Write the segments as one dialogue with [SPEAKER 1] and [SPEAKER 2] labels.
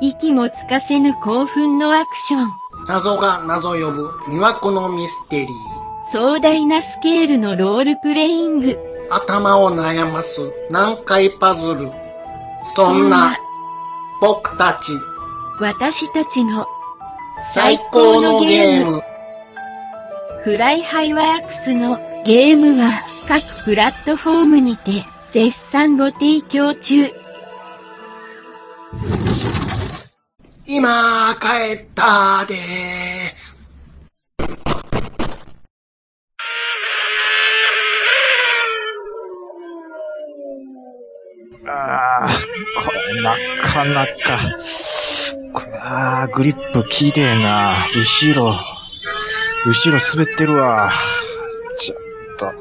[SPEAKER 1] 息もつかせぬ興奮のアクション。
[SPEAKER 2] 謎が謎呼ぶ魅惑のミステリー。
[SPEAKER 1] 壮大なスケールのロールプレイング。
[SPEAKER 2] 頭を悩ます難解パズル。そんな、僕たち
[SPEAKER 1] 私たちの
[SPEAKER 2] 最高のゲーム。
[SPEAKER 1] フライハイワークスのゲームは各プラットフォームにて絶賛ご提供中。
[SPEAKER 2] 今帰ったで
[SPEAKER 3] ああ、これなかなか。これああ、グリップ綺麗な。後ろ、後ろ滑ってるわ。ちょっと。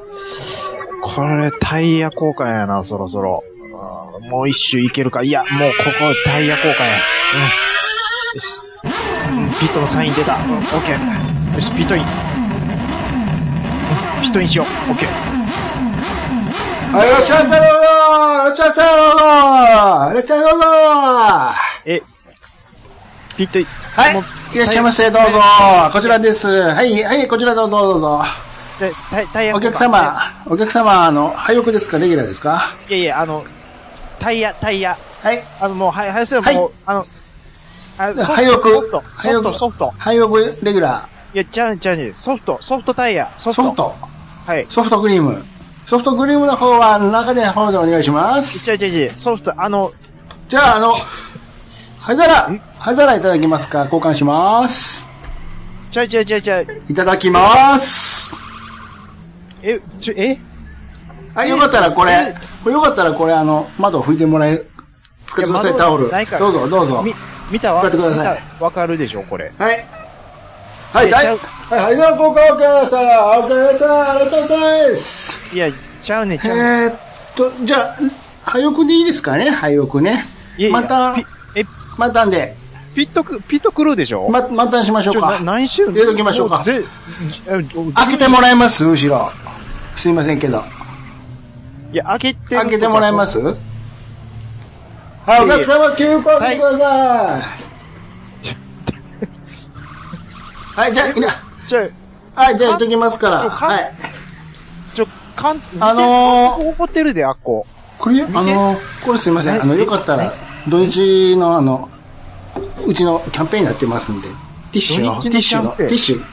[SPEAKER 3] これタイヤ交換やな、そろそろ。あーもう一周いけるか。いや、もうここタイヤ交換や。うん。よし。うんピットのサイン出た。うん、オッケー。よし、ピットイン。うんピットインしよう。オッケー。
[SPEAKER 2] はい、いらっしゃいませどうぞいらっしゃいませどうぞいらっしゃいどうぞ
[SPEAKER 3] え、ピットイン。もう
[SPEAKER 2] はい、いらっしゃいませ、どうぞ。こちらです。はい、はい、こちらどうぞ、どうぞ。
[SPEAKER 3] でタイタイヤ
[SPEAKER 2] お
[SPEAKER 3] 交換
[SPEAKER 2] 客様、お客様、あの、配役ですか、レギュラーですか
[SPEAKER 3] いやいや、あの、タイヤ、タイヤ。
[SPEAKER 2] はい、
[SPEAKER 3] あの、もう、はい、林さん、
[SPEAKER 2] はい
[SPEAKER 3] もう、あの、あソフト
[SPEAKER 2] 配役
[SPEAKER 3] ソフト、ソ
[SPEAKER 2] 配
[SPEAKER 3] フト、
[SPEAKER 2] 役
[SPEAKER 3] ソフト。
[SPEAKER 2] 配役レギュラ
[SPEAKER 3] いや、ちゃうちゃうちゃうソフト、ソフトタイヤ、ソ
[SPEAKER 2] ー、
[SPEAKER 3] フト。
[SPEAKER 2] ソフト、
[SPEAKER 3] はい。
[SPEAKER 2] ソフトクリーム。ソフトクリームの方は中で方でお願いします。
[SPEAKER 3] ちゃうちゃうちゃうソフト、あの、
[SPEAKER 2] じゃあ、あの、灰皿、灰皿いただきますか交換します。
[SPEAKER 3] ちゃうちゃうちゃうちゃう
[SPEAKER 2] いただきます。
[SPEAKER 3] え、ちょ、え
[SPEAKER 2] はい、よかったらこれ、よかったらこれ、あの、窓拭いてもらえ、使ってください、
[SPEAKER 3] 窓
[SPEAKER 2] タオル。
[SPEAKER 3] ないから
[SPEAKER 2] どうぞ、どうぞ。
[SPEAKER 3] み、見たわ、
[SPEAKER 2] 使って
[SPEAKER 3] 見
[SPEAKER 2] ください
[SPEAKER 3] たわかるでしょ、これ。
[SPEAKER 2] はい。はい、
[SPEAKER 3] え
[SPEAKER 2] だ
[SPEAKER 3] ちゃ
[SPEAKER 2] い、
[SPEAKER 3] う
[SPEAKER 2] はい、はい、じゃあ、ここから、おかえさん、おかえさん、ありがとうございます。
[SPEAKER 3] いや、ちゃうね、
[SPEAKER 2] え
[SPEAKER 3] ちゃうね。
[SPEAKER 2] ーっと、じゃあ、廃屋でいいですかね、廃屋ね。
[SPEAKER 3] いやいや
[SPEAKER 2] また、
[SPEAKER 3] ピえ、
[SPEAKER 2] またんで、
[SPEAKER 3] ピットク、ピットクルーでしょ
[SPEAKER 2] ま、またんしましょう
[SPEAKER 3] ちょ、な
[SPEAKER 2] か。
[SPEAKER 3] 何週
[SPEAKER 2] 入れときましょうか
[SPEAKER 3] ぜ、え
[SPEAKER 2] 開けてもらえます後ろ。すいませんけど。
[SPEAKER 3] いや、開けて。。
[SPEAKER 2] 開けてもらえますすはい、お客様、急行してください。はい、じゃあ、いな
[SPEAKER 3] ちょ、
[SPEAKER 2] はい、じゃあ、行っときますから。
[SPEAKER 3] あか
[SPEAKER 2] はい。
[SPEAKER 3] ちょ、かん、
[SPEAKER 2] あのー
[SPEAKER 3] ー、怒ってるで、あっこ。
[SPEAKER 2] これ、あ
[SPEAKER 3] 見て
[SPEAKER 2] の、これすいません。あの、
[SPEAKER 3] え
[SPEAKER 2] よかったら
[SPEAKER 3] え、
[SPEAKER 2] 土日のあの、うちのキャンペーンになってますんで、ティッシュを、
[SPEAKER 3] 土
[SPEAKER 2] ティ
[SPEAKER 3] 日の
[SPEAKER 2] ッシュの、
[SPEAKER 3] キャンペ
[SPEAKER 2] テ
[SPEAKER 3] ー
[SPEAKER 2] ィ
[SPEAKER 3] ン
[SPEAKER 2] ッシュ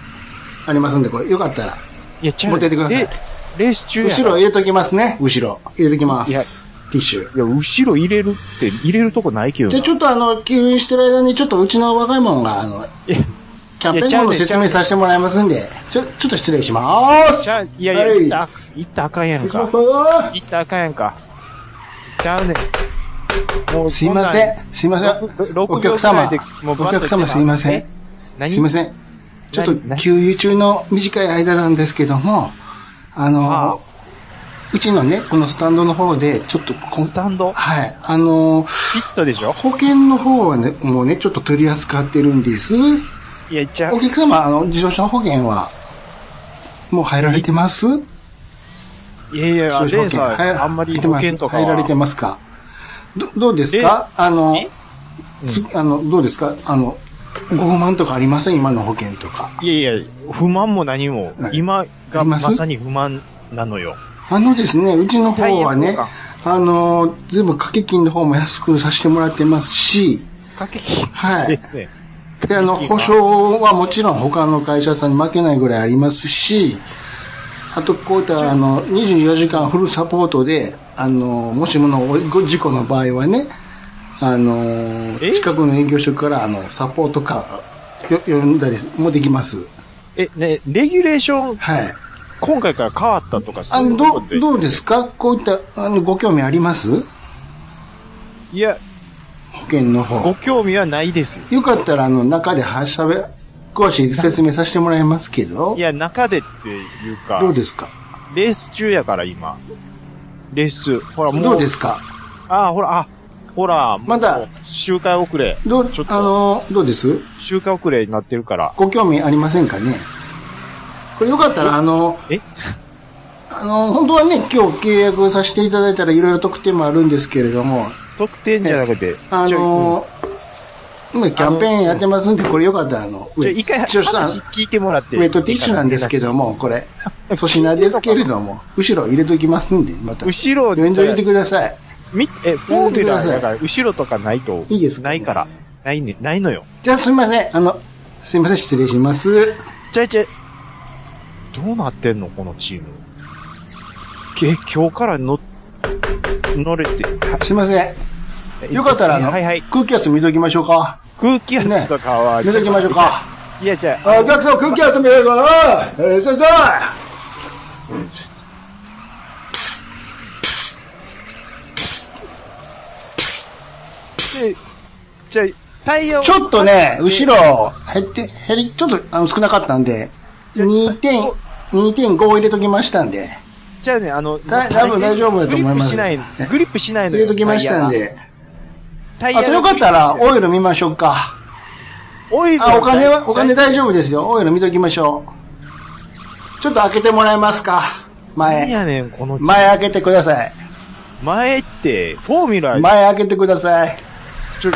[SPEAKER 2] ありますんで、これ、よかったら。
[SPEAKER 3] いや、ちゃう
[SPEAKER 2] 持ってってください
[SPEAKER 3] レレース中やん。
[SPEAKER 2] 後ろ入れときますね。後ろ。入れときま
[SPEAKER 3] いや
[SPEAKER 2] す。ティッシュ。
[SPEAKER 3] いや、後ろ入れるって、入れるとこないけど
[SPEAKER 2] じゃ
[SPEAKER 3] な。
[SPEAKER 2] あちょっとあの、吸引してる間に、ちょっとうちの若い者が、あの、
[SPEAKER 3] いや
[SPEAKER 2] キャンペーンの説明させてもらいますんで、ちょ、ちょっと失礼しまーす。
[SPEAKER 3] ちゃう、いやい
[SPEAKER 2] は
[SPEAKER 3] や、
[SPEAKER 2] い
[SPEAKER 3] 行ったらあ、行ったらあかんやんか。行ったらあかんやんか。ちゃうねん。もう
[SPEAKER 2] すいません。すいません。お客様。お客様すいません。
[SPEAKER 3] 何
[SPEAKER 2] すいません。ちょっと
[SPEAKER 3] 何何
[SPEAKER 2] 給油中の短い間なんですけども、あ
[SPEAKER 3] ああ
[SPEAKER 2] の、うちのね、このスタンドの方で、ちょっとこん、
[SPEAKER 3] スタンド
[SPEAKER 2] はい、あの、
[SPEAKER 3] ピットでしょ
[SPEAKER 2] 保険の方はね、もうね、ちょっと取り扱ってるんです。
[SPEAKER 3] いや、ちゃう
[SPEAKER 2] お。客様、あの、自動車保険は、もう入られてます
[SPEAKER 3] いやいや、
[SPEAKER 2] 自
[SPEAKER 3] レ
[SPEAKER 2] 動
[SPEAKER 3] ー
[SPEAKER 2] 車
[SPEAKER 3] サ
[SPEAKER 2] 保険
[SPEAKER 3] ー、あんまり
[SPEAKER 2] 入って
[SPEAKER 3] 保
[SPEAKER 2] ます
[SPEAKER 3] 険とかは。
[SPEAKER 2] 入られてますかどどうですかあの、つあの、どうですかあの、ご不満とかありません今の保険とか。
[SPEAKER 3] いやいや、不満も何も
[SPEAKER 2] は、い
[SPEAKER 3] 今
[SPEAKER 2] あ
[SPEAKER 3] が
[SPEAKER 2] りま
[SPEAKER 3] ますさに不満なのよ。
[SPEAKER 2] あのですね、うちの方は
[SPEAKER 3] タイ
[SPEAKER 2] ね
[SPEAKER 3] ヤ交、
[SPEAKER 2] あの、ずいぶん掛け金の方も安くさせてもらってますし、
[SPEAKER 3] かけき
[SPEAKER 2] はい
[SPEAKER 3] ですね。
[SPEAKER 2] で、あの、
[SPEAKER 3] 掛け金
[SPEAKER 2] 保
[SPEAKER 3] は
[SPEAKER 2] 証はもちろん他の会社さんに負けないぐらいありますし、あと、こういった、あの、24時間フルサポートで、あの、もしものご事故の場合はね、あの、
[SPEAKER 3] え
[SPEAKER 2] 近くの営業所から、あの、サポートカー、よ呼んだりもできます。
[SPEAKER 3] え、ね、レギュレーション、
[SPEAKER 2] はい。
[SPEAKER 3] 今回から変わったとか、
[SPEAKER 2] あ
[SPEAKER 3] そうい
[SPEAKER 2] の、
[SPEAKER 3] うこ
[SPEAKER 2] ど
[SPEAKER 3] とで
[SPEAKER 2] う、どうですかこういった、あの、ご興味あります
[SPEAKER 3] いや、
[SPEAKER 2] 保険の方。
[SPEAKER 3] ご興味はないですよ。
[SPEAKER 2] よかったら、あの、中で、はしゃべ、詳しい説明させてもらいますけど
[SPEAKER 3] い、や、中でっていうか
[SPEAKER 2] ど、うですか
[SPEAKER 3] レース中やから今。レース中。ほら、もう。
[SPEAKER 2] どうですか
[SPEAKER 3] ああ、ほら、あ、ほら、
[SPEAKER 2] まだ
[SPEAKER 3] もう、周回遅れ。
[SPEAKER 2] どう
[SPEAKER 3] ちょっ、と
[SPEAKER 2] あの、どうです
[SPEAKER 3] 周回遅れになってるから。
[SPEAKER 2] ご興味ありませんかねこれよかったら、あの、
[SPEAKER 3] え
[SPEAKER 2] あの、本当はね、今日契約させていただいたらいろいろ特典もあるんですけれども、
[SPEAKER 3] 得点じゃなくて、
[SPEAKER 2] あ
[SPEAKER 3] ちょ
[SPEAKER 2] の、今キャンペーンやってますんで、これよかったら、あの、
[SPEAKER 3] ちょ一回
[SPEAKER 2] 一応した
[SPEAKER 3] 話聞いてもらって。
[SPEAKER 2] ウェットティッシュなんですけども、これ、粗品ですけれども、後ろ入れときますんで、また。
[SPEAKER 3] 後ろ
[SPEAKER 2] 面倒入れてください。
[SPEAKER 3] み、え、フォーミュラーだから、後ろとかないと。
[SPEAKER 2] いいですか
[SPEAKER 3] ないから。ないね、ないのよ。
[SPEAKER 2] じゃあすいません、あの、すいません、失礼します。
[SPEAKER 3] ちゃいちゃい。どうなってんのこのチーム。け、今日から乗、乗れて。
[SPEAKER 2] すいません。よかったら、あの、
[SPEAKER 3] はいはい。
[SPEAKER 2] 空気圧見ときましょうか。
[SPEAKER 3] 空気圧とかは、
[SPEAKER 2] 見ときましょうか。
[SPEAKER 3] いや、じゃあ、
[SPEAKER 2] あお客さん、空気集めるから、えー、先生
[SPEAKER 3] でじゃあ、太陽。
[SPEAKER 2] ちょっとね、後ろ、減って、減り、ちょっと、あの、少なかったんで、2点、2.5入れときましたんで、
[SPEAKER 3] じゃあね、あの、
[SPEAKER 2] た多分大丈夫だと思い
[SPEAKER 3] グリッ
[SPEAKER 2] ます
[SPEAKER 3] プしない、グリップしないの
[SPEAKER 2] 入
[SPEAKER 3] よ
[SPEAKER 2] れときましたん。で、
[SPEAKER 3] タイヤ
[SPEAKER 2] あとよかったら、、オイル見ましょうか。
[SPEAKER 3] オイル
[SPEAKER 2] あ、お金は、お金大丈夫ですよ。オイル見ときましょう。ちょっと開けてもらえますか。
[SPEAKER 3] 何
[SPEAKER 2] 前。
[SPEAKER 3] やねん、この、
[SPEAKER 2] 前開けてください。
[SPEAKER 3] 前って、フォーミュラ
[SPEAKER 2] 前
[SPEAKER 3] ー、
[SPEAKER 2] 開けてください。
[SPEAKER 3] ちょ、え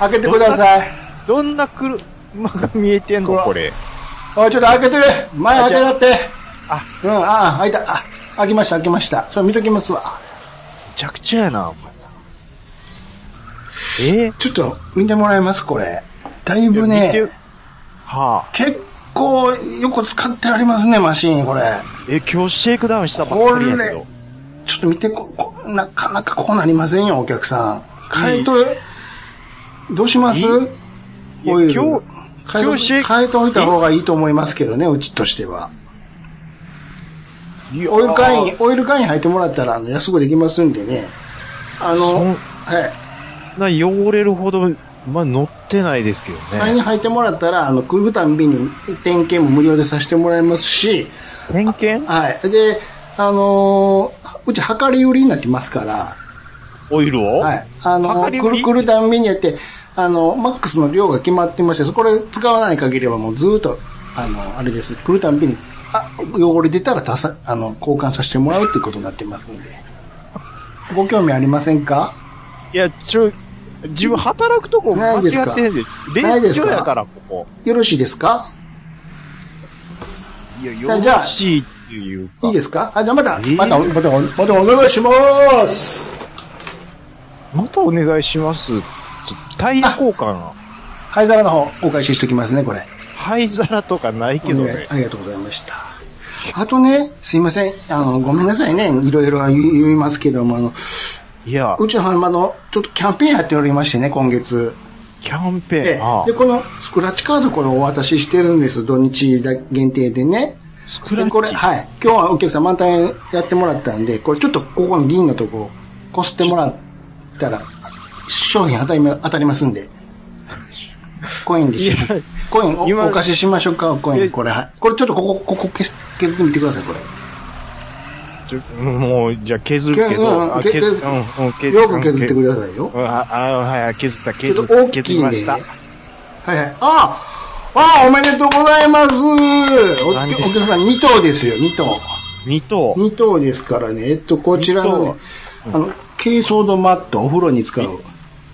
[SPEAKER 2] 開けてください。
[SPEAKER 3] どんな車が見えてんのこれ。
[SPEAKER 2] おい、ちょっと開けて前開けだって
[SPEAKER 3] あ
[SPEAKER 2] うん、ああ、開いた。あ、開きました、開きました。それ見ときますわ。
[SPEAKER 3] めちゃくちゃやな、お前。えー
[SPEAKER 2] ちょっと見てもらえます、これ。だい
[SPEAKER 3] い
[SPEAKER 2] ぶ
[SPEAKER 3] や
[SPEAKER 2] ね
[SPEAKER 3] 見て、はあ。
[SPEAKER 2] 結構よく使ってありますね、マシーン、これ。
[SPEAKER 3] え、今日シェイクダウンしたばっかりやけど
[SPEAKER 2] こ。ちょっと見てこ、こなかなかこうなりませんよ、お客さん。回答、どうします
[SPEAKER 3] いいいや
[SPEAKER 2] オイル。
[SPEAKER 3] 今日
[SPEAKER 2] 変え
[SPEAKER 3] 今日シェイ
[SPEAKER 2] と変えておいた方がいいと思いますけどね、うちとしては。
[SPEAKER 3] いや
[SPEAKER 2] オイル会員、オイル会員入ってもらったら、あの、安くできますんでね。
[SPEAKER 3] そ
[SPEAKER 2] あの、
[SPEAKER 3] ん
[SPEAKER 2] はい。
[SPEAKER 3] な汚れるほど、まあ、乗ってないですけど
[SPEAKER 2] 会員
[SPEAKER 3] ね。
[SPEAKER 2] に入ってもらったら、あの、来るたんびに点検も無料でさせてもらいますし、
[SPEAKER 3] 点検
[SPEAKER 2] はい。で、あのーうち、量り売りになってますから、
[SPEAKER 3] オイルを
[SPEAKER 2] はい。あの
[SPEAKER 3] 量り
[SPEAKER 2] ー、
[SPEAKER 3] 売
[SPEAKER 2] く
[SPEAKER 3] り
[SPEAKER 2] るくるたんびにやって、あのーマックスの量が決まってまして、これ使わない限りはもうずーっと、あのーあれです。来るたんびに、あ、汚れ出たらたさ、あの、交換させてもらうっていうことになってますんで。ご興味ありませんか
[SPEAKER 3] いや、ちょ、自分働くとこ間
[SPEAKER 2] ないです
[SPEAKER 3] 違
[SPEAKER 2] か
[SPEAKER 3] ってんで。
[SPEAKER 2] ない
[SPEAKER 3] レ
[SPEAKER 2] で
[SPEAKER 3] ン
[SPEAKER 2] す
[SPEAKER 3] ジ
[SPEAKER 2] か
[SPEAKER 3] やから、ここ。
[SPEAKER 2] よろしいですか
[SPEAKER 3] いや、
[SPEAKER 2] あ
[SPEAKER 3] よ
[SPEAKER 2] じゃあ
[SPEAKER 3] ろしいっていうか。
[SPEAKER 2] いいですかあ、じゃあまた、
[SPEAKER 3] えー
[SPEAKER 2] また、また、またお願いします
[SPEAKER 3] またお願いします。ちょタイヤ交換、
[SPEAKER 2] 灰皿の方、お返ししておきますね、これ。
[SPEAKER 3] 灰皿とかないけど
[SPEAKER 2] お願い
[SPEAKER 3] ね。
[SPEAKER 2] ありがとうございました。あとね、すいません。あの、ごめんなさいね。いろいろ言い言いますけども、あの、
[SPEAKER 3] いや、
[SPEAKER 2] うちの浜の、ちょっとキャンペーンやっておりましてね、今月。
[SPEAKER 3] キャンペー
[SPEAKER 2] え
[SPEAKER 3] ン。ああ
[SPEAKER 2] えで、このスクラッチカードこれお渡ししてるんです。土日だ限定でね。
[SPEAKER 3] スクラッ
[SPEAKER 2] で
[SPEAKER 3] チ。
[SPEAKER 2] これ、はい。今日はお客さん満タンやってもらったんで、これちょっとここの銀のとこ、こすってもらったら、商品当たりま当たりますんで。コインで
[SPEAKER 3] い
[SPEAKER 2] し
[SPEAKER 3] や
[SPEAKER 2] ょ。コイン
[SPEAKER 3] 今
[SPEAKER 2] おお貸ししましょうか、コイン。これ、はい。これちょっとここ、ここ削削ってみてください、これ。
[SPEAKER 3] ちょもう、じゃあ削るけ
[SPEAKER 2] けうんう
[SPEAKER 3] ど、
[SPEAKER 2] ん
[SPEAKER 3] あ
[SPEAKER 2] け
[SPEAKER 3] 削
[SPEAKER 2] け
[SPEAKER 3] うんうん削
[SPEAKER 2] よく削ってく
[SPEAKER 3] だ
[SPEAKER 2] ださいよ。
[SPEAKER 3] あ、あはい、削った、
[SPEAKER 2] ちょ
[SPEAKER 3] 削
[SPEAKER 2] っ
[SPEAKER 3] っ
[SPEAKER 2] と
[SPEAKER 3] た、
[SPEAKER 2] 大きいん
[SPEAKER 3] 削り
[SPEAKER 2] でね
[SPEAKER 3] ました。
[SPEAKER 2] はいはい。あああおめでとうございますおお
[SPEAKER 3] 何
[SPEAKER 2] 客
[SPEAKER 3] ですか
[SPEAKER 2] さん2等ですよ、2等。
[SPEAKER 3] 二等。
[SPEAKER 2] 2等ですからね。えっと、こちらのね、あの、軽装度マット、お風呂に使う。
[SPEAKER 3] も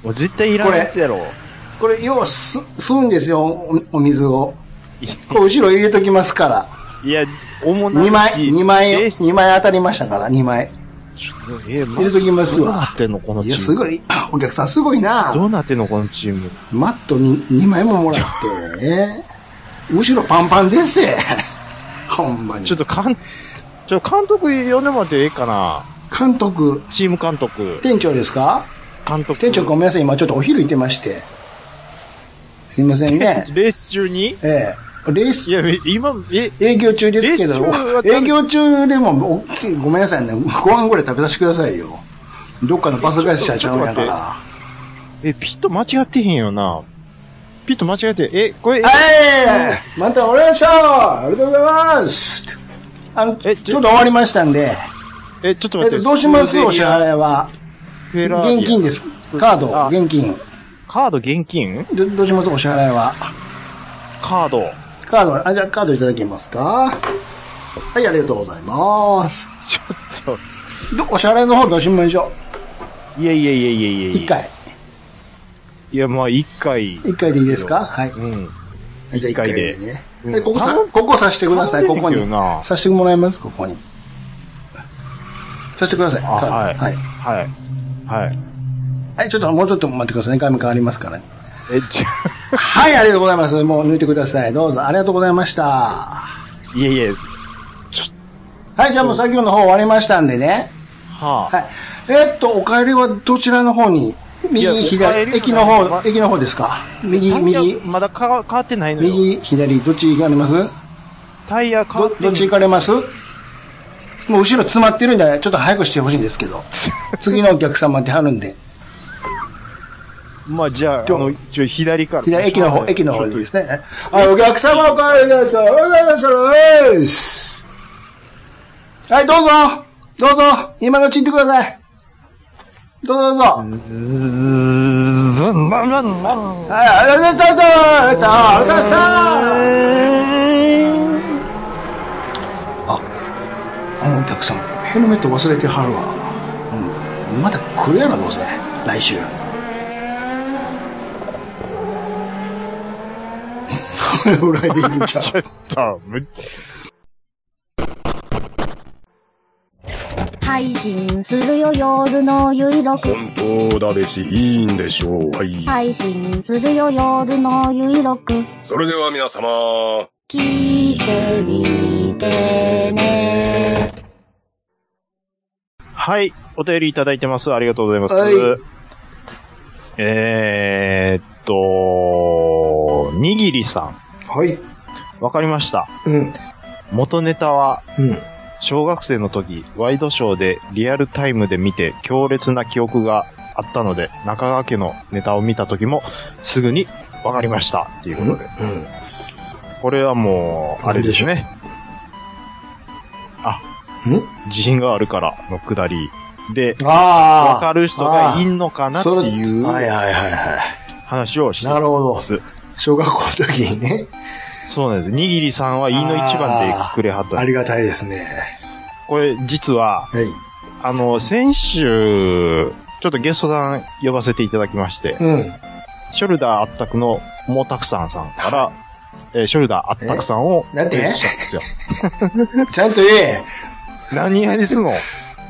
[SPEAKER 3] う絶対いらんやつやろ。
[SPEAKER 2] これ、ようす、吸うんですよ、おお水を。これ後ろ入れときますから。
[SPEAKER 3] いや、主な
[SPEAKER 2] 2枚、2枚、
[SPEAKER 3] え
[SPEAKER 2] 2枚当たりましたから、2枚。
[SPEAKER 3] ちょっとえ、
[SPEAKER 2] 入れときますわ
[SPEAKER 3] どうなってんの、このチ
[SPEAKER 2] い
[SPEAKER 3] ー
[SPEAKER 2] や、
[SPEAKER 3] ム。
[SPEAKER 2] すごい、お客さんすごい
[SPEAKER 3] ど
[SPEAKER 2] な
[SPEAKER 3] うなってんの、このチーム。
[SPEAKER 2] マットに2枚ももらって、ね。後ろパンパンですよ ほんまに。
[SPEAKER 3] ちょっと、かん、ちょっと監督呼んでもらってええかな。
[SPEAKER 2] 監督、
[SPEAKER 3] チーム監督。
[SPEAKER 2] 店長ですか
[SPEAKER 3] 監督。。
[SPEAKER 2] 店長ごめんなさい、今ちょっとお昼行ってまして。すいませんね
[SPEAKER 3] レース中に
[SPEAKER 2] ええ。レー
[SPEAKER 3] い
[SPEAKER 2] ス、
[SPEAKER 3] や、今、え、
[SPEAKER 2] 営業中ですけど
[SPEAKER 3] レース中は、
[SPEAKER 2] 営業中でも、おっきいごめんなさいね。ご飯ぐらい食べさせてくださいよ。どっかのバス会社ちゃうんやから。
[SPEAKER 3] え、ピット間違ってへんよな。ピット間違えて、え、これ、
[SPEAKER 2] はいまたお願いしますありがとうございますあの、ちょ
[SPEAKER 3] え
[SPEAKER 2] っと終わりましたんで、
[SPEAKER 3] え、ちょっと
[SPEAKER 2] え
[SPEAKER 3] 待って。
[SPEAKER 2] どうしますお支払いは。
[SPEAKER 3] フェラーリ
[SPEAKER 2] 現金です。カード、
[SPEAKER 3] あ
[SPEAKER 2] 現金。
[SPEAKER 3] カード現金
[SPEAKER 2] どどうしますお支払いは。
[SPEAKER 3] カード。
[SPEAKER 2] カード、あ、じゃあカードいただけますかはい、ありがとうございます。
[SPEAKER 3] ちょっ
[SPEAKER 2] どお支払いの方どうしましょ
[SPEAKER 3] と、いやいやいやいや
[SPEAKER 2] う
[SPEAKER 3] いや
[SPEAKER 2] 一回。
[SPEAKER 3] いや、まあ、一回。
[SPEAKER 2] 一回でいいですかはい。
[SPEAKER 3] うん。
[SPEAKER 2] じゃあ一
[SPEAKER 3] 一回
[SPEAKER 2] 回
[SPEAKER 3] で
[SPEAKER 2] でね。
[SPEAKER 3] うん
[SPEAKER 2] でここさ
[SPEAKER 3] 頼、
[SPEAKER 2] ここさしてください、
[SPEAKER 3] 頼
[SPEAKER 2] こ
[SPEAKER 3] んで
[SPEAKER 2] こ
[SPEAKER 3] る
[SPEAKER 2] に
[SPEAKER 3] けどな。
[SPEAKER 2] さしてもらいます、ここに。さしてください。
[SPEAKER 3] あ、はい。
[SPEAKER 2] は
[SPEAKER 3] はいい。。はい。
[SPEAKER 2] はいちょっと、もうちょっと待ってくださいね。画面変わりますからね。
[SPEAKER 3] え、じゃ
[SPEAKER 2] はい、ありがとうございます。もう抜いてください。どうぞ、ありがとうございました。は
[SPEAKER 3] いえいえ、
[SPEAKER 2] い、じゃあもう作業の方終わりましたんでね。
[SPEAKER 3] はあ。
[SPEAKER 2] はい。えっと、お帰りはどちらの方に
[SPEAKER 3] い
[SPEAKER 2] 右
[SPEAKER 3] や、お帰りは
[SPEAKER 2] 左、
[SPEAKER 3] ね
[SPEAKER 2] 駅の方
[SPEAKER 3] ま、
[SPEAKER 2] 駅の方ですか右、
[SPEAKER 3] タイヤ
[SPEAKER 2] 右、
[SPEAKER 3] まだか変わってないのよ。
[SPEAKER 2] 右、左、どっち行かれます
[SPEAKER 3] タイヤ変わ
[SPEAKER 2] ど
[SPEAKER 3] って、
[SPEAKER 2] どっち行かれますもう後ろ詰まってるんで、ちょっと早くしてほしいんですけど。次のお客様ってはるんで。
[SPEAKER 3] まあ、じゃあ、あ
[SPEAKER 2] 今日
[SPEAKER 3] の、ちょ、左から。
[SPEAKER 2] 左、駅の
[SPEAKER 3] ちょ
[SPEAKER 2] 方、
[SPEAKER 3] っと
[SPEAKER 2] 駅の方でですね。はい、お客様お帰りください。おはようございます。はい、どうぞどうぞ今のうち行ってくださいどうぞどうぞ、
[SPEAKER 3] うーん、ずん、まん、まん、まん。
[SPEAKER 2] はい、ありがとうございましたありがとうございました あのお客さんヘルメット忘れてはるわ、うん、また来るやろどうせ来 週これぐらいでいいんちゃう
[SPEAKER 3] ちょっと、む、
[SPEAKER 4] 配信するよ夜のゆいろく
[SPEAKER 5] 本当だべし、いいんでしょう。はい。
[SPEAKER 4] 配信するよ夜のゆいろく
[SPEAKER 5] それでは皆様。
[SPEAKER 4] 聞いてみてね
[SPEAKER 3] はい、お便りいただいてます。ありがとうございます。
[SPEAKER 2] はい
[SPEAKER 3] えーっと、にぎりさ
[SPEAKER 2] はい
[SPEAKER 3] ん。わかりました。
[SPEAKER 2] うん
[SPEAKER 3] 元ネタは、
[SPEAKER 2] うん
[SPEAKER 3] 小学生の時、ワイドショーでリアルタイムで見て強烈な記憶があったので、中川家のネタを見た時も、すぐにわかりました。っていうことで。これはもう、あれですね。あ、
[SPEAKER 2] ん
[SPEAKER 3] 自信があるからのくだり。で、
[SPEAKER 2] ああ
[SPEAKER 3] わかる人がいんのかなっていう
[SPEAKER 2] はいはいはいは
[SPEAKER 3] 話をし
[SPEAKER 2] い
[SPEAKER 3] て
[SPEAKER 2] なるほど
[SPEAKER 3] ます。
[SPEAKER 2] 小学校の時にね
[SPEAKER 3] そうなんです。にぎりさんは言いの一番でくれはった
[SPEAKER 2] あ。りがたいですね
[SPEAKER 3] これ、実は、
[SPEAKER 2] はい
[SPEAKER 3] あの、先週、ちょっとゲストさん呼ばせていただきまして、
[SPEAKER 2] うん
[SPEAKER 3] ショルダーあったくのモータクさんさん から、えーショルダーあったくさんを、
[SPEAKER 2] えなんて
[SPEAKER 3] 提出したんですよ。
[SPEAKER 2] ちゃんと言え
[SPEAKER 3] 何やですの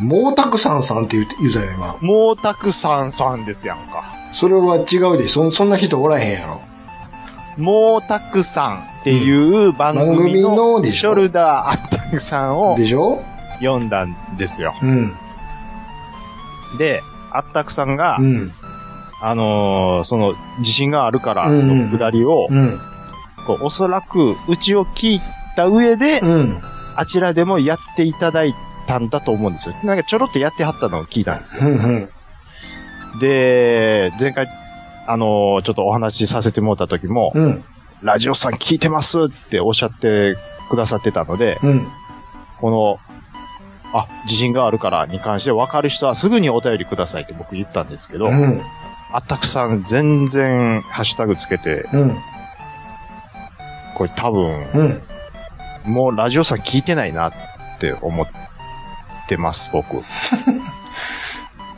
[SPEAKER 2] 毛沢さんさんって言う言うたよ今
[SPEAKER 3] モータクさんさんですやんか。
[SPEAKER 2] それは違うでそんそんな人おらへんやろ
[SPEAKER 3] モータクさんっていう番組
[SPEAKER 2] 番組の
[SPEAKER 3] の
[SPEAKER 2] でしょ
[SPEAKER 3] ショルダーあったくさんを
[SPEAKER 2] でしょ
[SPEAKER 3] 読んだんですよ。
[SPEAKER 2] うん
[SPEAKER 3] で、あったくさんが
[SPEAKER 2] う、ん
[SPEAKER 3] あのーその、自信があるから
[SPEAKER 2] うんうん
[SPEAKER 3] のくだりを、
[SPEAKER 2] うん
[SPEAKER 3] こうおそらく、うちを聞いた上で、
[SPEAKER 2] うん
[SPEAKER 3] あちらでもやっていただいたんだと思うんですよ。なんかちょろっとやってはったのを聞いたんですよ。
[SPEAKER 2] うんうん。
[SPEAKER 3] で、前回、あのーちょっとお話しさせてもらった時も、
[SPEAKER 2] うん。
[SPEAKER 3] ラジオさん聞いてますっておっしゃってくださってたので、
[SPEAKER 2] うん。
[SPEAKER 3] この、あ、自信があるからに関して分かる人はすぐにお便りくださいって僕言ったんですけど、
[SPEAKER 2] うん。
[SPEAKER 3] あったくさん全然ハッシュタグつけて、
[SPEAKER 2] うん。
[SPEAKER 3] これ多分、
[SPEAKER 2] うん。
[SPEAKER 3] もうラジオさん聞いてないなって思ってます、僕。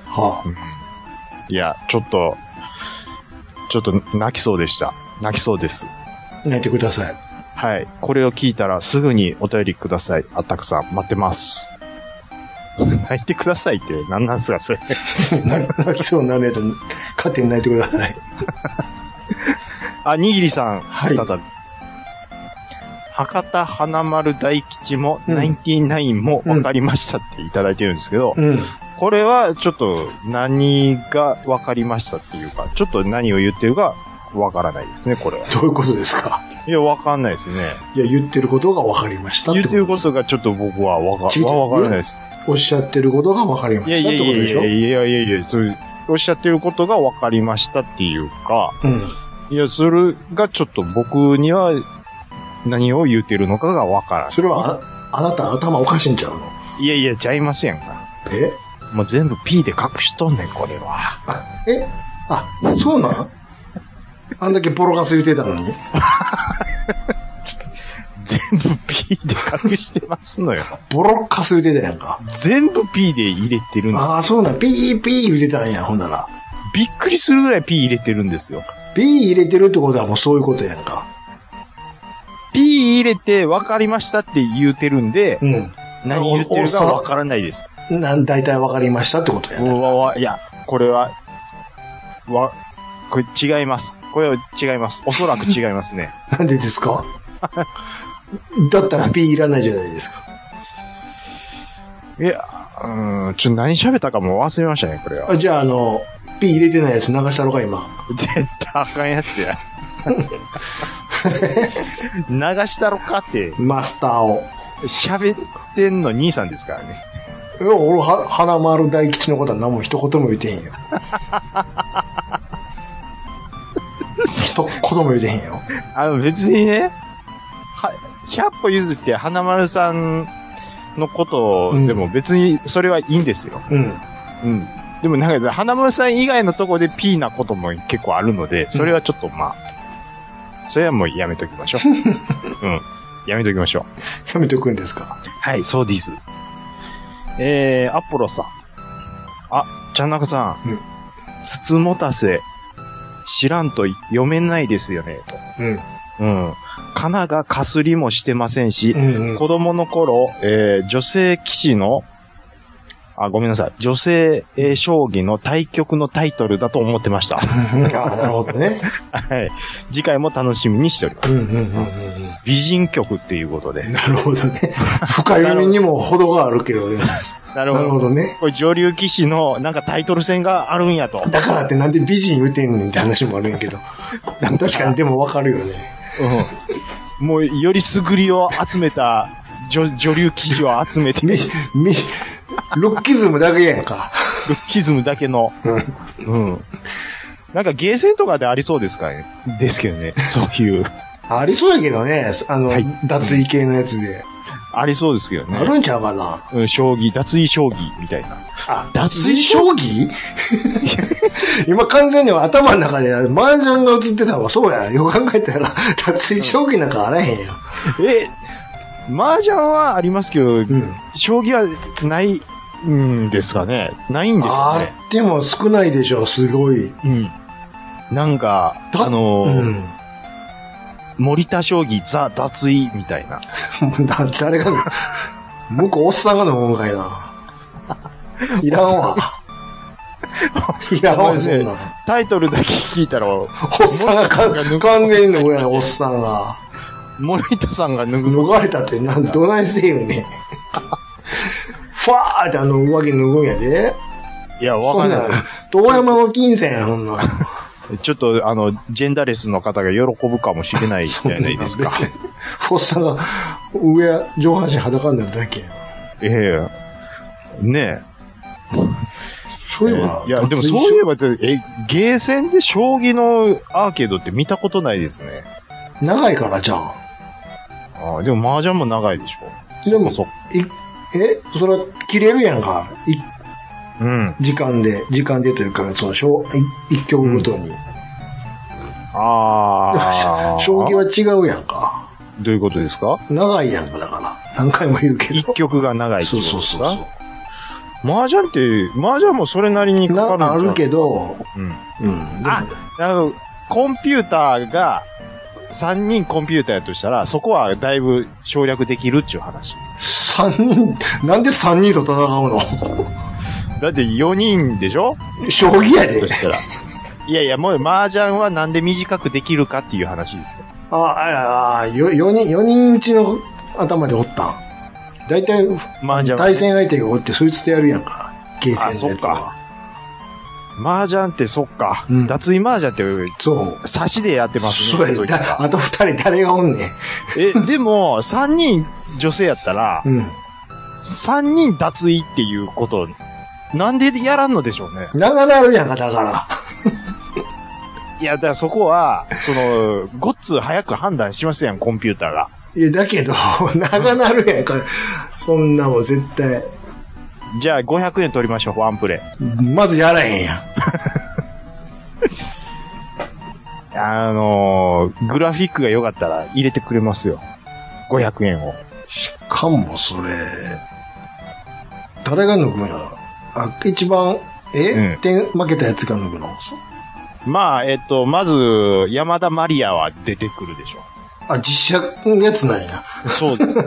[SPEAKER 2] はい
[SPEAKER 3] や、ちょっと、ちょっと泣きそうでした。泣きそうです。
[SPEAKER 2] あ。泣いてください。
[SPEAKER 3] はい。これを聞いたらすぐにお便りください。あったくさん、待ってます。 泣いてくださいって何なんすか、それ。
[SPEAKER 2] 泣きそうになるやつ、勝手に泣いてください。
[SPEAKER 3] あ、にぎりさん、
[SPEAKER 2] はい
[SPEAKER 3] ただ、博多花丸大吉も、
[SPEAKER 2] うん
[SPEAKER 3] ナインティナインも分かりましたっていただいてるんですけど、
[SPEAKER 2] うん。
[SPEAKER 3] これはちょっと何が分かりましたっていうか、ちょっと何を言ってるか分からないですね、これは。
[SPEAKER 2] どういうことですか
[SPEAKER 3] いや、分かんないですね。
[SPEAKER 2] いや、言ってることが分かりましたっ
[SPEAKER 3] 言っ
[SPEAKER 2] てこと。
[SPEAKER 3] てることがちょっと僕はわか
[SPEAKER 2] 聞いてる
[SPEAKER 3] わわからないです。
[SPEAKER 2] おっしゃってることが分かりま
[SPEAKER 3] いや
[SPEAKER 2] し
[SPEAKER 3] い
[SPEAKER 2] たっ
[SPEAKER 3] や
[SPEAKER 2] て
[SPEAKER 3] い
[SPEAKER 2] ことでしょ
[SPEAKER 3] やいやいやいやいや、そうおっしゃってることがわかりましたっていうか、
[SPEAKER 2] うん。
[SPEAKER 3] いや、それがちょっと僕には何を言うてるのかがわから
[SPEAKER 2] それはあ、あなた頭おかしいんちゃうの
[SPEAKER 3] ん。いやいや、ちゃいませんか。
[SPEAKER 2] え
[SPEAKER 3] もう全部 P で隠しとんねん、これは。
[SPEAKER 2] あ、えあ、そうなんあんだけボロカス言ってたのに。
[SPEAKER 3] 全部 P で隠してますのよ。
[SPEAKER 2] ボロカス言ってたやんか。
[SPEAKER 3] 全部 P で入れてるの。
[SPEAKER 2] ああ、そうなん。ピーピー言ってたんや、ほんなら。
[SPEAKER 3] びっくりするぐらい P 入れてるんですよ。
[SPEAKER 2] P 入れてるってことはもうそういうことやんか。
[SPEAKER 3] P 入れて分かりましたって言うてるんで、
[SPEAKER 2] う
[SPEAKER 3] 何言ってるか分からないです。
[SPEAKER 2] ん。なん、大体わかりましたってことや
[SPEAKER 3] う
[SPEAKER 2] な。
[SPEAKER 3] わわ、いや、これは、わ、これ違います。これは違います。おそらく違いますね。
[SPEAKER 2] なんでですかだったら P いらないじゃないですか。
[SPEAKER 3] いや、うーん、ちょっと何喋ったかも忘れましたね、これは。
[SPEAKER 2] あじゃあ、あの、P 入れてないやつ流したのか、今。
[SPEAKER 3] 絶対あかんやつや。流したろかって、
[SPEAKER 2] マスターを。
[SPEAKER 3] 喋ってんの兄さんですからね。
[SPEAKER 2] いや俺は、花丸大吉のことは何も一言も言って へんよ。一言も言ってへんよ。
[SPEAKER 3] あの、別にね、は、100歩譲って花丸さんのことを、
[SPEAKER 2] うん
[SPEAKER 3] でも別にそれはいいんですよ。
[SPEAKER 2] うん。
[SPEAKER 3] うん。でもなんか、花丸さん以外のとこで P なことも結構あるので、それはちょっとまあ、それはもうやめときま しょう。うん。やめときましょう。
[SPEAKER 2] やめておくんですか。
[SPEAKER 3] はい、そうです。えー、アポロさん。あ、ちゃんなかさん。
[SPEAKER 2] うん
[SPEAKER 3] つつもたせ、知らんと読めないですよね、
[SPEAKER 2] うん。
[SPEAKER 3] と。うん。かながかすりもしてませんし
[SPEAKER 2] う、ん、うん。
[SPEAKER 3] 子供の頃、えー女性騎士の、あ、ごめんなさい。女性、えー将棋の対局のタイトルだと思ってました。
[SPEAKER 2] ああ、なるほどね。
[SPEAKER 3] はい。次回も楽しみにしておりま
[SPEAKER 2] う
[SPEAKER 3] す。
[SPEAKER 2] ん、うん、うん、うん。
[SPEAKER 3] 美人局っていうことで。
[SPEAKER 2] なるほどね。深読みにも程があるけどね。
[SPEAKER 3] な
[SPEAKER 2] な
[SPEAKER 3] るほ
[SPEAKER 2] る
[SPEAKER 3] ど
[SPEAKER 2] ほ。どね。
[SPEAKER 3] これ上流騎士のなんかタイトル戦があるんやと。
[SPEAKER 2] だからってなんで美人言うてんねんって話もあるんやけど。確かにでもわかるよね。
[SPEAKER 3] うん。もうよりすぐりを集めた女女流騎士を集めて、
[SPEAKER 2] み、み、ロッキズムだけやんか。
[SPEAKER 3] ルッキズムだけの。
[SPEAKER 2] うん。
[SPEAKER 3] うん。なんかゲーセンとかでありそうですかね。ですけどね。そういう。
[SPEAKER 2] ありそうやけどね。あの、
[SPEAKER 3] はい
[SPEAKER 2] 脱衣系のやつで。
[SPEAKER 3] ありそうですけどね。
[SPEAKER 2] あるんちゃうかな。
[SPEAKER 3] うん、将棋、脱衣将棋みたいな。
[SPEAKER 2] あ、脱衣将棋今完全に頭の中で麻雀が映ってたわ。そうや。よく考えたら、脱衣将棋なんかあらへんやん。
[SPEAKER 3] え、麻雀はありますけど、
[SPEAKER 2] うん。
[SPEAKER 3] 将棋はないんですかね。ないんでしょう
[SPEAKER 2] あ
[SPEAKER 3] ね。
[SPEAKER 2] っても少ないでしょ。すごい。
[SPEAKER 3] うん。なんか、
[SPEAKER 2] だ
[SPEAKER 3] あの
[SPEAKER 2] う
[SPEAKER 3] ー
[SPEAKER 2] ん。
[SPEAKER 3] 森田将棋ザ・脱衣みたいな。
[SPEAKER 2] もうだ誰が、向こうおっさんが飲むんかいな。いらん わ。いらんわ、そんなん。
[SPEAKER 3] タイトルだけ聞いたら、
[SPEAKER 2] おっさんがか完全に脱ぐやん、おっさんが。
[SPEAKER 3] 森田さんが脱ぐ。
[SPEAKER 2] 脱がれたってなん、どないせえよね。ファーってあの上着脱ぐんやで。
[SPEAKER 3] いや、わかんないで
[SPEAKER 2] 遠山の金銭や、ほんなら。
[SPEAKER 3] す。ちょっと、あの、ジェンダーレスの方が喜ぶかもしれないじゃない ですか。
[SPEAKER 2] おっさんが上、上半身裸になるだけやん。
[SPEAKER 3] ええね
[SPEAKER 2] そ
[SPEAKER 3] え。
[SPEAKER 2] ういえば、
[SPEAKER 3] いや、でもそういえば、え、ゲーセンで将棋のアーケードって見たことないですね。
[SPEAKER 2] 長いからじゃん。
[SPEAKER 3] ああ、でも麻雀も長いでしょ。
[SPEAKER 2] でも
[SPEAKER 3] そっ
[SPEAKER 2] いえ、それ切れるやんか。い
[SPEAKER 3] かうん。
[SPEAKER 2] 時間で、時間でというか、その、小一一曲ごとに。
[SPEAKER 3] ああ。
[SPEAKER 2] 将棋は違うやんか。
[SPEAKER 3] どういうことですか
[SPEAKER 2] 長いやんか、だから。何回も言うけど。
[SPEAKER 3] 一曲が長いって
[SPEAKER 2] そ
[SPEAKER 3] いうこと
[SPEAKER 2] そう
[SPEAKER 3] です
[SPEAKER 2] そう
[SPEAKER 3] か
[SPEAKER 2] そ
[SPEAKER 3] 麻雀って、麻雀もそれなりに
[SPEAKER 2] う。
[SPEAKER 3] かかるんじ
[SPEAKER 2] な
[SPEAKER 3] ゃ
[SPEAKER 2] あ
[SPEAKER 3] ん
[SPEAKER 2] るけど、
[SPEAKER 3] うん。
[SPEAKER 2] うん。でも
[SPEAKER 3] あ、あの、コンピューターが、3人コンピューターやとしたら、そこはだいぶ省略できるっちゅう話。
[SPEAKER 2] 三人、なんで三人と戦うの
[SPEAKER 3] だって4人でしょ
[SPEAKER 2] 将棋やで
[SPEAKER 3] と。したら。いやいや、もう麻雀はなんで短くできるかっていう話ですよ。
[SPEAKER 2] あ、あ、あ、よ四人、四人うちの頭でおったん。大体、
[SPEAKER 3] 麻雀
[SPEAKER 2] 対戦相手がおって、そいつとやるやんか。ゲーセンのやつ
[SPEAKER 3] あそっ
[SPEAKER 2] は。
[SPEAKER 3] 麻雀ってそっか。
[SPEAKER 2] うん
[SPEAKER 3] 脱衣麻雀って、
[SPEAKER 2] そう。
[SPEAKER 3] 差しでやってますね。
[SPEAKER 2] そうや
[SPEAKER 3] そう
[SPEAKER 2] で
[SPEAKER 3] いったら
[SPEAKER 2] だあと二人誰がおんねん。
[SPEAKER 3] え、 でも、3人女性やったら、
[SPEAKER 2] うん。
[SPEAKER 3] 3人脱衣っていうこと、なんでやらんのでしょうね。
[SPEAKER 2] 長なるやんか、だから。
[SPEAKER 3] いや、だからそこは、その、ごっつ早く判断しますやん、コンピューターが。
[SPEAKER 2] いや、だけど、 長なるやんか。そんなもん絶対。
[SPEAKER 3] じゃあ500円取りましょう、ワンプレ
[SPEAKER 2] まずやらへんやん。
[SPEAKER 3] イ。あのーグラフィックが良かったら入れてくれますよ。500円を。
[SPEAKER 2] しかも、それ、誰が抜くんやあ、一番え、
[SPEAKER 3] うん
[SPEAKER 2] 点負けたやつが脱ぐのそ
[SPEAKER 3] まあ、えっと、まず、山田マリアは出てくるでしょ
[SPEAKER 2] あ、実写のやつなんや。
[SPEAKER 3] う。そうです。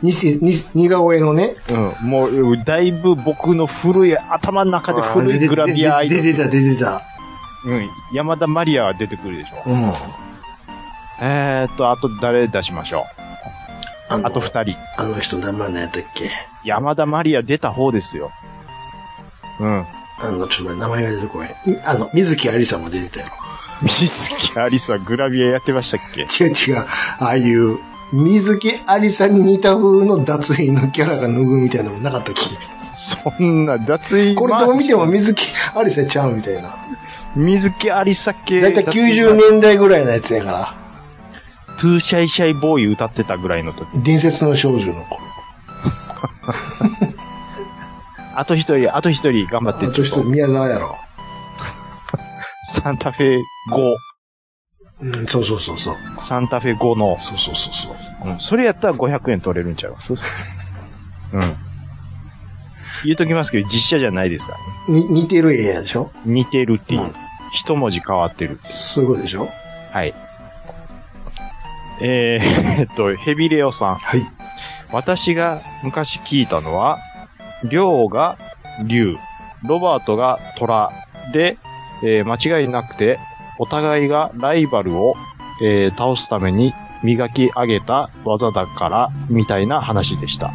[SPEAKER 2] にせ、に、似顔絵のね。
[SPEAKER 3] うん。もう、だいぶ僕の古い、頭の中で古
[SPEAKER 2] 出て
[SPEAKER 3] いグラビアアイド
[SPEAKER 2] 出
[SPEAKER 3] ル。
[SPEAKER 2] てた、出てた。
[SPEAKER 3] うん。山田マリアは出てくるでしょう。
[SPEAKER 2] うん。
[SPEAKER 3] えーっと、あと誰出しましょ
[SPEAKER 2] あ
[SPEAKER 3] う。
[SPEAKER 2] の
[SPEAKER 3] あと二人。
[SPEAKER 2] あの人、名前何やったっけ
[SPEAKER 3] 山田マリア出た方ですよ。うん。
[SPEAKER 2] あの、ちょっと待って名前が出てこへん。いあの、水木有りさんも出てたよ。
[SPEAKER 3] 水木アリスはグラビアやってましたっけ
[SPEAKER 2] 違う違う。ああいう、水木有りさんに似た風の脱衣のキャラが脱ぐみたいなのもなかったっけ
[SPEAKER 3] そんな、脱衣
[SPEAKER 2] これどう見ても
[SPEAKER 3] まあ
[SPEAKER 2] 水木有りさんちゃうみたいな。
[SPEAKER 3] 水木アリサ系。
[SPEAKER 2] だいたい90年代ぐらいのやつやから。
[SPEAKER 3] トゥーシャイシャイボーイ歌ってたぐらいの時。
[SPEAKER 2] 伝説の少女の子。
[SPEAKER 3] あと一人、あと一人頑張
[SPEAKER 2] あ
[SPEAKER 3] って。
[SPEAKER 2] と人、宮沢やろ。
[SPEAKER 3] サンタフェ5。
[SPEAKER 2] うん、そうそうそうそう。
[SPEAKER 3] サンタフェ5の。
[SPEAKER 2] そうそうそうそう。
[SPEAKER 3] うん。それやったら500円取れるんちゃいます うん。言うときますけど、実写じゃないですからね。
[SPEAKER 2] に、似てる絵やでしょ
[SPEAKER 3] 似てるっていう。
[SPEAKER 2] うん
[SPEAKER 3] 一文字変わってるっていう。
[SPEAKER 2] そういうことでしょ
[SPEAKER 3] はい。えー、えっと、ヘビレオさん。
[SPEAKER 2] はい。
[SPEAKER 3] 私が昔聞いたのは、りょうが竜、ロバートが虎で、えー間違いなくて、お互いがライバルを、えー倒すために磨き上げた技だから、みたいな話でした。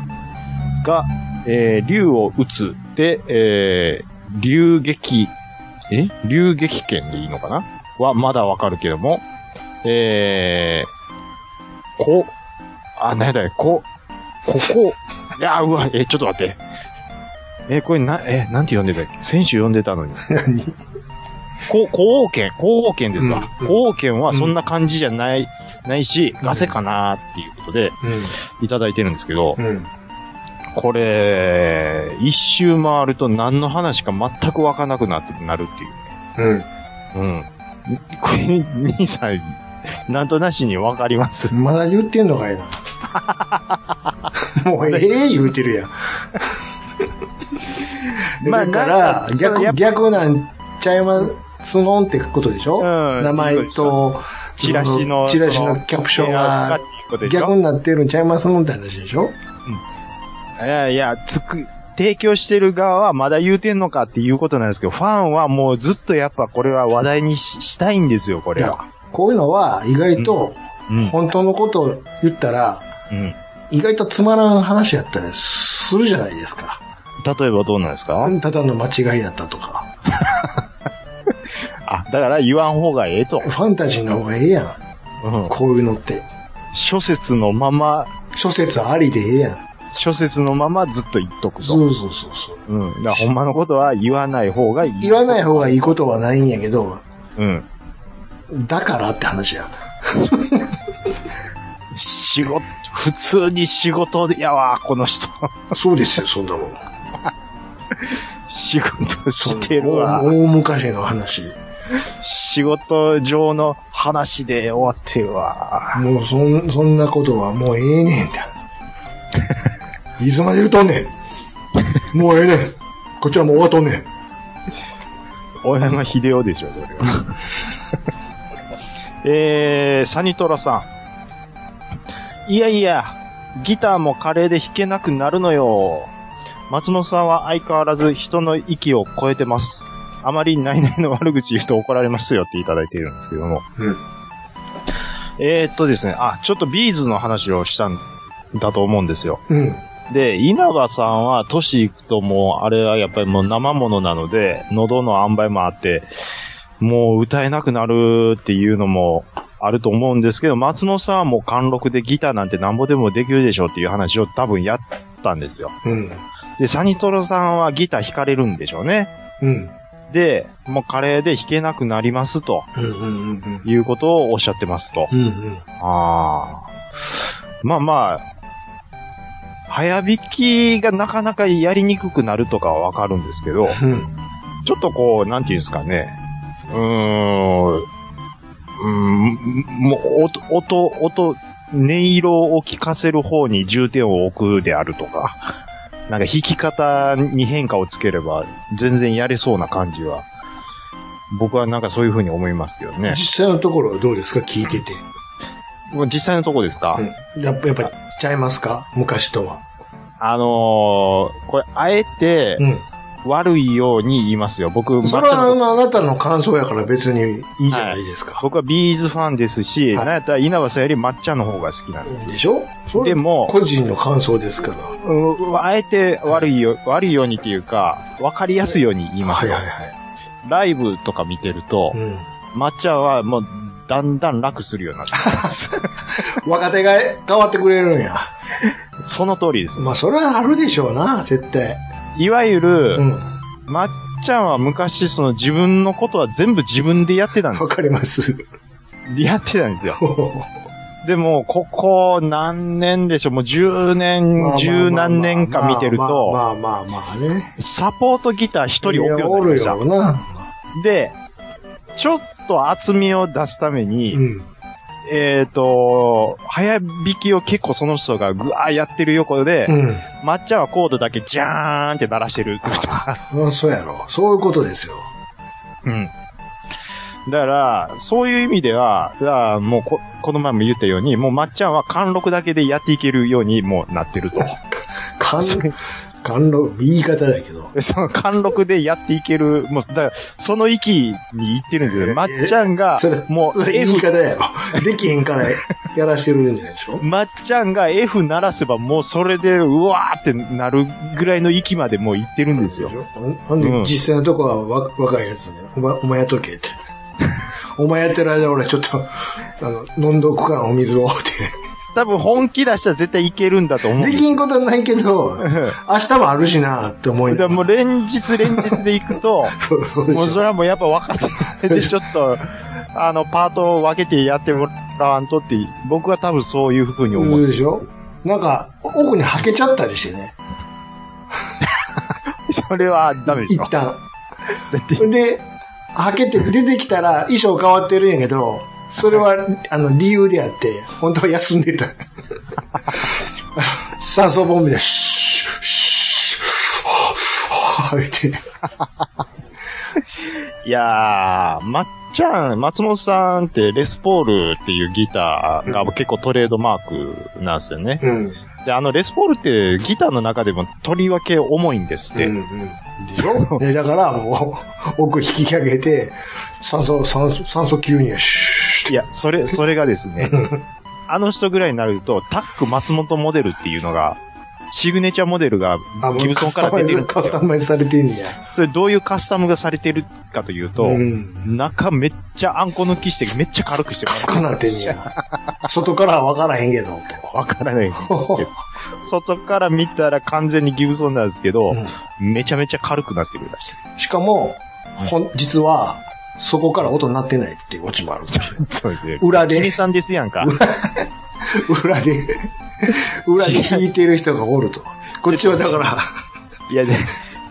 [SPEAKER 3] が、えー竜を撃つで、えー竜撃、え竜撃剣でいいのかなはまだわかるけども、えー、こ、あ、なんだよ、こ、ここ、いや、うわ、え、ちょっと待って。え、これな、え、なんて読んでたっけ選手読んでたのに。
[SPEAKER 2] 何
[SPEAKER 3] こ、皇后剣、皇后剣ですわ。
[SPEAKER 2] うん
[SPEAKER 3] 皇后剣はそんな感じじゃない、ないし、ガセかなっていうことで、いただいてるんですけど、
[SPEAKER 2] うん。うん。
[SPEAKER 3] これ、一周回ると何の話か全くわかんなくなって、なるっていう。
[SPEAKER 2] うん。
[SPEAKER 3] うん。これ、兄さん、なんとなしにわかります。
[SPEAKER 2] まだ言ってんのか いな。もうええ言うてるやん。
[SPEAKER 3] まあ
[SPEAKER 2] だか
[SPEAKER 3] なん
[SPEAKER 2] ら
[SPEAKER 3] かそうや
[SPEAKER 2] 逆、
[SPEAKER 3] っぱ
[SPEAKER 2] 逆なんちゃいますのんってことでしょ、
[SPEAKER 3] うん
[SPEAKER 2] 名前と、
[SPEAKER 3] チラシの、
[SPEAKER 2] チラシ
[SPEAKER 3] そ
[SPEAKER 2] のキャプションは
[SPEAKER 3] っていうことでしょ
[SPEAKER 2] 逆になってるんちゃいますのんって話でしょ
[SPEAKER 3] いやいや、つく、提供してる側はまだ言うてんのかっていうことなんですけど、ファンはもうずっとやっぱこれは話題にししたいんですよ、こ
[SPEAKER 2] い
[SPEAKER 3] れ
[SPEAKER 2] や
[SPEAKER 3] は。
[SPEAKER 2] こういうのは意外と
[SPEAKER 3] うん。
[SPEAKER 2] 本当のことを言ったら、
[SPEAKER 3] うん。
[SPEAKER 2] 意外とつまらん話やったりするじゃないですか。
[SPEAKER 3] 例えばどうなんですか、
[SPEAKER 2] ただの間違いだったとか。
[SPEAKER 3] あ、だから言わん方がええと
[SPEAKER 2] フ。ァンタジーの方がええやん。
[SPEAKER 3] うん。
[SPEAKER 2] こういうのって。
[SPEAKER 3] 諸説のまま、
[SPEAKER 2] 諸説ありでええやん。
[SPEAKER 3] 諸説のままずっと言っとく
[SPEAKER 2] そ
[SPEAKER 3] と。
[SPEAKER 2] うそうそうそう。
[SPEAKER 3] うん。だからほんまのことは言わない方がいい。
[SPEAKER 2] 言わない方がいいことはないんやけど、
[SPEAKER 3] うん。
[SPEAKER 2] だからって話や。
[SPEAKER 3] 仕事、普通に仕事でやわ、この人。
[SPEAKER 2] そうですよ、そんなもん。
[SPEAKER 3] 仕事してるわ
[SPEAKER 2] そ。んな大昔の話。
[SPEAKER 3] 仕事上の話で終わってるわ。
[SPEAKER 2] もうそん、そんなことはもうえ えねんって。いつまで言うとんねん。もうええねん。こっちはもう終わっとんねん。
[SPEAKER 3] 大山秀夫でしょ、これ は。えー、サニトラさん。いやいや、ギターも華麗で弾けなくなるのよ。松本さんは相変わらず人の域を超えてます。あまり内々の悪口言うと怒られますよっていただいているんですけども。
[SPEAKER 2] うん
[SPEAKER 3] えー、っとですね、あ、ちょっとビーズの話をしたんだと思うんですよ。
[SPEAKER 2] うん。
[SPEAKER 3] で、稲葉さんは都市行くともう、あれはやっぱりもう生ものなので、喉の塩梅もあって、もう歌えなくなるっていうのもあると思うんですけど、松本さんはもう貫禄でギターなんてなんぼでもできるでしょうっていう話を多分やったんですよ。
[SPEAKER 2] うん。
[SPEAKER 3] で、サニトロさんはギター弾かれるんでしょうね。
[SPEAKER 2] うん。
[SPEAKER 3] で、もうカレーで弾けなくなりますと
[SPEAKER 2] うん。うん。うん。
[SPEAKER 3] いうことをおっしゃってますと。
[SPEAKER 2] うん。うん。
[SPEAKER 3] ああ。まあまあ、早引きがなかなかやりにくくなるとかはわかるんですけど、
[SPEAKER 2] うん。
[SPEAKER 3] ちょっとこう、なんていうんですかね。うーん、うーん、もう、音、音、音、音色を聞かせる方に重点を置くであるとか、なんか弾き方に変化をつければ、全然やれそうな感じは、僕はなんかそういう風に思いますけどね。
[SPEAKER 2] 実際のところはどうですか聞いてて。
[SPEAKER 3] もう実際のとこですか、
[SPEAKER 2] やっぱ、やっぱ、ちゃいますか昔とは。
[SPEAKER 3] あのー、これ、あえて
[SPEAKER 2] うん。
[SPEAKER 3] 悪いように言いますよ。僕、全く
[SPEAKER 2] それはあのあなたの感想やから別にいいじゃないですか。
[SPEAKER 3] 僕はビーズファンですし、
[SPEAKER 2] はい
[SPEAKER 3] なんやったら稲葉さんより抹茶の方が好きなんです。
[SPEAKER 2] でしょそれ
[SPEAKER 3] でも
[SPEAKER 2] 個人の感想ですから。は
[SPEAKER 3] うんあえて悪いよ、悪いようにっていうか、わかりやすいように言い
[SPEAKER 2] い
[SPEAKER 3] ます
[SPEAKER 2] はい
[SPEAKER 3] よ。
[SPEAKER 2] は
[SPEAKER 3] ライブとか見てると
[SPEAKER 2] い。、うん。
[SPEAKER 3] 抹茶はもう、だんだん楽するようになってきます。
[SPEAKER 2] 若手が変わってくれるんや。
[SPEAKER 3] その通りです。
[SPEAKER 2] まあ、それはあるでしょうな、絶対。
[SPEAKER 3] いわゆる、
[SPEAKER 2] うん。
[SPEAKER 3] まっちゃんは昔、その自分のことは全部自分でやってたんで
[SPEAKER 2] わかります。
[SPEAKER 3] す。やってたんですよ。でも、ここ何年でしょう、もう10年、 十何年か見てると、
[SPEAKER 2] まあまあまあまあね。
[SPEAKER 3] サポートギター一人置くよう
[SPEAKER 2] いや
[SPEAKER 3] にな
[SPEAKER 2] お
[SPEAKER 3] りま
[SPEAKER 2] る
[SPEAKER 3] した
[SPEAKER 2] よ。な。
[SPEAKER 3] で、ちょっと厚みを出すために、
[SPEAKER 2] うん。
[SPEAKER 3] えっ、と、早弾きを結構その人がぐわーやってる横で、
[SPEAKER 2] うん。
[SPEAKER 3] まっちゃんはコードだけジャーンって鳴らしてる。
[SPEAKER 2] うんそうやろ。そういうことですよ。
[SPEAKER 3] うん。だから、そういう意味では、だからもうこ、この前も言ったように、もうまっちゃんは貫禄だけでやっていけるようにもうなってると。
[SPEAKER 2] 感、感動、言い方だけど。
[SPEAKER 3] その貫禄でやっていける、もう、だから、その域に行ってるんですよ。まっちゃんが
[SPEAKER 2] それ、、
[SPEAKER 3] もう
[SPEAKER 2] それ言い
[SPEAKER 3] F、
[SPEAKER 2] 方やろ。できへんからやらしてるんじゃないでしょ
[SPEAKER 3] まっちゃんが F 鳴らせばもうそれで、うわーってなるぐらいの域までもう行ってるんですよ。
[SPEAKER 2] ほんほんで
[SPEAKER 3] うん、
[SPEAKER 2] 実際のとこはわ若いやつね。お前、お前やっとけって。 お前やってる間俺ちょっと、あの、飲んどくからお水をって。
[SPEAKER 3] 多分本気出したら絶対いけるんだと思うん
[SPEAKER 2] で
[SPEAKER 3] です
[SPEAKER 2] き
[SPEAKER 3] よ。
[SPEAKER 2] んことはないけど、明日もあるしなって思 い
[SPEAKER 3] だ
[SPEAKER 2] な
[SPEAKER 3] から
[SPEAKER 2] が
[SPEAKER 3] も
[SPEAKER 2] ら
[SPEAKER 3] う連日連日で行くと、
[SPEAKER 2] そうそうでしょ
[SPEAKER 3] もうそれはもうやっぱ分かってて、ちょっと、あの、パートを分けてやってもらわんとって、僕は多分そういう風に思
[SPEAKER 2] そう
[SPEAKER 3] う。
[SPEAKER 2] でしょなんか、奥にはけちゃったりしてね。
[SPEAKER 3] それはダメで
[SPEAKER 2] 一
[SPEAKER 3] しょ。だ
[SPEAKER 2] 旦。
[SPEAKER 3] って、
[SPEAKER 2] で、はけて出てきたら衣装変わってるんやけど、それは、あの、理由であって、本当は休んでた。酸素ボンベで、シュッ、シュッ、言って、
[SPEAKER 3] いやー、まっちゃん、松本さんってレスポールっていうギターが結構トレードマークなんですよね。
[SPEAKER 2] うん。
[SPEAKER 3] で、あのレスポールってギターの中でもとりわけ重いんですって。
[SPEAKER 2] でしょで、だから、もう、奥引き上げて、酸素、酸素、酸素吸入、シュッ
[SPEAKER 3] いや、それ、それがですね、 あの人ぐらいになると、タック松本モデルっていうのが、シグネチャーモデルが
[SPEAKER 2] あもう
[SPEAKER 3] ギブソンから出てるんで
[SPEAKER 2] カス
[SPEAKER 3] す
[SPEAKER 2] タ
[SPEAKER 3] よ。
[SPEAKER 2] マイズされてんねや。
[SPEAKER 3] それどういうカスタムがされてるかというと、
[SPEAKER 2] ん。
[SPEAKER 3] 中めっちゃあんこ抜きしてめっちゃ軽くして
[SPEAKER 2] カスカなってんねや。外からは分からへんけど、
[SPEAKER 3] わからないんですけど、 外から見たら完全にギブソンなんですけど、めちゃめちゃ軽くなってるらしい。
[SPEAKER 2] と。しかも、ほん、実は、そこから音鳴ってないっていうオチもある。
[SPEAKER 3] そうですね。
[SPEAKER 2] 裏で
[SPEAKER 3] 君、さんですやんか。
[SPEAKER 2] 裏で、裏で弾いてる人がおると。こっちはだから、
[SPEAKER 3] いや、で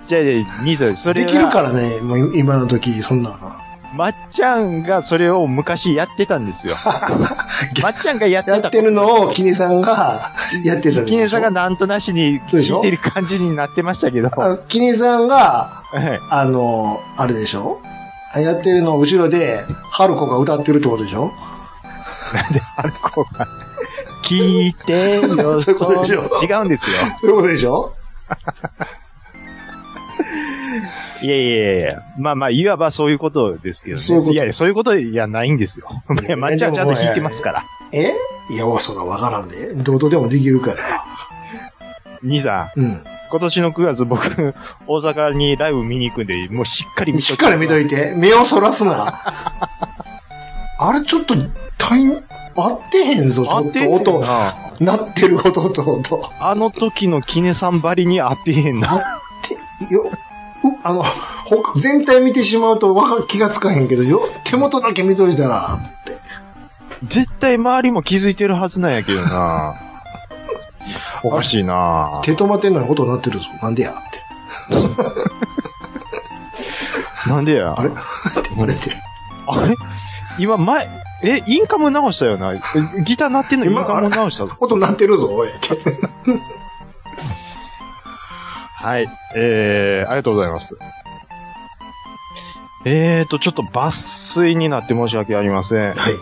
[SPEAKER 3] じゃあ、じゃあ兄さん、それ
[SPEAKER 2] で
[SPEAKER 3] は
[SPEAKER 2] きるからね、もう今の時、そんなの。
[SPEAKER 3] まっちゃんがそれを昔やってたん ですよ。まっちゃんがやって
[SPEAKER 2] や
[SPEAKER 3] た
[SPEAKER 2] ってるのを、キネさんが、やってたんでしょ
[SPEAKER 3] キネさんが、なんとなしに
[SPEAKER 2] そうでし
[SPEAKER 3] 聞
[SPEAKER 2] ょ
[SPEAKER 3] いてる感じになってましたけど。
[SPEAKER 2] あキネさんが、
[SPEAKER 3] はい
[SPEAKER 2] あの、あれでしょやってるのを後ろで、春子が歌ってるってことでしょ
[SPEAKER 3] なんで、あれこうが。聞いてよ、
[SPEAKER 2] そういうことでし ょ
[SPEAKER 3] そう違うんですよ。
[SPEAKER 2] そういうことでしょ
[SPEAKER 3] いやいやいやまあまあ、いわばそういうことですけどね。
[SPEAKER 2] そういうこと
[SPEAKER 3] やいや、そういうことじゃないんですよ。いや、 まっちゃんはちゃんと弾いてますから。
[SPEAKER 2] えいや、そらわからんで。どうとでもできるから。
[SPEAKER 3] 兄さん、
[SPEAKER 2] うん。
[SPEAKER 3] 今年の9月僕、 大阪にライブ見に行くんで、もうしっかり見と
[SPEAKER 2] しっ
[SPEAKER 3] きます
[SPEAKER 2] かり見といて。目をそらす な。あれ、ちょっと、タイム、合ってへんぞ、ち
[SPEAKER 3] 合
[SPEAKER 2] ょ
[SPEAKER 3] っ
[SPEAKER 2] って
[SPEAKER 3] ん
[SPEAKER 2] と
[SPEAKER 3] ねん
[SPEAKER 2] 音。
[SPEAKER 3] な。
[SPEAKER 2] なってる音と音。
[SPEAKER 3] あの時のキネさんばりに合ってへんな。
[SPEAKER 2] てよ、う、あの、ほ全体見てしまうとわか気がつかへんけど、よ、手元だけ見といたら、って。
[SPEAKER 3] 絶対周りも気づいてるはずなんやけどな。おかしいな。
[SPEAKER 2] 手止まってんのに音なってるぞ。なんでや、って。
[SPEAKER 3] なんでや。
[SPEAKER 2] あれって言われて。
[SPEAKER 3] あれ今前、え、インカム直したよな。えギター鳴ってんのイン
[SPEAKER 2] 今
[SPEAKER 3] カム直したぞ。
[SPEAKER 2] 音なってるぞ、おい。って。
[SPEAKER 6] はい。えー、ありがとうございます。
[SPEAKER 3] えーと、ちょっと抜粋になって申し訳ありません。
[SPEAKER 2] はい。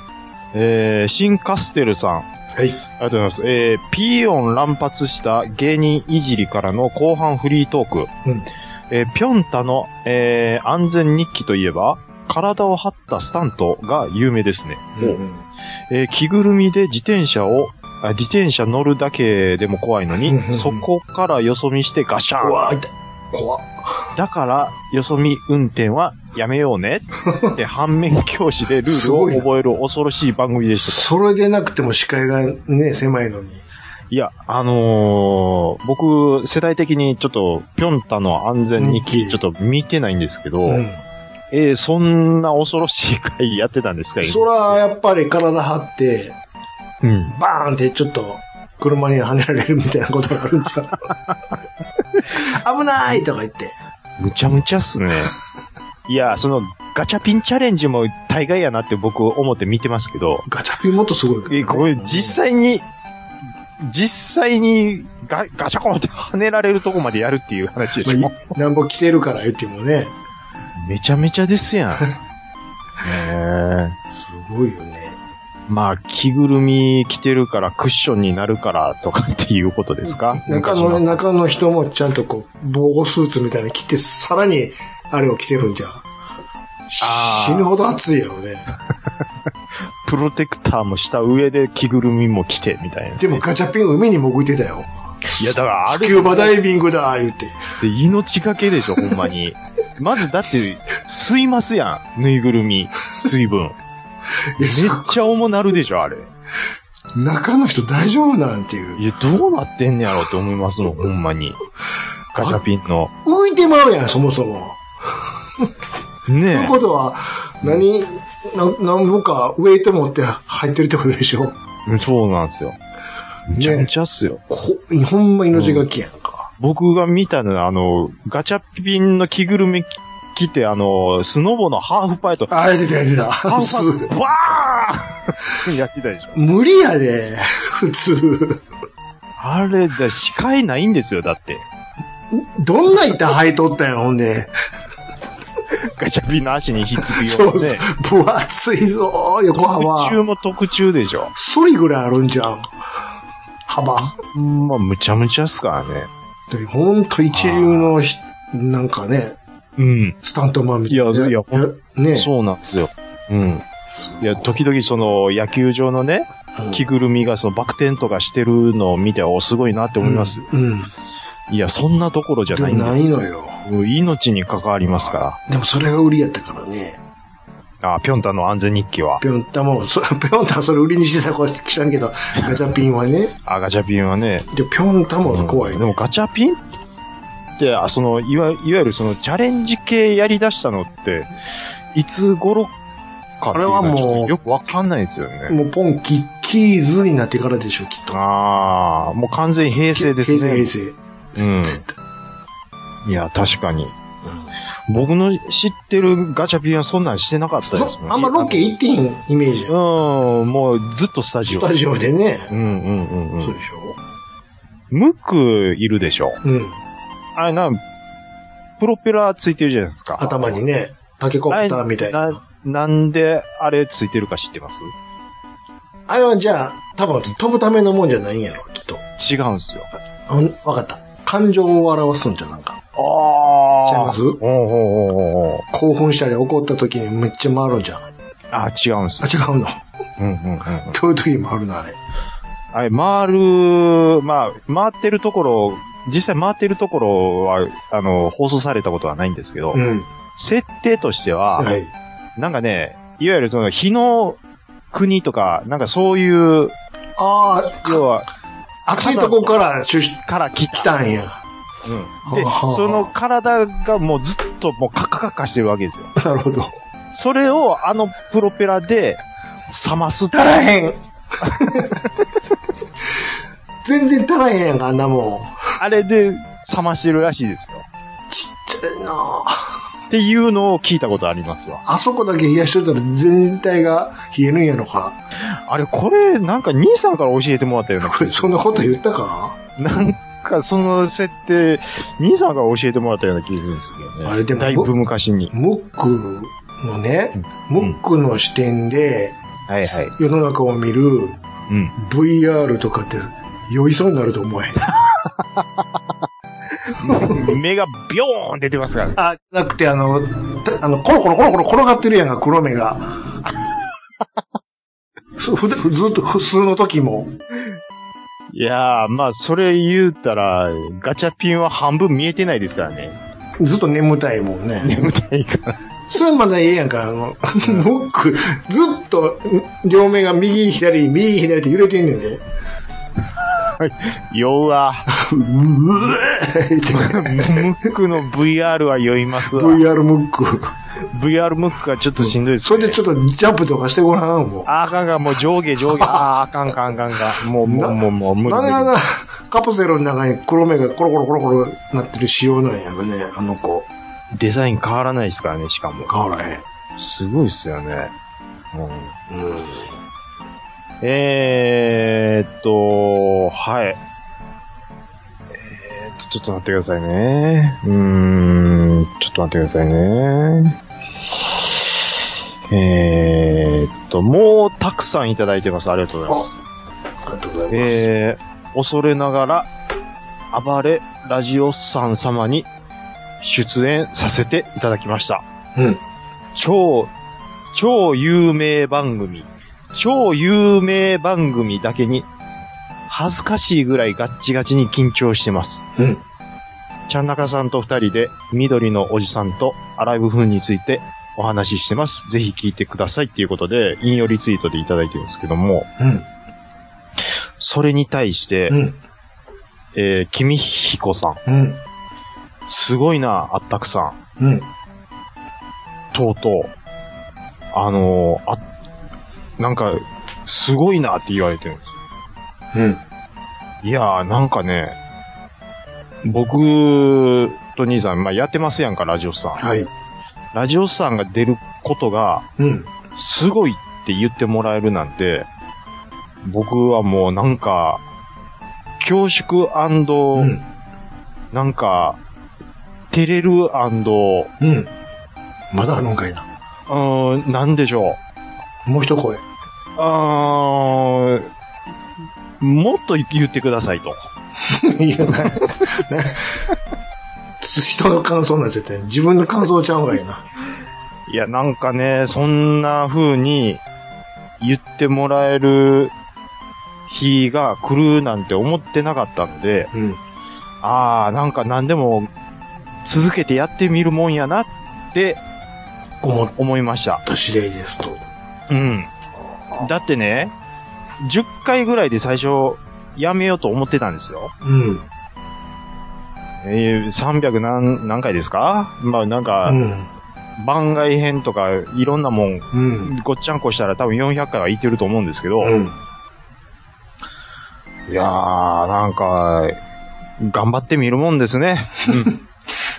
[SPEAKER 3] えー、新カステルさん。
[SPEAKER 2] はい。
[SPEAKER 3] ありがとうございます。えー、ピーヨン乱発した芸人いじりからの後半フリートーク。
[SPEAKER 2] うん
[SPEAKER 3] えー、ピョンタの、えー、安全日記といえば、体を張ったスタントが有名ですね。
[SPEAKER 2] うん
[SPEAKER 3] えー、着ぐるみで自転車を、あ自転車乗るだけでも怖いの
[SPEAKER 2] うんうんう
[SPEAKER 3] に、
[SPEAKER 2] ん
[SPEAKER 3] そこからよそ見してガシャ
[SPEAKER 2] う
[SPEAKER 3] ン。
[SPEAKER 2] わー、痛い。怖っ。
[SPEAKER 3] だから、よそ見運転はやめようね。って反面教師でル ールを覚える恐ろしい番組でしたと。
[SPEAKER 2] それでなくても視界がね、狭いのに。
[SPEAKER 3] いや、あのー僕、世代的にちょっと、ぴょんたの安全日
[SPEAKER 2] 日
[SPEAKER 3] 記、
[SPEAKER 2] 記
[SPEAKER 3] ちょっと見てないんですけど、
[SPEAKER 2] うん。
[SPEAKER 3] えーそんな恐ろしい回やってたんですか
[SPEAKER 2] そら、、やっぱり体張って、
[SPEAKER 3] うん。
[SPEAKER 2] バーンってちょっと、車にはねられるみたいなことがあるんじゃ ない危ないとか言って。
[SPEAKER 3] むちゃむちゃっすね。いや、その、ガチャピンチャレンジも大概やなって僕思って見てますけど、
[SPEAKER 2] ガチャピンもっとすごいけどね
[SPEAKER 3] えーこれ実際に、実際にガガシャコンって跳ねられるとこまでやるっていう話でしょ
[SPEAKER 2] ま。あ、なんぼ着てるから言ってもね。
[SPEAKER 3] めちゃめちゃです やん。ねえ
[SPEAKER 2] すごいよね。
[SPEAKER 3] まあ、着ぐるみ着てるからクッションになるからとかっていうことですか
[SPEAKER 2] 中
[SPEAKER 3] 昔
[SPEAKER 2] の、
[SPEAKER 3] の
[SPEAKER 2] 中の人もちゃんとこう、防護スーツみたいなの着て、さらに、あれを着てるんじゃん。
[SPEAKER 3] あー
[SPEAKER 2] 死ぬほど暑いやろね。
[SPEAKER 3] プロテクターもした上で着ぐるみも着てみたいな。
[SPEAKER 2] でもガチャピン海に潜ってたよ。
[SPEAKER 3] いや、だからあ
[SPEAKER 2] ス
[SPEAKER 3] れ
[SPEAKER 2] キューバ ダイビングだ言って。
[SPEAKER 3] って命がけでしょ、ほんまに。まずだって、吸いますやん。ぬいぐるみ、水分。
[SPEAKER 2] い
[SPEAKER 3] め
[SPEAKER 2] や
[SPEAKER 3] っちゃ重なるでしょ、あれ。
[SPEAKER 2] 中の人大丈夫なんていう。
[SPEAKER 3] いや、どうなってんねやろって思います の、ほんまに。ガチャピンの。
[SPEAKER 2] 浮いてまうやん、そもそも。とい
[SPEAKER 3] ね
[SPEAKER 2] うことは、何、な、なんぼかウェイト持って入ってるってことでしょ。
[SPEAKER 3] え。そうなんですよ。めちゃめちゃっすよ。
[SPEAKER 2] こほんま命がけやんか。
[SPEAKER 3] 僕が見たのは、あの、ガチャピンの着ぐるみ着て、あの、スノボのハーフパイと、ハ
[SPEAKER 2] あ、出てた出てた。
[SPEAKER 3] ーフ
[SPEAKER 2] 普
[SPEAKER 3] パイ
[SPEAKER 2] 通
[SPEAKER 3] ト、わ ーやってたでしょ。
[SPEAKER 2] 無理やで、普通。
[SPEAKER 3] あれだ、視界ないんですよ、だって。
[SPEAKER 2] どんな板履いとったんやろ、ほんで。
[SPEAKER 3] ガチャピンの足にひっつく
[SPEAKER 2] そ
[SPEAKER 3] よう
[SPEAKER 2] う
[SPEAKER 3] なね。
[SPEAKER 2] 分厚いぞ、横
[SPEAKER 3] 特
[SPEAKER 2] 幅。
[SPEAKER 3] 注も特注でしょ。
[SPEAKER 2] そりぐらいあるんじゃん。幅。
[SPEAKER 3] まあ、むちゃむちゃっすからね。
[SPEAKER 2] でほんと一流のひ、なんかね、
[SPEAKER 3] うん。
[SPEAKER 2] スタントマンみたいな。
[SPEAKER 3] いやいやほ
[SPEAKER 2] ね。
[SPEAKER 3] そうなんですよ。うん。
[SPEAKER 2] すご
[SPEAKER 3] いや、時々その、野球場のね、着ぐるみがその、バク転とかしてるのを見て、お、すごいなって思いますよ。
[SPEAKER 2] うん。
[SPEAKER 3] いや、そんなところじゃ
[SPEAKER 2] で
[SPEAKER 3] な
[SPEAKER 2] も
[SPEAKER 3] いんです
[SPEAKER 2] ないのよ。
[SPEAKER 3] よ。命に関わりますから。
[SPEAKER 2] でもそれが売りやったからね。
[SPEAKER 3] あ、ぴょんたの安全日記は。
[SPEAKER 2] ぴょんたも、そ ぴょんたはそれ売りにしてたか知らんけど、ガチャピンはね。
[SPEAKER 3] あ、ガチャピンはね。
[SPEAKER 2] で、ぴょんたも怖い、
[SPEAKER 3] うんでもガチャピンって、あその、いわいわゆるそのチャレンジ系やり出したのって、いつ頃かっていうの
[SPEAKER 2] あれはもう
[SPEAKER 3] ちょっとよくわかんないですよね。
[SPEAKER 2] もうポンキッキーズになってからでしょ、きっと。
[SPEAKER 3] ああ、もう完全に平成ですね。
[SPEAKER 2] 平成、平成。
[SPEAKER 3] うん
[SPEAKER 2] 絶対
[SPEAKER 3] いや、確かに。僕の知ってるガチャピンはそんなんしてなかったですも
[SPEAKER 2] そあんまロケ行ってへんイメージや
[SPEAKER 3] うん、もうずっとスタジ
[SPEAKER 2] ス
[SPEAKER 3] オ。
[SPEAKER 2] タジオでね。
[SPEAKER 3] うんうんうんう。
[SPEAKER 2] そうんでしょ
[SPEAKER 3] ムックいるでしょ。
[SPEAKER 2] うん。
[SPEAKER 3] あれなん、プロペラついてるじゃないですか。
[SPEAKER 2] 頭にね、タケコプターみたいな。
[SPEAKER 3] な、なんであれついてるか知ってます
[SPEAKER 2] あれはじゃあ、多分飛ぶためのもんじゃないんやろ、きっと。
[SPEAKER 3] 違うんすよ。
[SPEAKER 2] ほんわかった。感情を表すんじゃんなんか。
[SPEAKER 3] あ
[SPEAKER 2] ちゃいます
[SPEAKER 3] おうおうおうおう
[SPEAKER 2] 興奮したり怒った時にめっちゃ回るんじゃん。あ、
[SPEAKER 3] あ、違うんす。
[SPEAKER 2] 違うの。
[SPEAKER 3] うんうんうんうん。
[SPEAKER 2] どういう時に回るのあれ。
[SPEAKER 3] あれ、回る、まあ、回ってるところ、実際回ってるところは、あの、放送されたことはないんですけど、
[SPEAKER 2] うん。
[SPEAKER 3] 設定としては、
[SPEAKER 2] はい。
[SPEAKER 3] なんかね、いわゆるその、日の国とか、なんかそういう、
[SPEAKER 2] あ
[SPEAKER 3] 要は、
[SPEAKER 2] あ、暑いとこから出し
[SPEAKER 3] から来た
[SPEAKER 2] 来たんや。
[SPEAKER 3] うん。で
[SPEAKER 2] はあはあ、
[SPEAKER 3] その体がもうずっともうカッカカッカしてるわけですよ。
[SPEAKER 2] なるほど。
[SPEAKER 3] それをあのプロペラで冷ますって
[SPEAKER 2] 足らへん 全然足らへんやんか、あんなもん。
[SPEAKER 3] あれで冷ましてるらしいですよ。
[SPEAKER 2] ちっちゃいなあ
[SPEAKER 3] っていうのを聞いたことありますわ。
[SPEAKER 2] あそこだけ冷やしといたら全体が冷えるんやのか。
[SPEAKER 3] あれ、これ、なんか兄さんから教えてもらったような気
[SPEAKER 2] これ
[SPEAKER 3] がす
[SPEAKER 2] そん
[SPEAKER 3] る。
[SPEAKER 2] なこと言ったか
[SPEAKER 3] なんかその設定、兄さんが教えてもらったような気がするんですよね。
[SPEAKER 2] あれでも
[SPEAKER 3] だいぶ昔に。
[SPEAKER 2] ムックのね、ム
[SPEAKER 3] ん
[SPEAKER 2] ックの視点で、
[SPEAKER 3] はいはい。
[SPEAKER 2] 世の中を見る
[SPEAKER 3] うん。
[SPEAKER 2] VR とかって酔いそうになると思えへん。
[SPEAKER 3] 目がビョーン出てますから。
[SPEAKER 2] あ、なくてあの、たあの、コロコロコロコロ転がってるやんか、黒目が。 そうふだずっと普通の時も。
[SPEAKER 3] いやー、まあ、それ言うたら、ガチャピンは半分見えてないですからね。
[SPEAKER 2] ずっと眠たいもんね。
[SPEAKER 3] 眠たいから。
[SPEAKER 2] それはまだええやんか、あの、ムック、ずっと両目が右左、右左って揺れてんねんで。
[SPEAKER 3] 酔うわ。
[SPEAKER 2] ううえって
[SPEAKER 3] ムックの VR は酔いますわ。
[SPEAKER 2] VR ムック。
[SPEAKER 3] VR ムックはちょっとしんどいです、
[SPEAKER 2] そ
[SPEAKER 3] ね。
[SPEAKER 2] れでちょっとジャンプとかしてごらん、も
[SPEAKER 3] ああかんが、もう上下上下。ああ、あかんかんかんかん。もう、もう、もう、もう、
[SPEAKER 2] う。
[SPEAKER 3] 無理
[SPEAKER 2] なん
[SPEAKER 3] 無
[SPEAKER 2] であん
[SPEAKER 3] 理。
[SPEAKER 2] なカプセルの中に黒目がコロコロコロコロなってる仕様なんやろね、あの子。
[SPEAKER 3] デザイン変わらないですからね、しかも。
[SPEAKER 2] 変わらへん。
[SPEAKER 3] すごいっすよね。うん、
[SPEAKER 2] うん。
[SPEAKER 3] えーっと、はい。えーっと、ちょっと待ってくださいね。うーん、ちょっと待ってくださいね。えーっと、もうたくさんいただいてます。ありがとうございます。
[SPEAKER 2] ありがとうございます。
[SPEAKER 3] えー、恐れながら、暴れラジオさん様に出演させていただきました。
[SPEAKER 2] うん。
[SPEAKER 3] 超、超有名番組、超有名番組だけに、恥ずかしいぐらいガッチガチに緊張してます。
[SPEAKER 2] うん。
[SPEAKER 3] ちゃんなかさんと二人で、緑のおじさんとアライブフンについてお話ししてます。ぜひ聞いてくださいっていうことで、引用リツイートでいただいてるんですけども、それに対して、
[SPEAKER 2] うん。うん。
[SPEAKER 3] えー、君彦さん。
[SPEAKER 2] うん。
[SPEAKER 3] すごいな、あったくさん。
[SPEAKER 2] うん。
[SPEAKER 3] とうとう。あのーあ、なんか、すごいなって言われてるんですよ。
[SPEAKER 2] うん。
[SPEAKER 3] いやー、なんかね、僕と兄さん、まあ、やってますやんか、ラジオスさん。
[SPEAKER 2] はい。
[SPEAKER 3] ラジオスさんが出ることが、
[SPEAKER 2] うん。
[SPEAKER 3] すごいって言ってもらえるなんて、僕はもうなんか、恐縮
[SPEAKER 2] うん。
[SPEAKER 3] なんか、照れる
[SPEAKER 2] うん。まだあるんかいな。
[SPEAKER 3] うーん、なんでしょう。
[SPEAKER 2] もう一声。
[SPEAKER 3] あーもっと言ってくださいと。
[SPEAKER 2] いや、な、な、人の感想になっちゃって、自分の感想ちゃうんがいいな。
[SPEAKER 3] いや、なんかね、そんな風に言ってもらえる日が来るなんて思ってなかったんで、
[SPEAKER 2] うん。
[SPEAKER 3] ああ、なんか何でも続けてやってみるもんやなって
[SPEAKER 2] 思っ
[SPEAKER 3] 思いました。
[SPEAKER 2] た次第ですと。
[SPEAKER 3] うん。だってね、10回ぐらいで最初やめようと思ってたんですよ。
[SPEAKER 2] うん。
[SPEAKER 3] えー、300何、何回ですかまあなんか、
[SPEAKER 2] うん。
[SPEAKER 3] 番外編とか、いろんなもん、
[SPEAKER 2] うん。
[SPEAKER 3] ごっちゃんこしたら多分400回はいってると思うんですけど、
[SPEAKER 2] うん。
[SPEAKER 3] いやー、なんか、頑張ってみるもんですね。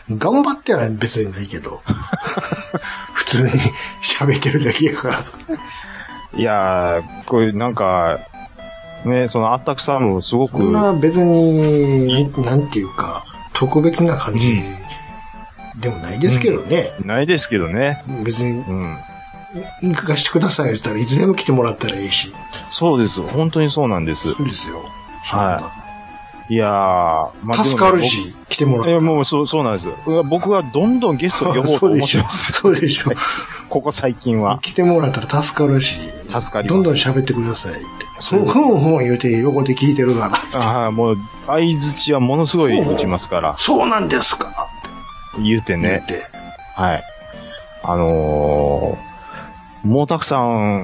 [SPEAKER 2] 頑張っては別にないけど。普通に喋ってるだけやから。
[SPEAKER 3] いやー、これなんか、ね、そのあったくさんもすご
[SPEAKER 2] こ
[SPEAKER 3] く、
[SPEAKER 2] んな別に、なんていうか、特別な感じでもないですけどね。
[SPEAKER 3] ないですけどね。
[SPEAKER 2] 別に、
[SPEAKER 3] うん。
[SPEAKER 2] 行かしてください言ったらいつでも来てもらったらいいし。
[SPEAKER 3] そうです。本当にそうなんです。
[SPEAKER 2] そうですよ。
[SPEAKER 3] はいいやー、まあ
[SPEAKER 2] 助か
[SPEAKER 3] で
[SPEAKER 2] る。
[SPEAKER 3] もね
[SPEAKER 2] し、来てもら
[SPEAKER 3] 僕
[SPEAKER 2] った
[SPEAKER 3] い
[SPEAKER 2] ら。
[SPEAKER 3] や、もうそう、そうなんです。僕はどんどんゲストを呼ぼうと
[SPEAKER 2] そう
[SPEAKER 3] 思
[SPEAKER 2] で
[SPEAKER 3] っ
[SPEAKER 2] してょ
[SPEAKER 3] ま。す。
[SPEAKER 2] そうでしょ。
[SPEAKER 3] ここ最近は。
[SPEAKER 2] 来てもらったら助かるし。
[SPEAKER 3] 助かります
[SPEAKER 2] どんどん喋ってくださいって。
[SPEAKER 3] そ
[SPEAKER 2] そうう、ふんふん言うて横で聞いてるから。
[SPEAKER 3] ああ、もう、相づちはものすごい打ちますから、
[SPEAKER 2] そうなんですか
[SPEAKER 3] 言うて
[SPEAKER 2] 言っ
[SPEAKER 3] ね。
[SPEAKER 2] て。
[SPEAKER 3] はい。あのー、毛沢さん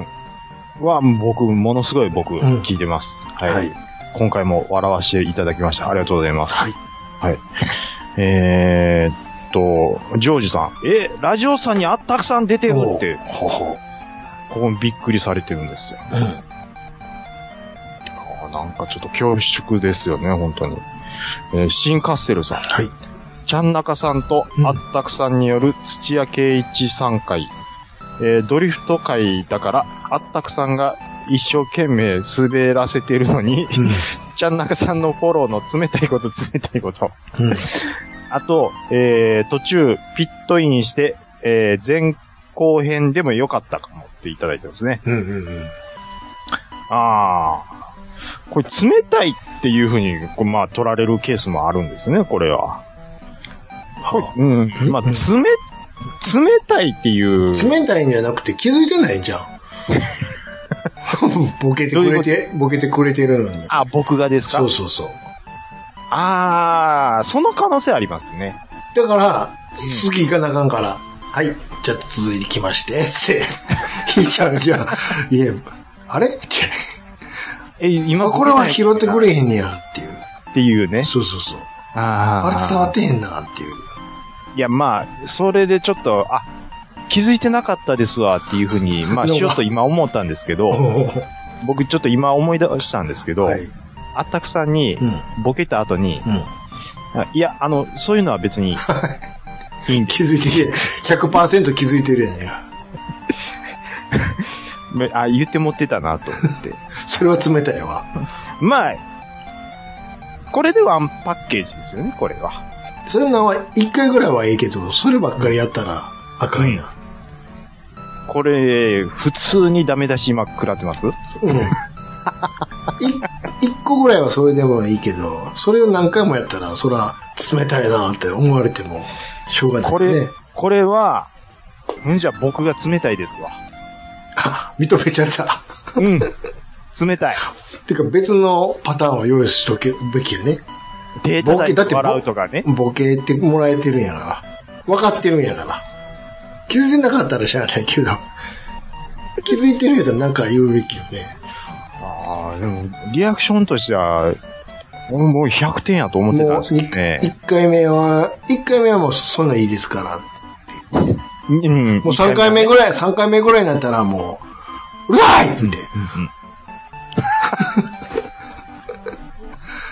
[SPEAKER 3] は僕、ものすごい僕、
[SPEAKER 2] ん
[SPEAKER 3] 聞いてます。はい。
[SPEAKER 2] はい。
[SPEAKER 3] 今回も笑わせていただきました。ありがとうございます。
[SPEAKER 2] はい。
[SPEAKER 3] えーっと、ジョージさん。え、ラジオさんにあったくさん出てるって、
[SPEAKER 2] ほうほう。
[SPEAKER 3] ここにびっくりされてるんですよ。
[SPEAKER 2] う
[SPEAKER 3] あーなんかちょっと恐縮ですよね、本当に。えーシンカステルさん。
[SPEAKER 2] はい。
[SPEAKER 3] ちゃんなかさんと
[SPEAKER 2] うん
[SPEAKER 3] あったくさんによる土屋圭一さん会、えードリフト会だから、あったくさんが一生懸命滑らせてるの に、ちゃん中さんのフォローの冷たいこと冷たいこと。
[SPEAKER 7] うん
[SPEAKER 3] あと、えー、途中、ピットインして、えー、前後編でもよかったかもっていただいてますね。
[SPEAKER 7] うんうんうん。
[SPEAKER 3] ああ。これ冷たいっていうふうに、こうまあ取られるケースもあるんですね、これは。
[SPEAKER 2] は
[SPEAKER 3] うん。まあ、
[SPEAKER 7] うん
[SPEAKER 3] 冷、冷たいっていう。
[SPEAKER 2] あ、冷たいんじゃなくて気づいてないじゃん。 ボケてくれ
[SPEAKER 3] どう
[SPEAKER 2] て、ボケてくれてるのに。
[SPEAKER 3] あ、僕がですか
[SPEAKER 2] そうそうそう。
[SPEAKER 3] ああ、その可能性ありますね。
[SPEAKER 2] だから、次行かなあかんから、はい、じゃあ続いてきまして、って、 引いちゃうじゃん。いや、あれって、
[SPEAKER 3] え、今
[SPEAKER 2] あこれは拾ってくれへんねや、っていう。
[SPEAKER 3] っていうね。
[SPEAKER 2] そうそうそう。
[SPEAKER 3] あ
[SPEAKER 2] あ
[SPEAKER 3] ー
[SPEAKER 2] れ伝わってへんな、っていう。
[SPEAKER 3] いや、まあ、それでちょっと、あ、気づいてなかったですわっていうふうに、まあ、
[SPEAKER 2] でも
[SPEAKER 3] しようと今思ったんですけど、
[SPEAKER 2] は
[SPEAKER 3] 僕ちょっと今思い出したんですけど、
[SPEAKER 2] い。
[SPEAKER 3] あったくさんに
[SPEAKER 2] う、ん。うん。
[SPEAKER 3] ボケた後に、あいや、あの、そういうのは別に、いいんで、
[SPEAKER 2] 気づいてるやん。100%気づいてるやんや。
[SPEAKER 3] めあ、言って持ってたなと思って。
[SPEAKER 2] それは冷たいわ。
[SPEAKER 3] まあ、これでワンパッケージですよね、これは。
[SPEAKER 2] それなは、一回ぐらいはいいけど、そればっかりやったら、あかんやん。
[SPEAKER 3] これ、普通にダメ出し今食らってます
[SPEAKER 2] うん。い一個ぐらいはそれでもいいけど、それを何回もやったら、そら、冷たいなって思われても、しょうがない
[SPEAKER 3] こ
[SPEAKER 2] よ
[SPEAKER 3] れ、
[SPEAKER 2] ね。
[SPEAKER 3] これは、うんじゃあ僕が冷たいですわ。
[SPEAKER 2] あ、認めちゃった。
[SPEAKER 3] うん。冷たい。
[SPEAKER 2] てか別のパターンを用意しとけべきやね。
[SPEAKER 3] データだ
[SPEAKER 2] ボケだって
[SPEAKER 3] け
[SPEAKER 2] ボ
[SPEAKER 3] 笑うとかね。
[SPEAKER 2] ボケてもらえてるんやから。分かってるんやから。気づいてなかったらしゃあないけど。気づいてるやったらなんか言うべきよね。
[SPEAKER 3] ああ、でも、リアクションとしては、俺もう100点やと思ってたん
[SPEAKER 2] もう、
[SPEAKER 3] ですけどね。
[SPEAKER 2] 1回目は、1回目はもうそんなんいいですから
[SPEAKER 3] うん。
[SPEAKER 2] もう3回目ぐらい、3回目ぐらいになったらもう、うるさいって。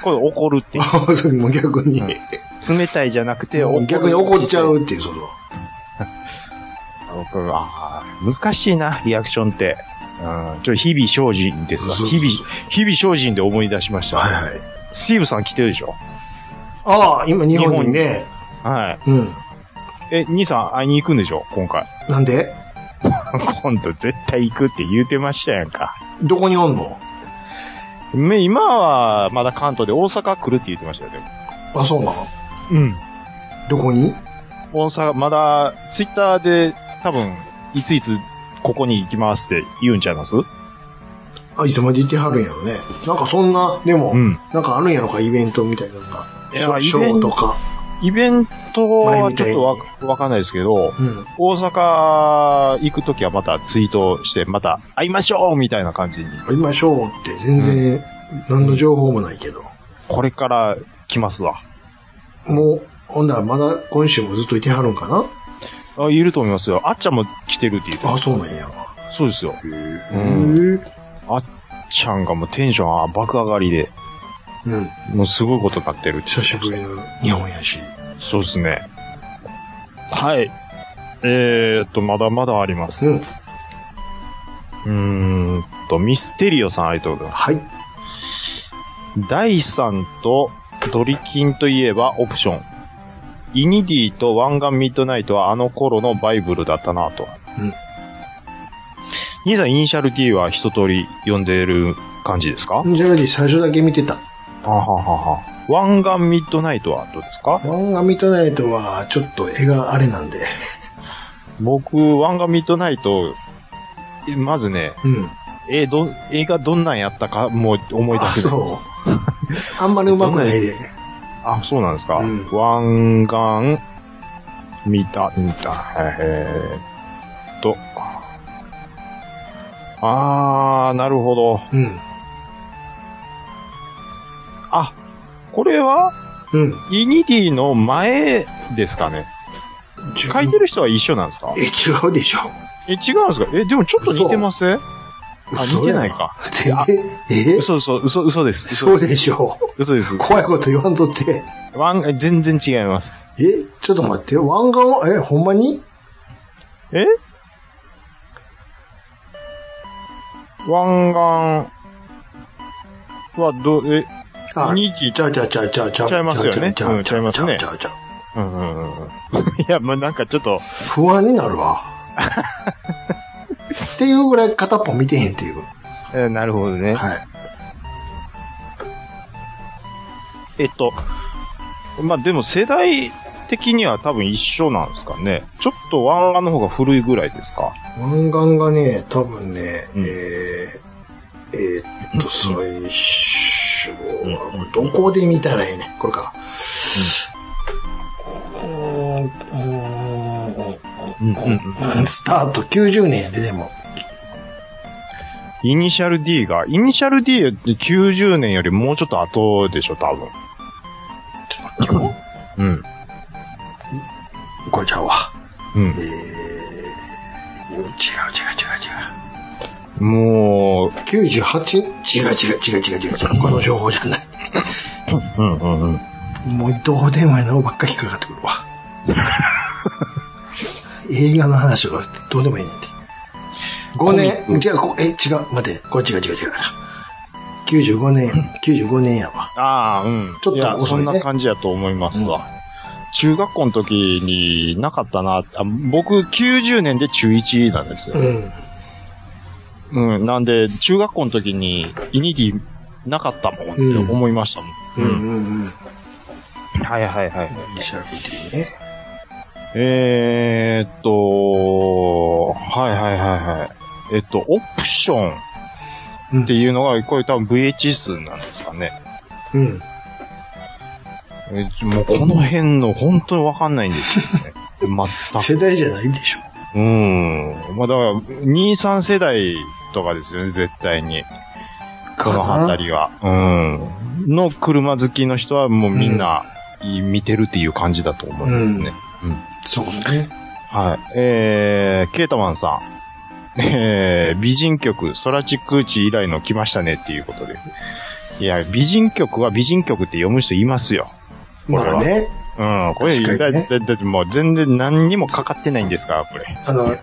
[SPEAKER 3] これ怒るって。
[SPEAKER 2] もう逆に、
[SPEAKER 3] 冷たいじゃなくて、
[SPEAKER 2] もう逆に怒っちゃうっていう、その。
[SPEAKER 3] 僕あー難しいな、リアクションって。うん、ちょ、日々精進ですわ。
[SPEAKER 2] そう
[SPEAKER 3] 日
[SPEAKER 2] そうそう
[SPEAKER 3] 々、日々精進で思い出しました。
[SPEAKER 2] はいはい。
[SPEAKER 3] スティーブさん来てるでしょ
[SPEAKER 2] ああ、今日本にね。
[SPEAKER 3] はい。
[SPEAKER 2] うん。
[SPEAKER 3] え、兄さん会いに行くんでしょ今回。
[SPEAKER 2] なんで
[SPEAKER 3] 今度絶対行くって言うてましたやんか。
[SPEAKER 2] どこにおんの
[SPEAKER 3] め今は、まだ関東で大阪来るって言ってましたよ、でも。
[SPEAKER 2] あ、そうなの
[SPEAKER 3] うん。
[SPEAKER 2] どこに
[SPEAKER 3] 大阪、まだ、ツイッターで、多分、いついつ、ここに行きますって言うんちゃいますう
[SPEAKER 2] あ、いつまで行ってはるんやろね。なんかそんな、でも、
[SPEAKER 3] ん。
[SPEAKER 2] なんかあるんやろか、イベントみたいなのが。
[SPEAKER 3] い
[SPEAKER 2] シ
[SPEAKER 3] や
[SPEAKER 2] ョショ
[SPEAKER 3] イベン
[SPEAKER 2] ーとか。
[SPEAKER 3] イベントはちょっと
[SPEAKER 2] 前み
[SPEAKER 3] わ、わかんないですけど、
[SPEAKER 2] うん。
[SPEAKER 3] 大阪行くときはまたツイートして、また会いましょうみたいな感じに、
[SPEAKER 2] 会いましょうって、全然、何の情報もないけど。
[SPEAKER 3] これから来ますわ。
[SPEAKER 2] もう、ほんならまだ今週もずっといてはるんかな
[SPEAKER 3] あ、いると思いますよ。あっちゃんも来てるって言って
[SPEAKER 2] あ、
[SPEAKER 3] ま
[SPEAKER 2] そうなんや。
[SPEAKER 3] す。そうですよ。
[SPEAKER 2] へえ。
[SPEAKER 3] うんちゃんがもうテンションあ爆上がりで、
[SPEAKER 2] うん。
[SPEAKER 3] もうすごいことになってるって言って
[SPEAKER 2] 久
[SPEAKER 3] また
[SPEAKER 2] しぶりの日本やし。
[SPEAKER 3] そうですね。はい。えーっと、まだまだあります。
[SPEAKER 2] う。
[SPEAKER 3] うんーんと、ミステリオさんありがとうございま
[SPEAKER 2] はい。
[SPEAKER 3] す。第3とドリキンといえばオプション。イニディとワンガンミッドナイトはあの頃のバイブルだったなと。
[SPEAKER 2] うん
[SPEAKER 3] 兄さん、イニシャル D は一通り読んでる感じですか、
[SPEAKER 2] ジャルディ最初だけ見てた。
[SPEAKER 3] はははは。ワンガンミッドナイトはどうですか
[SPEAKER 2] 漫画ミッドナイトは、ちょっと絵があれなんで。
[SPEAKER 3] 僕、ワンガンミッドナイト、まずね、
[SPEAKER 2] うん。
[SPEAKER 3] えーどん、映画どんなんやったか、もう思い出せないです。
[SPEAKER 2] あんまり上手くないで。
[SPEAKER 3] あ、そうなんですか。
[SPEAKER 2] うん
[SPEAKER 3] ワンガン、見た、見た、えー、っと。あー、なるほど。
[SPEAKER 2] うん。
[SPEAKER 3] あ、これは、
[SPEAKER 2] うん。
[SPEAKER 3] イニディの前ですかね。書いてる人は一緒なんですか
[SPEAKER 2] え、違うでしょ。
[SPEAKER 3] え、違うんですかえ、でもちょっと似てませんあ、似てないか。
[SPEAKER 2] 嘘やん。全然、え
[SPEAKER 3] 嘘嘘、嘘、嘘です。
[SPEAKER 2] そう
[SPEAKER 3] 嘘
[SPEAKER 2] でしょ。
[SPEAKER 3] 嘘です。
[SPEAKER 2] 怖いこと言わんとって。
[SPEAKER 3] ワン、え全然違います。
[SPEAKER 2] え、ちょっと待って。ワンガンは、え、ほんまに
[SPEAKER 3] え湾岸はど、え、
[SPEAKER 2] あ、
[SPEAKER 3] イニディ
[SPEAKER 2] ちゃうちゃうちゃうちゃうちゃう。
[SPEAKER 3] ちゃいますよね
[SPEAKER 2] ちゃうちゃうちゃう
[SPEAKER 3] うんちゃいますね
[SPEAKER 2] ちゃうちゃうちゃう
[SPEAKER 3] うんうんうん うん。いや、もうなんかちょっと、
[SPEAKER 2] 不安になる わ。っていうぐらい片っぽ見てへんっていう。
[SPEAKER 3] えーなるほどね。
[SPEAKER 2] はい。
[SPEAKER 3] えっと、まあでも世代的には多分一緒なんですかね。ちょっと湾岸の方が古いぐらいですか。
[SPEAKER 2] 湾岸がね、多分ね、
[SPEAKER 3] うん
[SPEAKER 2] えー、えーっと、最初は、どこで見たらええねんこれか。うーんう
[SPEAKER 3] うんうんうん
[SPEAKER 2] ーんスタート90年やで、でも。
[SPEAKER 3] イニシャル D が、イニシャル D って90年よりもうちょっと後でしょ、多分。うん。
[SPEAKER 2] これちゃうわ。
[SPEAKER 3] うん
[SPEAKER 2] え。ー、違う違う違う違う。
[SPEAKER 3] も
[SPEAKER 2] 98? 違う違う違う違う違う違う。この情報じゃない。
[SPEAKER 3] う、うんうんうん。
[SPEAKER 2] もうどうでもいいのばっか引っかかってくる わ。映画の話とかどうでもいいねんて。5年、じゃあこ、え、違う、待って、これ違う違う違う。95年、95年やわ。
[SPEAKER 3] ああ、うん。
[SPEAKER 2] ちょっと
[SPEAKER 3] いや、
[SPEAKER 2] 遅い
[SPEAKER 3] そ
[SPEAKER 2] ね
[SPEAKER 3] んな感じやと思いますわ。中学校の時になかったな。あ僕、90年で中1なんですよ
[SPEAKER 2] う。ん。
[SPEAKER 3] うん。なんで、中学校の時にイニディなかったもんって思いましたもん。
[SPEAKER 2] うんうんうん。
[SPEAKER 3] はいはいはい。
[SPEAKER 2] シャープっていうね。
[SPEAKER 3] えー、っと、はいはいはいはい。えっと、オプションっていうのが、これ多分 VHS なんですかね。
[SPEAKER 2] うん。
[SPEAKER 3] えちょもうこの辺の本当にわかんないんですよ ね。全く。
[SPEAKER 2] 世代じゃないでしょ。
[SPEAKER 3] うん。まあだから、2、3世代とかですよね、絶対に。この辺りは。うん。の車好きの人はもうみんな、い見てるっていう感じだと思いますね。
[SPEAKER 2] そうね。
[SPEAKER 3] はい。えー、ケータマンさん。えー、美人曲、ソラチックーチ以来の来ましたねっていうことで。いや、美人曲は美人曲って読む人いますよ。これは
[SPEAKER 2] まあね、
[SPEAKER 3] うん、これ、
[SPEAKER 2] 確か
[SPEAKER 3] だ
[SPEAKER 2] にね
[SPEAKER 3] だだってもう全然何にもかかってないんですから、これ。
[SPEAKER 2] あの、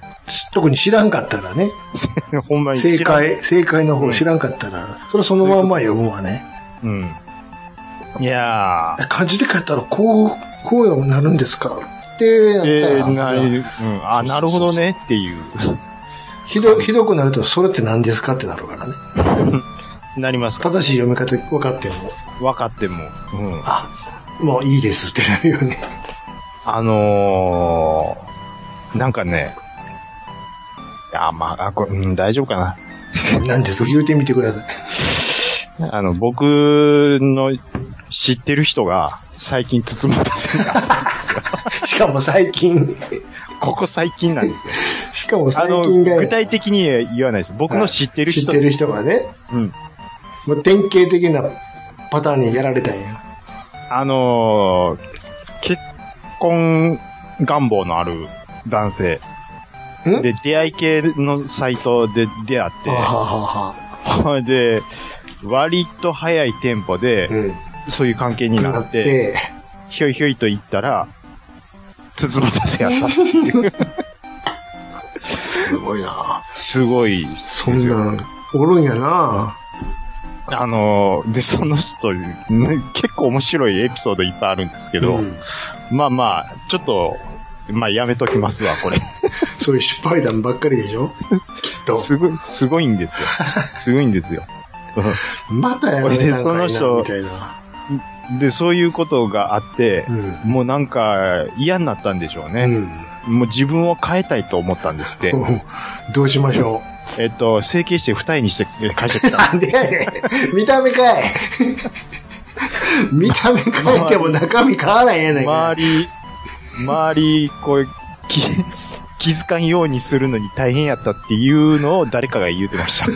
[SPEAKER 2] 特に知らんかったらね、
[SPEAKER 3] ほんまに
[SPEAKER 2] 正
[SPEAKER 3] 知らん。
[SPEAKER 2] 解、正解の方知らんかったら、それそのまんま読むわね。
[SPEAKER 3] うん。いやー。
[SPEAKER 2] 漢字で書いたらこう、こうようになるんですかってやった
[SPEAKER 3] え
[SPEAKER 2] ら、
[SPEAKER 3] ー、なうん、あ、なるほどねっていう、
[SPEAKER 2] ひど、ひどくなると、それって何ですかってなるからね。
[SPEAKER 3] なりますか
[SPEAKER 2] 正しい読み方分かっても、
[SPEAKER 3] 分かっても。うん。
[SPEAKER 2] もういいですってなるよね。
[SPEAKER 3] あのー、なんかね、あ、まあ、あこれ、うん、大丈夫かな。
[SPEAKER 2] 何ですか言うてみてくださ い。
[SPEAKER 3] あの、僕の知ってる人が最近包まれてたんで すよ。
[SPEAKER 2] しかも最近、
[SPEAKER 3] ここ最近なんですよ。
[SPEAKER 2] しかも
[SPEAKER 3] あ
[SPEAKER 2] 最
[SPEAKER 3] の、
[SPEAKER 2] 近が、
[SPEAKER 3] 具体的には言わないです。僕の知ってる
[SPEAKER 2] 知っ
[SPEAKER 3] 人。
[SPEAKER 2] てる人がね、
[SPEAKER 3] うん。
[SPEAKER 2] もう典型的なパターンにやられたんや。
[SPEAKER 3] あのー、結婚願望のある男性。
[SPEAKER 2] ん
[SPEAKER 3] で、出会い系のサイトで出会
[SPEAKER 2] はあ、
[SPEAKER 3] っ
[SPEAKER 2] はあ
[SPEAKER 3] て、ほ
[SPEAKER 2] はあ、
[SPEAKER 3] い で、割と早いテンポで、
[SPEAKER 2] うん。
[SPEAKER 3] そういう関係にな
[SPEAKER 2] な
[SPEAKER 3] っ、
[SPEAKER 2] ってて、
[SPEAKER 3] ひょいひょいと言ったら、包まれてやったっていう。
[SPEAKER 2] すごいな
[SPEAKER 3] すごいです
[SPEAKER 2] そん
[SPEAKER 3] よ。
[SPEAKER 2] なん、おるんやな
[SPEAKER 3] あのー、で、その人、ね結構面白いエピソードいっぱいあるんですけど、
[SPEAKER 2] うん
[SPEAKER 3] まあまあ、ちょっと、まあやめときますわ、これ。
[SPEAKER 2] そういう失敗談ばっかりでしょきっと。
[SPEAKER 3] すごい、すごいん ですよ。すごいんですよ。
[SPEAKER 2] またやめたんかいな
[SPEAKER 3] それでその人
[SPEAKER 2] みたいな。
[SPEAKER 3] で、そういうことがあって、
[SPEAKER 2] うん
[SPEAKER 3] もうなんか嫌になったんでしょう
[SPEAKER 2] う
[SPEAKER 3] ね。
[SPEAKER 2] ん。
[SPEAKER 3] もう自分を変えたいと思ったんですって。
[SPEAKER 2] どうしましょ
[SPEAKER 3] えっと、整形して二重にしてえ会社来
[SPEAKER 2] う。
[SPEAKER 3] た。
[SPEAKER 2] なんでやねん。見た目かい。見た目変えても中身変わらへんやないか
[SPEAKER 3] 周。り、周り、こう、気、 気づかんようにするのに大変やったっていうのを誰かが言うてま した。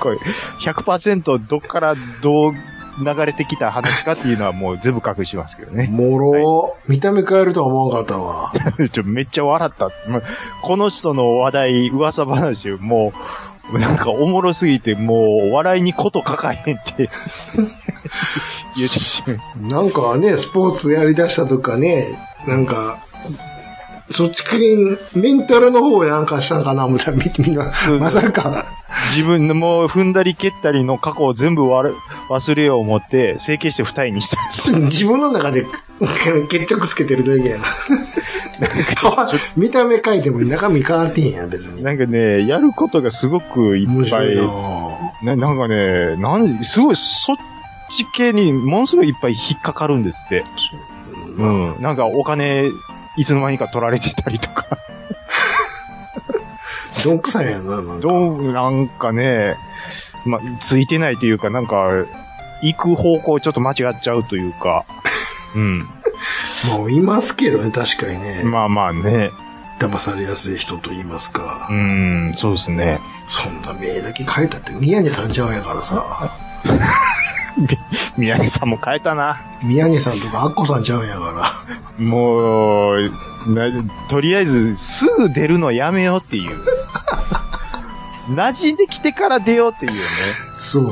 [SPEAKER 3] これ、100%どっからどう流れてきた話かっていうのはもう全部隠しますけどね。
[SPEAKER 2] もろ、見た目変えるとは思わんかったわ。
[SPEAKER 3] ちょめっちゃ笑った。もうこの人の話題、噂話、もう、なんかおもろすぎて、もう、笑いにこと書かへんって 言ってしまいました。
[SPEAKER 2] なんかね、スポーツやりだしたとかね、なんか、そっち系、メンタルの方やんかしたんかな、思ったら、み、みんな
[SPEAKER 3] う、ん
[SPEAKER 2] まさか、
[SPEAKER 3] 自分のもう踏んだり蹴ったりの過去を全部わる忘れよう思って、整形して二重にした。
[SPEAKER 2] 自分の中で決着つけてるだけやん。変わ見た目変えても中身変わってへんやん、別に。
[SPEAKER 3] なんかね、やることがすごくい
[SPEAKER 2] 面
[SPEAKER 3] っぱ
[SPEAKER 2] 白
[SPEAKER 3] い
[SPEAKER 2] いなぁ
[SPEAKER 3] ななんかね、なん、すごい、そっち系にものすごいいっぱい引っかかるんですって。うん。なんかお金、いつの間にか取られてたりとか。
[SPEAKER 2] どんくさいやな、なんか。
[SPEAKER 3] どう、なんかね、ま、ついてないというか、なんか、行く方向ちょっと間違っちゃうというか。うん。
[SPEAKER 2] もういますけどね、確かにね。
[SPEAKER 3] まあまあね。
[SPEAKER 2] 騙されやすい人と言いますか
[SPEAKER 3] う。ん、そうですね。
[SPEAKER 2] そんな名だけ変えたって宮根さんちゃうんやからさ。
[SPEAKER 3] 宮根さんも変えたな。
[SPEAKER 2] 宮根さんとかアッコさんちゃうんやから。
[SPEAKER 3] もう、なとりあえず、すぐ出るのやめようっていう。馴染んできてから出ようっていうね。
[SPEAKER 2] そう。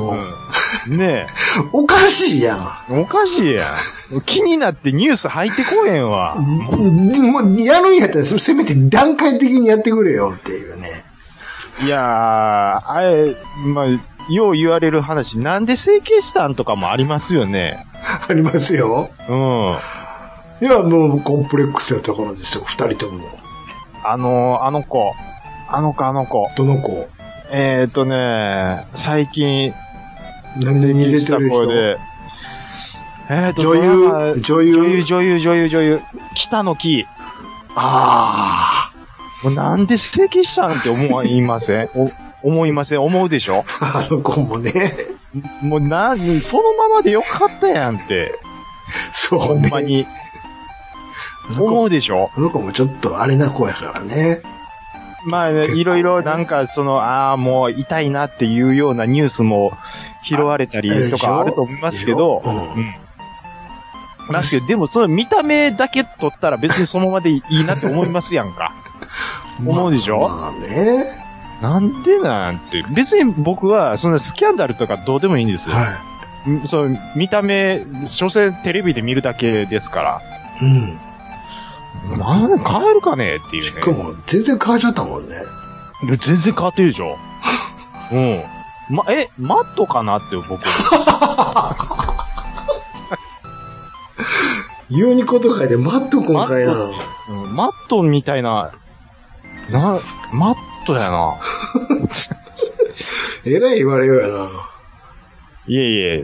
[SPEAKER 3] うん、ね
[SPEAKER 2] おかしいやん。
[SPEAKER 3] え、おかしいやん。気になってニュース入ってこえんわ。
[SPEAKER 2] もう、やるんやったら、せめて段階的にやってくれよっていうね。
[SPEAKER 3] いやー、あれ、まあ、よう言われる話、なんで整形したんとかもありますよね。
[SPEAKER 2] ありますよ。
[SPEAKER 3] うん。
[SPEAKER 2] いや、もう、コンプレックスやったからですよ、二人とも。
[SPEAKER 3] あのー、あの子。あの子、あの子。
[SPEAKER 2] どの子
[SPEAKER 3] えっ、ー、とね、最近、
[SPEAKER 2] 何で似て
[SPEAKER 3] した
[SPEAKER 2] てる
[SPEAKER 3] 子
[SPEAKER 2] 人
[SPEAKER 3] で、えっ、ー、と、
[SPEAKER 2] 女
[SPEAKER 3] ドラマ
[SPEAKER 2] 優、女優。
[SPEAKER 3] 女優、女優、女優、女優。北野キ
[SPEAKER 2] あ
[SPEAKER 3] もうなんで整形したんって思いませ んお思いません思うでしょ
[SPEAKER 2] あ、 あの子もね。
[SPEAKER 3] もうな、そのままでよかったやんって。
[SPEAKER 2] そ
[SPEAKER 3] ほ
[SPEAKER 2] うんね。
[SPEAKER 3] まに。
[SPEAKER 2] あの
[SPEAKER 3] 思
[SPEAKER 2] 子
[SPEAKER 3] うでしょ
[SPEAKER 2] あの子もちょっとあれな子やからね。
[SPEAKER 3] まあね、
[SPEAKER 2] 結構ね
[SPEAKER 3] いろいろなんかその、ああ、もう痛いなっていうようなニュースも拾われたりとかあると思いますけど、
[SPEAKER 2] うん
[SPEAKER 3] うん。なんすけど、でもその見た目だけ取ったら別にそのままでいいなって思いますやんか。思うでしょ
[SPEAKER 2] まあね。
[SPEAKER 3] なんでなんて。別に僕は、そんなスキャンダルとかどうでもいいんですよ。
[SPEAKER 2] は
[SPEAKER 3] んそう、見た目、所詮テレビで見るだけですから。
[SPEAKER 2] い。うん。
[SPEAKER 3] なん、変えるかねってい
[SPEAKER 2] し
[SPEAKER 3] うね
[SPEAKER 2] か。も、全然変わっちゃったもんね。
[SPEAKER 3] 全然変わってるで しょ。うん。ま、え、マットかなって僕。
[SPEAKER 2] ユニコとかでマット今回な
[SPEAKER 3] マ
[SPEAKER 2] の。
[SPEAKER 3] うんマットみたいな、な、マットやな。
[SPEAKER 2] えらい言われようやな。
[SPEAKER 3] いえ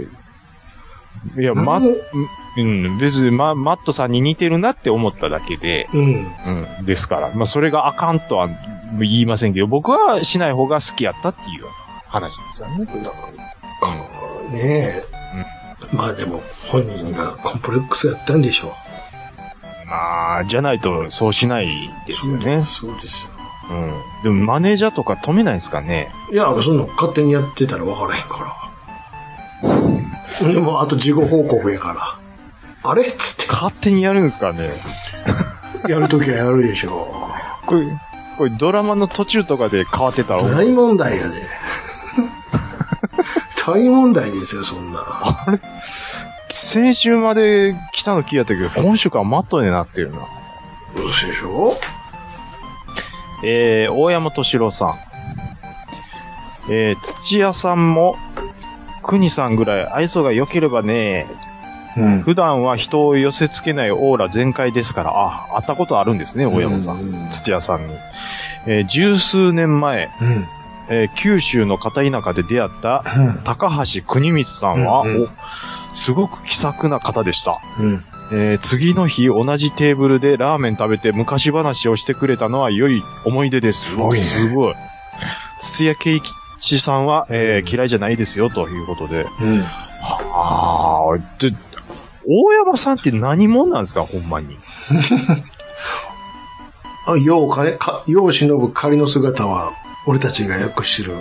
[SPEAKER 3] いえ。いや、マ
[SPEAKER 2] なんも
[SPEAKER 3] ッ、うん、別にママットさんに似てるなって思っただけで、
[SPEAKER 2] うん。
[SPEAKER 3] うん、ですから。まあ、それがあかんとは言いませんけど、僕はしない方が好きやったっていう話ですよね。
[SPEAKER 2] ねえ。まあでも、本人がコンプレックスやったんでしょ
[SPEAKER 3] まあ、じゃないとそうしないですよね。
[SPEAKER 2] そうですよ。
[SPEAKER 3] うん。でもマネージャーとか止めないですかね。
[SPEAKER 2] いや、そんなん勝手にやってたら分からへんから。でも、あと事後報告やから。あれっつっ
[SPEAKER 3] 勝手にやるんですかね。
[SPEAKER 2] て。やるときはやるでしょ
[SPEAKER 3] これ、これドラマの途中とかで変わってたら、
[SPEAKER 2] 大問題やで。 大問題ですよ、そんな。
[SPEAKER 3] 先週まで北の木やったけど、今週からマットになってるな。
[SPEAKER 2] どうしてでしょ
[SPEAKER 3] えー、大山敏郎さん。えー、土屋さんも、国さんぐらい愛想が良ければね、
[SPEAKER 2] うん。
[SPEAKER 3] 普段は人を寄せ付けないオーラ全開ですから、あ、会ったことあるんですね、大山さん。
[SPEAKER 2] うん
[SPEAKER 3] 土屋さんに。えー十数年前、
[SPEAKER 2] うん。
[SPEAKER 3] えー九州の片田舎で出会った高橋国光さんは、
[SPEAKER 2] うんうん
[SPEAKER 3] おすごく気さくな方でした。
[SPEAKER 2] うん。
[SPEAKER 3] えー次の日同じテーブルでラーメン食べて昔話をしてくれたのは良い思い出です。
[SPEAKER 2] すごいね
[SPEAKER 3] すごい。土屋圭一さんは、えー嫌いじゃないですよ、ということで。
[SPEAKER 2] うん。
[SPEAKER 3] ああ、で、大山さんって何者なんですか、ほんまに。
[SPEAKER 2] あ、ようかね、か、よう忍ぶ仮の姿は、俺たちがよく知る、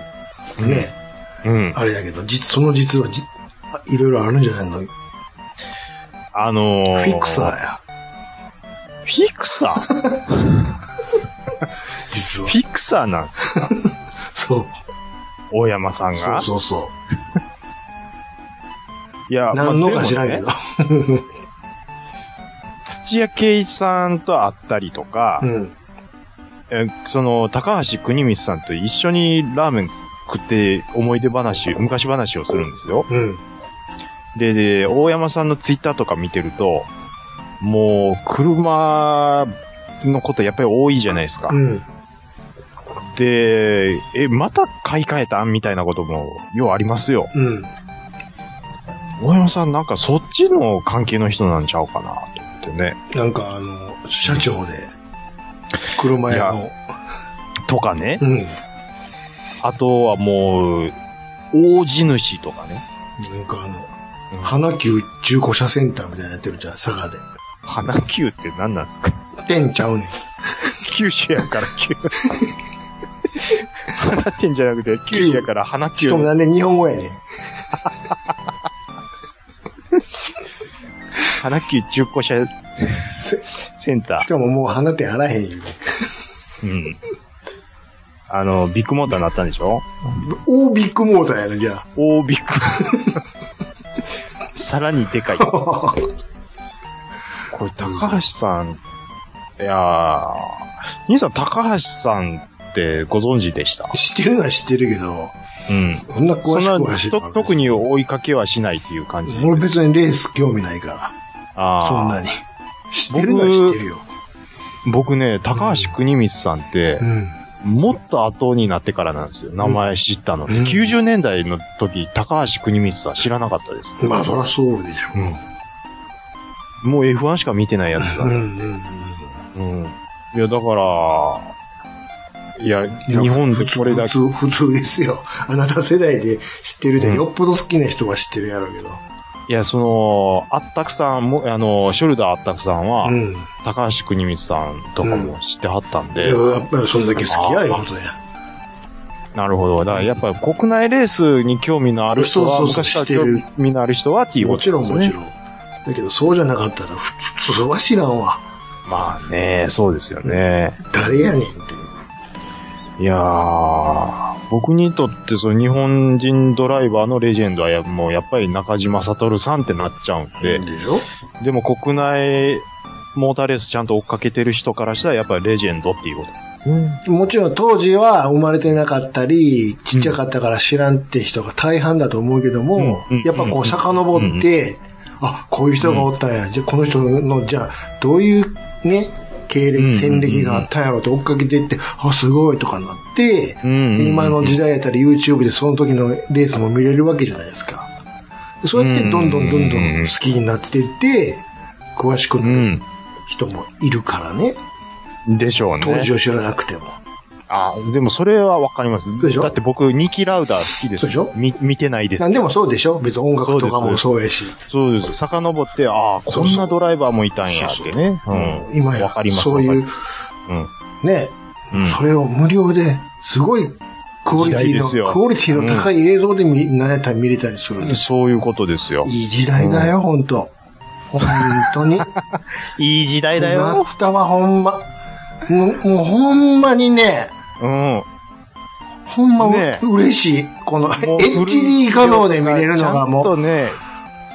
[SPEAKER 2] ね、
[SPEAKER 3] うん。
[SPEAKER 2] あれやけど、実、その実はじ、あいろいろあるんじゃないのフ
[SPEAKER 3] あのー、
[SPEAKER 2] ィクサーや、
[SPEAKER 3] ー。フィクサー
[SPEAKER 2] 実は
[SPEAKER 3] フ。ィクサーなんです。
[SPEAKER 2] そう。
[SPEAKER 3] 大山さん
[SPEAKER 2] そ
[SPEAKER 3] が。
[SPEAKER 2] うそうそ
[SPEAKER 3] いや、
[SPEAKER 2] う。何のか知らん
[SPEAKER 3] で
[SPEAKER 2] け
[SPEAKER 3] も
[SPEAKER 2] ど
[SPEAKER 3] ね。。土屋圭一さんと会ったりとか、
[SPEAKER 2] うん。
[SPEAKER 3] えその、高橋国光さんと一緒にラーメン食って思い出話、昔話をするんですよ。
[SPEAKER 2] うん。
[SPEAKER 3] で、で、大山さんのツイッターとか見てると、もう、車のことやっぱり多いじゃないですか。
[SPEAKER 2] うん。
[SPEAKER 3] で、え、また買い替えたみたいなことも、ようありますよ。
[SPEAKER 2] うん。
[SPEAKER 3] 大山さんなんかそっちの関係の人なんちゃうかな、と思ってね。
[SPEAKER 2] なんかあの、社長で、車屋の。
[SPEAKER 3] とかね。
[SPEAKER 2] うん。な
[SPEAKER 3] あとはもう、大地主とかね。
[SPEAKER 2] んかあの、花球中古車センターみたいなのやってるじゃん、佐賀で。
[SPEAKER 3] 花球って何なんですか
[SPEAKER 2] てんちゃうねん。
[SPEAKER 3] 九州やから 球。花店じゃなくて、九州やから花
[SPEAKER 2] し
[SPEAKER 3] 球
[SPEAKER 2] か。もなんで日本語やねん。
[SPEAKER 3] 花球中古車
[SPEAKER 2] せ
[SPEAKER 3] センタ
[SPEAKER 2] しかももう花店あらへんよ。
[SPEAKER 3] ー。うん。あの、ビッグモーターになったんでしょ
[SPEAKER 2] 大ビッグモーターやな、じゃ
[SPEAKER 3] 大ビッグ。 さらにで かい。こ
[SPEAKER 2] あ。
[SPEAKER 3] れ、高橋さん、いやー、兄さん、高橋さんってご存知でした
[SPEAKER 2] 知ってるのは知ってるけど、
[SPEAKER 3] うん。
[SPEAKER 2] こんな詳
[SPEAKER 3] そ
[SPEAKER 2] しく
[SPEAKER 3] ん
[SPEAKER 2] は
[SPEAKER 3] な
[SPEAKER 2] 知、ら
[SPEAKER 3] と
[SPEAKER 2] ない
[SPEAKER 3] 特に追いかけはしないっていう感じ。
[SPEAKER 2] 俺別にレース興味ないから。
[SPEAKER 3] あー
[SPEAKER 2] そんなに。知ってるのは知ってるよ。
[SPEAKER 3] 僕ね、高橋国光さんって
[SPEAKER 2] う、ん。
[SPEAKER 3] もっと後になってからなんですよ。名前知ったのって。
[SPEAKER 2] うん
[SPEAKER 3] 90年代の時、高橋国光さん知らなかったです。
[SPEAKER 2] まあそらそうでしょ。
[SPEAKER 3] もう F1 しか見てないやつ
[SPEAKER 2] う
[SPEAKER 3] だ。
[SPEAKER 2] ん
[SPEAKER 3] う
[SPEAKER 2] うん
[SPEAKER 3] ん。いや、だから、いや、
[SPEAKER 2] うん。
[SPEAKER 3] 日本で
[SPEAKER 2] 普通
[SPEAKER 3] これだけ。
[SPEAKER 2] 普通、普通ですよ。あなた世代で知ってるで、
[SPEAKER 3] うん
[SPEAKER 2] よっぽど好きな人は知ってるやろうけど。
[SPEAKER 3] いや、その、あったくさんも、あの、ショルダーあったくさんは、
[SPEAKER 2] うん。
[SPEAKER 3] 高橋国光さんとかも知ってはったんで、
[SPEAKER 2] いややっぱりそんだけ好きやいうことや。
[SPEAKER 3] なるほど。だからやっぱり国内レースに興味のある人は、
[SPEAKER 2] そうそう
[SPEAKER 3] 昔
[SPEAKER 2] そう
[SPEAKER 3] から興
[SPEAKER 2] 知っ
[SPEAKER 3] 味のある人はっていう
[SPEAKER 2] も
[SPEAKER 3] こ
[SPEAKER 2] ち
[SPEAKER 3] と
[SPEAKER 2] ろ
[SPEAKER 3] で
[SPEAKER 2] ん
[SPEAKER 3] す
[SPEAKER 2] も
[SPEAKER 3] ね
[SPEAKER 2] ち。ろん。だけどそうじゃなかったら、普通は知らんわ。
[SPEAKER 3] まあね、そうですよね。
[SPEAKER 2] 誰やねんって。
[SPEAKER 3] いやー、僕にとってその日本人ドライバーのレジェンドはやもうやっぱり中島悟さんってなっちゃうんで、
[SPEAKER 2] でしょ
[SPEAKER 3] でも国内モーターレースちゃんと追っかけてる人からしたらやっぱりレジェンドっていうこと。
[SPEAKER 2] もちろん当時は生まれてなかったり、ちっちゃかったから知らんって人が大半だと思うけども、
[SPEAKER 3] うん
[SPEAKER 2] やっぱこう遡って、あ、こういう人がおったんや。じゃあこの人の、じゃあどういうね、経
[SPEAKER 3] うんうんうん
[SPEAKER 2] 歴、戦歴があったんやろって追っかけてって、あ、すごいとかなって、
[SPEAKER 3] うんうんうん
[SPEAKER 2] で今の時代やったら YouTube でその時のレースも見れるわけじゃないですか。でそうやってどんどんどんどん好きになってって、詳しく
[SPEAKER 3] う
[SPEAKER 2] なる
[SPEAKER 3] ん。
[SPEAKER 2] 人もいるからね。
[SPEAKER 3] でしょうね。
[SPEAKER 2] 当時を知らなくても。
[SPEAKER 3] あ、でもそれはわかります。
[SPEAKER 2] でしょ
[SPEAKER 3] だって僕、ニキラウダー好きです。
[SPEAKER 2] そうでしょ
[SPEAKER 3] み見てないです
[SPEAKER 2] 何。でもそうでしょ別に音楽とかもそうやし。
[SPEAKER 3] そうです。遡って、ああ、
[SPEAKER 2] そ
[SPEAKER 3] こ
[SPEAKER 2] うそうん
[SPEAKER 3] なドライバーもいたんやってね。うん。
[SPEAKER 2] 今や
[SPEAKER 3] わかり、ます。
[SPEAKER 2] そうい
[SPEAKER 3] わ
[SPEAKER 2] う
[SPEAKER 3] か、ります
[SPEAKER 2] ね、
[SPEAKER 3] うん。うん。
[SPEAKER 2] それを無料で、すごいクオリテ
[SPEAKER 3] 時代
[SPEAKER 2] ィ
[SPEAKER 3] ですよ
[SPEAKER 2] の、クオリティの高い映像で見、何やったら見れたりするんです。
[SPEAKER 3] そういうことですよ。
[SPEAKER 2] いい時代だよ、ほんと。ほんとに。
[SPEAKER 3] いい時代だ
[SPEAKER 2] な
[SPEAKER 3] よ。
[SPEAKER 2] ったわ、ほんま。もう、もうほんまにね、
[SPEAKER 3] うん。
[SPEAKER 2] ほんまう、
[SPEAKER 3] ね
[SPEAKER 2] 嬉しい。この
[SPEAKER 3] もう古い
[SPEAKER 2] HD 画像で見れるのがも
[SPEAKER 3] ちゃんと
[SPEAKER 2] う、
[SPEAKER 3] ね、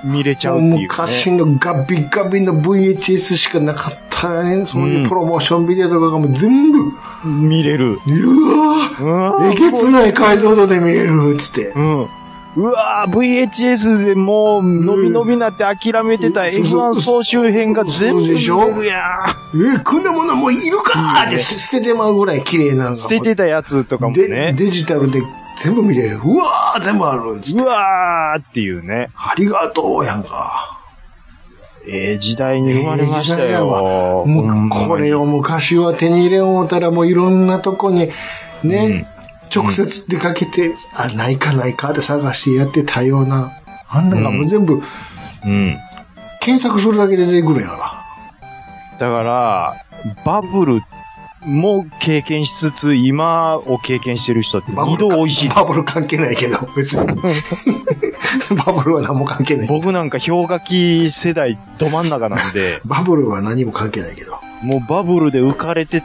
[SPEAKER 3] 見れちゃうっていう、
[SPEAKER 2] も
[SPEAKER 3] ね。
[SPEAKER 2] う昔のガビガビの VHS しかなかったね。そういうプロモーションビデオとかがもう全部、
[SPEAKER 3] 見れる。
[SPEAKER 2] うわー
[SPEAKER 3] うわ
[SPEAKER 2] えげつない解像度で見れるっつって。
[SPEAKER 3] うん。うわー VHS でもう、伸び伸びなって諦めてた
[SPEAKER 2] うんそう
[SPEAKER 3] F1
[SPEAKER 2] そう
[SPEAKER 3] 総集編が全部
[SPEAKER 2] そう
[SPEAKER 3] 見
[SPEAKER 2] でしょ
[SPEAKER 3] れるやん。
[SPEAKER 2] え、こんなものもういるかー
[SPEAKER 3] いい
[SPEAKER 2] っ
[SPEAKER 3] ね
[SPEAKER 2] て捨ててまうぐらい綺麗なのが。
[SPEAKER 3] 捨ててたやつとかも
[SPEAKER 2] で、
[SPEAKER 3] ね。
[SPEAKER 2] デジタルで全部見れる。うわー全部あるっつって。
[SPEAKER 3] うわーっていうね。
[SPEAKER 2] ありがとうやんか。
[SPEAKER 3] ええ時代に生まれました
[SPEAKER 2] ええ時代や
[SPEAKER 3] よ。ほ
[SPEAKER 2] も
[SPEAKER 3] ん
[SPEAKER 2] う
[SPEAKER 3] まに
[SPEAKER 2] これを昔は手に入れ思ったらもういろんなとこにね、直接出かけて、あ、ないかないかって探してやってたような。あんなんがもう全部
[SPEAKER 3] うん。
[SPEAKER 2] 検索するだけで出てくるんやか
[SPEAKER 3] だから、バブルも経験しつつ、今を経験してる人って
[SPEAKER 2] ら。
[SPEAKER 3] 二度美味しい。
[SPEAKER 2] バブル関係ないけど、別に。 バブルは何も関係ない。、
[SPEAKER 3] 僕なんか氷河期世代ど真ん中なんで
[SPEAKER 2] バブルは何も関係ないけど。
[SPEAKER 3] もうバブルで浮かれて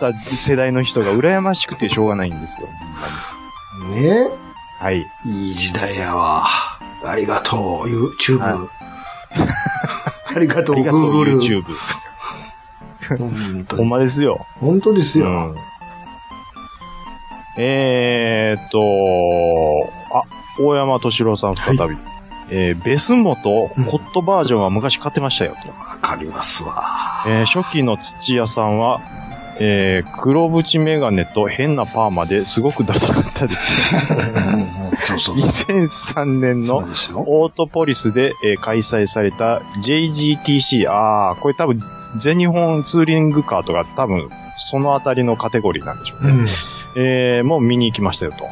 [SPEAKER 3] た世代の人が羨ましくてしょうがないんですよ。
[SPEAKER 2] ね
[SPEAKER 3] はい。
[SPEAKER 2] いい時代やわ。ありがとう、YouTube。ありがと
[SPEAKER 3] あ
[SPEAKER 2] う、
[SPEAKER 3] りがとう、
[SPEAKER 2] Google。
[SPEAKER 3] YouTube。
[SPEAKER 2] 本当
[SPEAKER 3] ほん
[SPEAKER 2] に
[SPEAKER 3] まですよ。
[SPEAKER 2] 本当ですよ。
[SPEAKER 3] うんえーっと、あ、大山敏郎さん再び。えーベスモとホットバージョンは昔買ってましたよと。
[SPEAKER 2] わかりま すわ。
[SPEAKER 3] えー初期の土屋さんは、えー黒縁メガネと変なパーマですごくダサかったですよ。
[SPEAKER 2] そ うそうそう。
[SPEAKER 3] 2003年
[SPEAKER 2] そ
[SPEAKER 3] の
[SPEAKER 2] うですよ。
[SPEAKER 3] オートポリスで、えー開催された JGTC。ああ、これ多分全日本ツーリングカーとか多分そのあたりのカテゴリーなんでしょう
[SPEAKER 2] う
[SPEAKER 3] ね。
[SPEAKER 2] ん。
[SPEAKER 3] えーもう見に行きましたよと。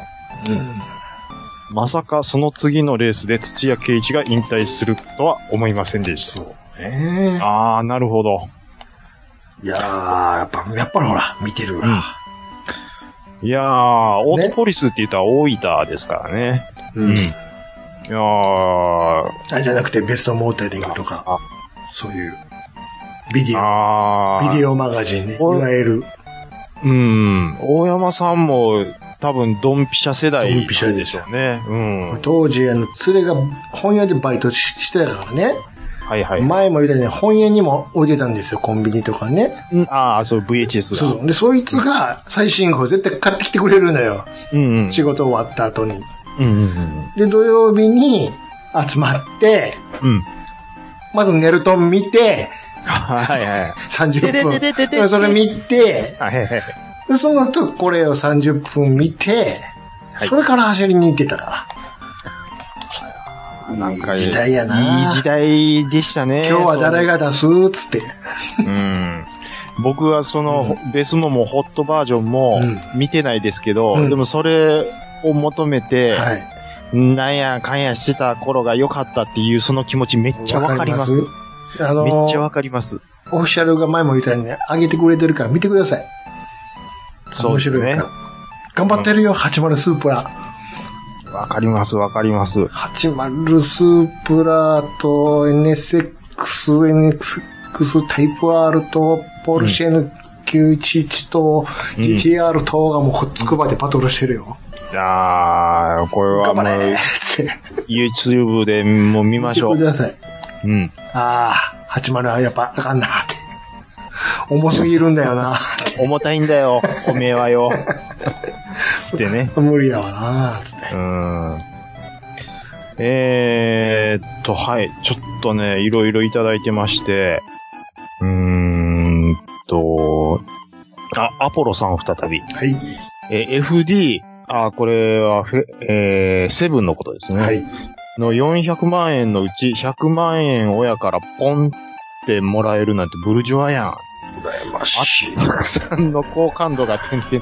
[SPEAKER 3] まさかその次のレースで土屋圭一が引退するとは思いませんでした。
[SPEAKER 2] そうね。
[SPEAKER 3] ああ、なるほど。
[SPEAKER 2] いやー、やっぱ、やっぱりほら、見てるわ。
[SPEAKER 3] いやー、オートポリスって言ったら大分ですからね。
[SPEAKER 2] う
[SPEAKER 3] い
[SPEAKER 2] ん。
[SPEAKER 3] やー、
[SPEAKER 2] あれじゃなくて、ベストモータリングとか
[SPEAKER 3] あ、
[SPEAKER 2] そういう、ビデオ、
[SPEAKER 3] あー
[SPEAKER 2] ビデオマガジンね。い
[SPEAKER 3] これ
[SPEAKER 2] わゆる、
[SPEAKER 3] うん。大山さんも多分ドンピシャ世代
[SPEAKER 2] ドンピシャでしょ
[SPEAKER 3] だね。うん。は
[SPEAKER 2] 当時、あの、連れが本屋でバイトししてたからね。
[SPEAKER 3] いはい。
[SPEAKER 2] 前も言ったように本屋にも置いてたんですよ、コンビニとかね。
[SPEAKER 3] うんああ、そう、VHS が。
[SPEAKER 2] そうそう。で、そいつが最新号絶対買ってきてくれるのよ。
[SPEAKER 3] うんうん。
[SPEAKER 2] 仕事終わった後に。
[SPEAKER 3] うんうんうん
[SPEAKER 2] で、土曜日に集まって、
[SPEAKER 3] うん。うん。
[SPEAKER 2] まずネルトン見て、
[SPEAKER 3] はいはい。
[SPEAKER 2] 30分。うんそれ見て、
[SPEAKER 3] はいはい。
[SPEAKER 2] でその後これを30分見て、
[SPEAKER 3] はい
[SPEAKER 2] それから走りに行ってたから。
[SPEAKER 3] なんか
[SPEAKER 2] いい時代やな。
[SPEAKER 3] いい時代でしたね。
[SPEAKER 2] 今日は誰が出すつって。
[SPEAKER 3] うん僕はその、ベースももホットバージョンも
[SPEAKER 2] う
[SPEAKER 3] 見てないですけど、
[SPEAKER 2] うん
[SPEAKER 3] でもそれを求めて、
[SPEAKER 2] はい。
[SPEAKER 3] なんやかんやしてた頃が良かったっていうその気持ちめっちゃわかります。
[SPEAKER 2] わかります。あの
[SPEAKER 3] めっちゃ
[SPEAKER 2] ー
[SPEAKER 3] わ、かります。
[SPEAKER 2] オフィシャルが前も言ったように、上げてくれてるから見てください。
[SPEAKER 3] そうですね
[SPEAKER 2] 面白いから。頑張ってるよ、80スープラ。
[SPEAKER 3] わかります、わかります。
[SPEAKER 2] 80スープラと NSX、NXX タイプ R と、ポルシェ N911 と、
[SPEAKER 3] ん
[SPEAKER 2] GTR とがもうこっつくばでバトルしてるよ。
[SPEAKER 3] あー、これは
[SPEAKER 2] 頑
[SPEAKER 3] も
[SPEAKER 2] 張
[SPEAKER 3] う
[SPEAKER 2] れって。
[SPEAKER 3] YouTube でもう見ましょ
[SPEAKER 2] 見てく
[SPEAKER 3] う。
[SPEAKER 2] ださい。
[SPEAKER 3] うん。
[SPEAKER 2] ああ、80はやっぱあかんなって。重すぎるんだよな。
[SPEAKER 3] 重たいんだよ、おめえはよ。つってね。
[SPEAKER 2] 無理やわなつって。
[SPEAKER 3] うーんえーっと、はい。ちょっとね、いろいろいただいてまして、うーんと、あ、アポロさん再び。
[SPEAKER 2] はい。
[SPEAKER 3] えー FD、あ、これはフェ、えーセブンのことですね。
[SPEAKER 2] はい。
[SPEAKER 3] の400万円のうち100万円親からポンってもらえるなんてブルジョアやん。
[SPEAKER 2] 羨ましい。
[SPEAKER 3] たくさんの好感度が点々点。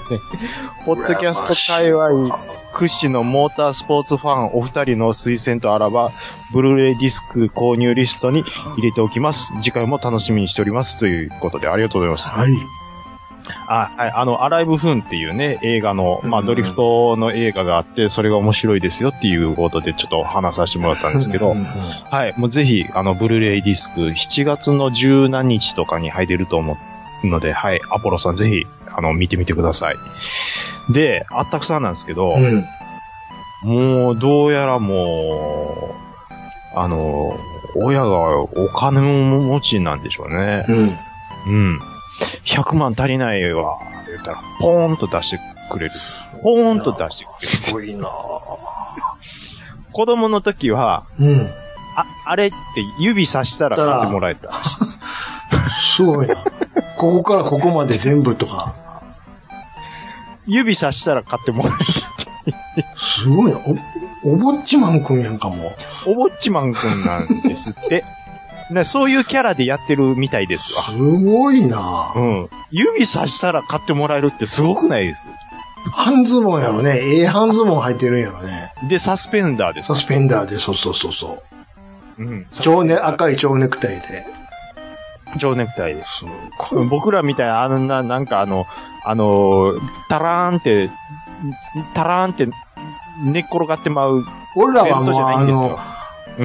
[SPEAKER 3] ポッドキャスト界隈屈指のモータースポーツファンお二人の推薦とあらば、ブルーレイディスク購入リストに入れておきます。次回も楽しみにしております。ということで、ありがとうございます。
[SPEAKER 2] はい。
[SPEAKER 3] あ、はいあの、アライブフーンっていうね、映画の、まあ、
[SPEAKER 2] うん
[SPEAKER 3] ドリフトの映画があって、それが面白いですよっていうことで、ちょっと話させてもらったんですけど、はい、もうぜひ、あの、ブルーレイディスク、7月の十何日とかに入れると思うので、はい、アポロさんぜひ、あの、見てみてください。で、あったくさんなんですけど、
[SPEAKER 2] うん。
[SPEAKER 3] もう、どうやらもう、あの、親がお金持ちなんでしょうね。
[SPEAKER 2] うん。
[SPEAKER 3] うん。100万足りないわ、言ったら、ポーンと出してくれる。ポーンと出してくれる。
[SPEAKER 2] すごいなぁ。
[SPEAKER 3] 子供の時は、
[SPEAKER 2] うん。
[SPEAKER 3] あ、あれって指さしたら買ってもらえた。
[SPEAKER 2] すごいな。ここからここまで全部とか。
[SPEAKER 3] 指さしたら買ってもらえた。
[SPEAKER 2] すごいな。お、おぼっちマンくんやんかも。
[SPEAKER 3] おぼっちマンくんなんですって。 ね、そういうキャラでやってるみたいですわ。
[SPEAKER 2] すごいな
[SPEAKER 3] う
[SPEAKER 2] ぁ。
[SPEAKER 3] ん。指さしたら買ってもらえるってすごくないです。
[SPEAKER 2] 半ズボンやろね。ええ半ズボン履いてるんやろね。
[SPEAKER 3] で、サスペンダーです
[SPEAKER 2] サ。スペンダーで、そうそうそうそ
[SPEAKER 3] う
[SPEAKER 2] う。
[SPEAKER 3] ん。
[SPEAKER 2] 蝶ね、赤い蝶ネクタイで。
[SPEAKER 3] 蝶ネクタイです。
[SPEAKER 2] す
[SPEAKER 3] う
[SPEAKER 2] ご
[SPEAKER 3] ん
[SPEAKER 2] い。
[SPEAKER 3] 僕らみたいな、あんな、なんかあの、あの、タラーンって、タラーンって寝っ転がってまう
[SPEAKER 2] 俺
[SPEAKER 3] ベ
[SPEAKER 2] らは
[SPEAKER 3] ルトじ
[SPEAKER 2] もう、
[SPEAKER 3] ゃない
[SPEAKER 2] あ
[SPEAKER 3] んです
[SPEAKER 2] の
[SPEAKER 3] よ、。うん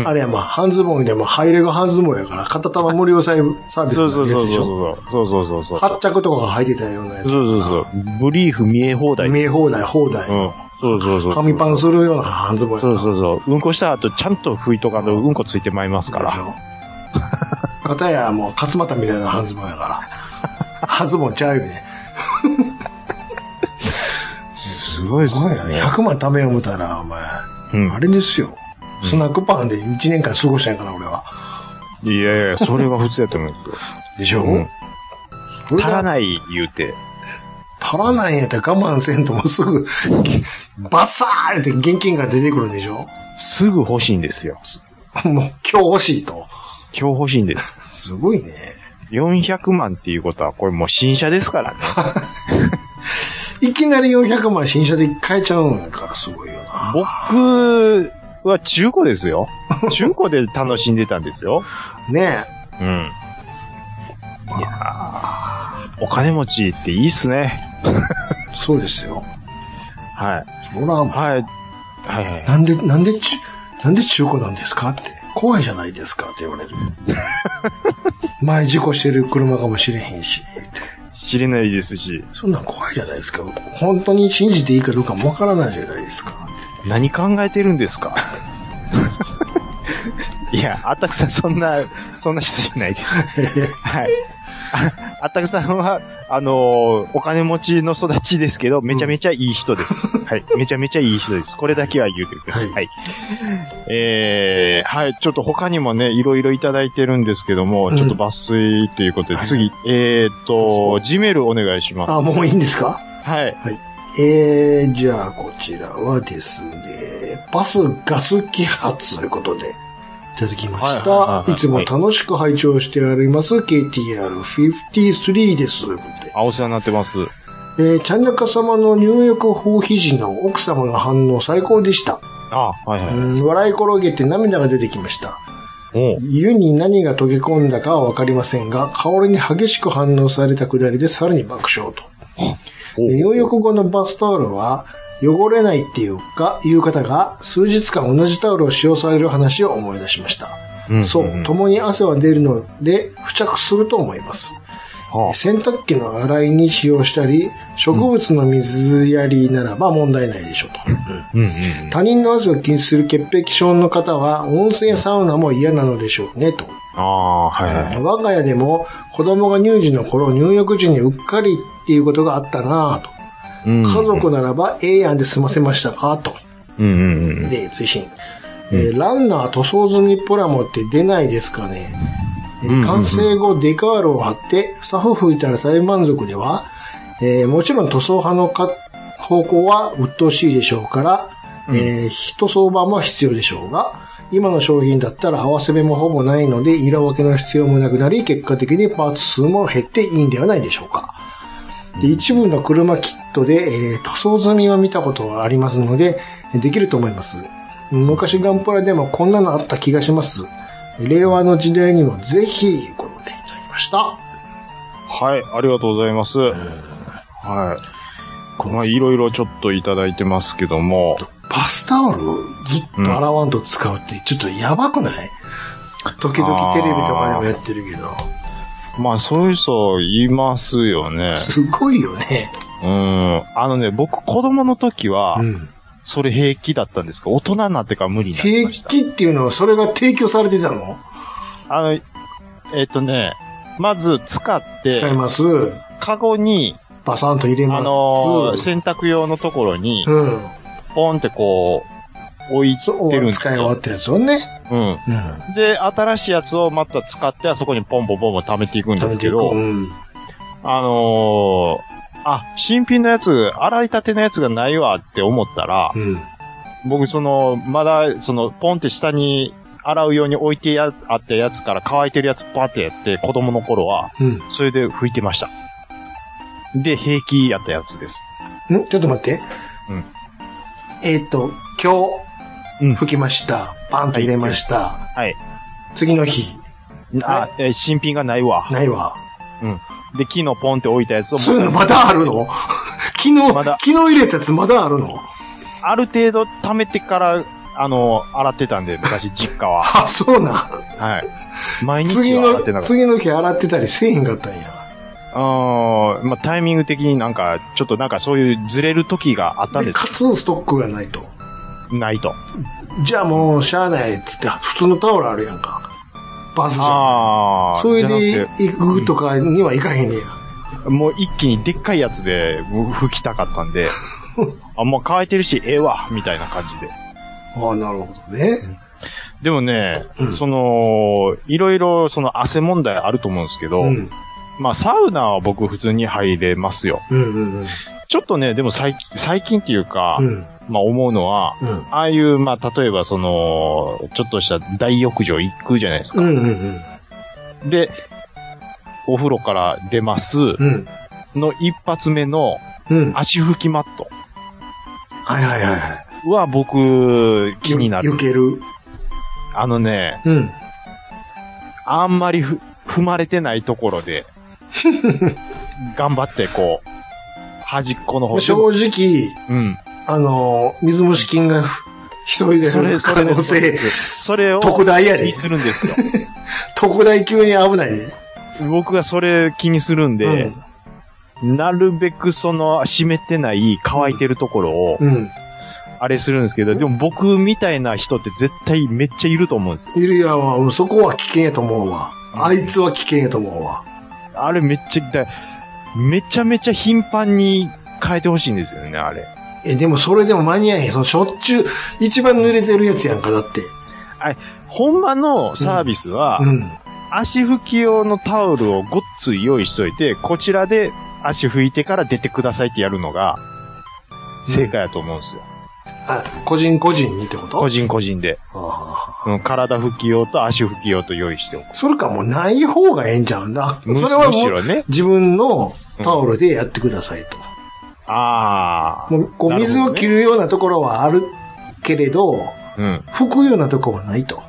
[SPEAKER 2] あれやまあ、半ズボンでも、ハイレグ半ズボンやから、片玉無料サイサービス
[SPEAKER 3] そ
[SPEAKER 2] な
[SPEAKER 3] うんそう
[SPEAKER 2] です
[SPEAKER 3] そう
[SPEAKER 2] でしょ。
[SPEAKER 3] そう。そうそうそうそう。
[SPEAKER 2] 発着とかが入ってたようなや
[SPEAKER 3] そう
[SPEAKER 2] つ。
[SPEAKER 3] そうそう。ブリーフ見え放題。うん。
[SPEAKER 2] 見え放題、放題。
[SPEAKER 3] そうそうそう。
[SPEAKER 2] 紙パンするような半ズボンやか
[SPEAKER 3] そ
[SPEAKER 2] ら
[SPEAKER 3] うそうそう。うんこした後、ちゃんと拭いとかんと、うんこついてまいりますから。
[SPEAKER 2] ら。片やもう、勝俣みたいな半ズボンやかはずもちゃうよね。
[SPEAKER 3] すごいです
[SPEAKER 2] お
[SPEAKER 3] ね
[SPEAKER 2] 前。100万貯めよう思たら、お前、
[SPEAKER 3] うん
[SPEAKER 2] あれですよ。スナックパンで1年間過ごしたんやから、俺は。
[SPEAKER 3] いやいや、それは普通だと思うんですよ。
[SPEAKER 2] でしょ、
[SPEAKER 3] うん
[SPEAKER 2] それ
[SPEAKER 3] 足ら
[SPEAKER 2] が
[SPEAKER 3] ない言うて。
[SPEAKER 2] 足らないんやったら我慢せんともうすぐ、バッサーンって現金が出てくるんでしょ
[SPEAKER 3] すぐ欲しいんですよ。
[SPEAKER 2] もう今日欲しいと。
[SPEAKER 3] 今日欲しいんです。
[SPEAKER 2] すごいね。
[SPEAKER 3] 400万っていうことは、これもう新車です からね。
[SPEAKER 2] いきなり400万新車で買えちゃうんからすごいよな。
[SPEAKER 3] 僕は中古ですよ。中古で楽しんでたんですよ。
[SPEAKER 2] ね
[SPEAKER 3] うん。いやーお金持ちっていいっすね。
[SPEAKER 2] え。そうですよ。
[SPEAKER 3] はい。
[SPEAKER 2] そら、
[SPEAKER 3] はい。はいはい。
[SPEAKER 2] なんで、なんでち、なんで中古なんですかって。怖いじゃないですかって言わ れる。前事故してる車かもしれへんし、って。
[SPEAKER 3] 知れないですし、
[SPEAKER 2] そんなん怖いじゃないですか。本当に信じていいかどうかもわからないじゃないですか。
[SPEAKER 3] 何考えてるんですか いや、あったくさんそんな、そんな人じゃないです。はい。ああったくさんは、あのーお金持ちの育ちですけど、めちゃめちゃいい人です。はい。めちゃめちゃいい人です。これだけは言うてください。
[SPEAKER 2] は
[SPEAKER 3] はい。えー、はい。ちょっと他にもね、いろいろいただいてるんですけども、
[SPEAKER 2] うん
[SPEAKER 3] ちょっと抜粋ということで、
[SPEAKER 2] はい
[SPEAKER 3] 次、えーっと、ジメルお願いします。
[SPEAKER 2] あ、もういいんですか
[SPEAKER 3] はい。
[SPEAKER 2] えー、じゃあこちらはですね、バスガス揮発ということで、いただきま
[SPEAKER 3] はいはいは
[SPEAKER 2] し
[SPEAKER 3] いは
[SPEAKER 2] た。
[SPEAKER 3] い
[SPEAKER 2] いつも楽しく拝聴してあります、KTR53 です。ということで
[SPEAKER 3] あ、お世話になってます。
[SPEAKER 2] えー、ちゃんなか様の入浴放棄時の奥様の反応最高でした。
[SPEAKER 3] あ、はいはい。
[SPEAKER 2] うん、笑い転げて涙が出てきました。
[SPEAKER 3] おう
[SPEAKER 2] 湯に何が溶け込んだかはわかりませんが、香りに激しく反応されたくだりでさらに爆笑と。で入浴後のバスタオルは、汚れないっていうか、いう方が数日間同じタオルを使用される話を思い出しました。
[SPEAKER 3] うん
[SPEAKER 2] そう、共に汗は出るので、付着すると思います。
[SPEAKER 3] は
[SPEAKER 2] 洗濯機の洗いに使用したり、植物の水やりならば問題ないでしょうと。うん
[SPEAKER 3] うんうん。
[SPEAKER 2] 他人の汗を気にする潔癖症の方は、温泉やサウナも嫌なのでしょうね、と。
[SPEAKER 3] ああ、はいはい。
[SPEAKER 2] 我が家でも子供が乳児の頃、入浴時にうっかりっていうことがあったなぁと。
[SPEAKER 3] 家
[SPEAKER 2] 家族ならば、ええやんで済ませましたかと。
[SPEAKER 3] うんうんうん。
[SPEAKER 2] で、追伸。えーランナー塗装済みプラモって出ないですかね、えー
[SPEAKER 3] うんうんうん
[SPEAKER 2] 完成後デカールを貼って、サフ吹いたら大満足では、えーもちろん塗装派のか方向は鬱陶しいでしょうから、えー一相場も必要でしょうが、今の商品だったら合わせ目もほぼないので、色分けの必要もなくなり、結果的にパーツ数も減っていいんではないでしょうか。で一部の車キットで、えー塗装済みは見たことがありますので、できると思います。昔ガンプラでもこんなのあった気がします。令和の時代にもぜひ、ご覧いただきました。
[SPEAKER 3] はい、ありがとうございます。はい。まあ、いろいろちょっといただいてますけども、
[SPEAKER 2] バスタオルをずっと洗わんと使うって、ちょっとやばくない時々テレビとかでもやってるけど、
[SPEAKER 3] まあ、そういう人いますよね。
[SPEAKER 2] すごいよね。
[SPEAKER 3] うん。あのね、僕、子供の時は
[SPEAKER 2] う、ん。
[SPEAKER 3] それ平気だったんですけど、大人になってから無理になり
[SPEAKER 2] 平
[SPEAKER 3] ました。
[SPEAKER 2] 気っていうのはそれが提供されてたの
[SPEAKER 3] あの、えっとね、まず使って
[SPEAKER 2] 使、います。
[SPEAKER 3] カゴに、
[SPEAKER 2] バサンと入れ
[SPEAKER 3] あの
[SPEAKER 2] ま
[SPEAKER 3] ー、
[SPEAKER 2] す。
[SPEAKER 3] 洗濯用のところに、
[SPEAKER 2] うん。
[SPEAKER 3] ポンってこう、置いて
[SPEAKER 2] そう、
[SPEAKER 3] るんです
[SPEAKER 2] 使い終わ
[SPEAKER 3] よ。
[SPEAKER 2] ったやつをね。
[SPEAKER 3] うん。
[SPEAKER 2] うん。
[SPEAKER 3] で、新しいやつをまた使って、あそこにポンポンポンポン貯めていくんですけ
[SPEAKER 2] う
[SPEAKER 3] ど、
[SPEAKER 2] ん。
[SPEAKER 3] あのーあ、新品のやつ、洗いたてのやつがないわって思ったら
[SPEAKER 2] う、ん。
[SPEAKER 3] 僕その、まだ、その、ポンって下に洗うように置いてやあったやつから乾いてるやつパーってやって、子供の頃は、
[SPEAKER 2] うん。ん
[SPEAKER 3] それで拭いてました。で、平気やったやつです。
[SPEAKER 2] ちょっと待って。
[SPEAKER 3] うん
[SPEAKER 2] えっと、今
[SPEAKER 3] うん
[SPEAKER 2] 日、吹きました。パンと入れました。
[SPEAKER 3] はい。
[SPEAKER 2] 次の日、
[SPEAKER 3] あ、えー新品がないわ。
[SPEAKER 2] ないわ。
[SPEAKER 3] で、木のポンって置いたやつを、
[SPEAKER 2] そういう のまだあるの 昨日、
[SPEAKER 3] まだ
[SPEAKER 2] 昨日入れたやつまだあるの
[SPEAKER 3] ある程度貯めてから、あのー洗ってたんで、昔実家は。
[SPEAKER 2] あ、そうな。
[SPEAKER 3] はい。毎日
[SPEAKER 2] 次
[SPEAKER 3] は洗ってな
[SPEAKER 2] の、
[SPEAKER 3] かった。
[SPEAKER 2] 次の日洗ってたりせえへんかったんや。
[SPEAKER 3] うん。まあ、タイミング的になんか、ちょっとなんかそういうずれる時があったん
[SPEAKER 2] で、
[SPEAKER 3] です
[SPEAKER 2] かつストックがないと。
[SPEAKER 3] ないと。
[SPEAKER 2] じゃあもう、しゃあないっつって、普通のタオルあるやんか。バスじゃん。
[SPEAKER 3] ああ。
[SPEAKER 2] それ
[SPEAKER 3] じゃなく
[SPEAKER 2] で
[SPEAKER 3] て
[SPEAKER 2] 行くとかには行かへんねや。
[SPEAKER 3] もう一気にでっかいやつでもう吹きたかった んで、あ、もう乾いてるし、ええわ、みたいな感じで。
[SPEAKER 2] ああ、なるほどね。
[SPEAKER 3] でもね、その、いろいろその汗問題あると思うんですけど、
[SPEAKER 2] うん。
[SPEAKER 3] まあサウナは僕普通に入れますよ。
[SPEAKER 2] うんうんうん。
[SPEAKER 3] ちょっとね、でも最近、最近っていうか、
[SPEAKER 2] うん。
[SPEAKER 3] まあ思うのは、
[SPEAKER 2] うん。
[SPEAKER 3] ああいう、まあ例えばその、ちょっとした大浴場行くじゃないですか。
[SPEAKER 2] うんうん
[SPEAKER 3] で、お風呂から出ます
[SPEAKER 2] うん。うん。
[SPEAKER 3] の一発目の
[SPEAKER 2] うん。
[SPEAKER 3] 足拭きマット
[SPEAKER 2] はいはいはいは
[SPEAKER 3] は僕
[SPEAKER 2] い。
[SPEAKER 3] 気になる
[SPEAKER 2] よ。ける。
[SPEAKER 3] あのね、
[SPEAKER 2] うん。
[SPEAKER 3] あんまりふ踏まれてないところ で、頑張ってこう、端っこの方
[SPEAKER 2] 正直、
[SPEAKER 3] うん。
[SPEAKER 2] あの、水虫菌が急いで
[SPEAKER 3] それ、
[SPEAKER 2] る
[SPEAKER 3] そ
[SPEAKER 2] 可
[SPEAKER 3] れ
[SPEAKER 2] 能
[SPEAKER 3] です。それで
[SPEAKER 2] 性、
[SPEAKER 3] すそれを
[SPEAKER 2] 特大や
[SPEAKER 3] 気
[SPEAKER 2] で
[SPEAKER 3] に。するんですよ。
[SPEAKER 2] 特大級に危ないね。
[SPEAKER 3] 僕がそれ気にするんで、なるべくその湿ってない乾いてるところを、
[SPEAKER 2] うん。うん。
[SPEAKER 3] あれするんですけど、でも僕みたいな人って絶対めっちゃいると思うんですよ。
[SPEAKER 2] いるやわ、うんそこは危険やと思うわ。あいつは危険やと思うわ。
[SPEAKER 3] あれめっちゃ、だめちゃめちゃ頻繁に変えてほしいんですよね、あれ。
[SPEAKER 2] え、でもそれでも間に合えへん。そのしょっちゅう、一番濡れてるやつやんか、だって。
[SPEAKER 3] ほんまのサービスは、
[SPEAKER 2] うん。
[SPEAKER 3] 足拭き用のタオルをごっつい用意しといて、こちらで足拭いてから出てくださいってやるのが、正解やと思うんですよ。
[SPEAKER 2] あ、個人個人にってこと
[SPEAKER 3] 個人個人で。
[SPEAKER 2] あ
[SPEAKER 3] うん体拭き用と足拭き用と用意しておく。
[SPEAKER 2] あそれかもうない方がええんじゃうんだ。それ
[SPEAKER 3] むし
[SPEAKER 2] は
[SPEAKER 3] む
[SPEAKER 2] も
[SPEAKER 3] し
[SPEAKER 2] う
[SPEAKER 3] ろね。
[SPEAKER 2] 自分のタオルでやってくださいと。
[SPEAKER 3] ああ。
[SPEAKER 2] もうこう
[SPEAKER 3] なるほ
[SPEAKER 2] 水
[SPEAKER 3] どね
[SPEAKER 2] を切るようなところはあるけれど、
[SPEAKER 3] うん。
[SPEAKER 2] 拭くようなところはないと。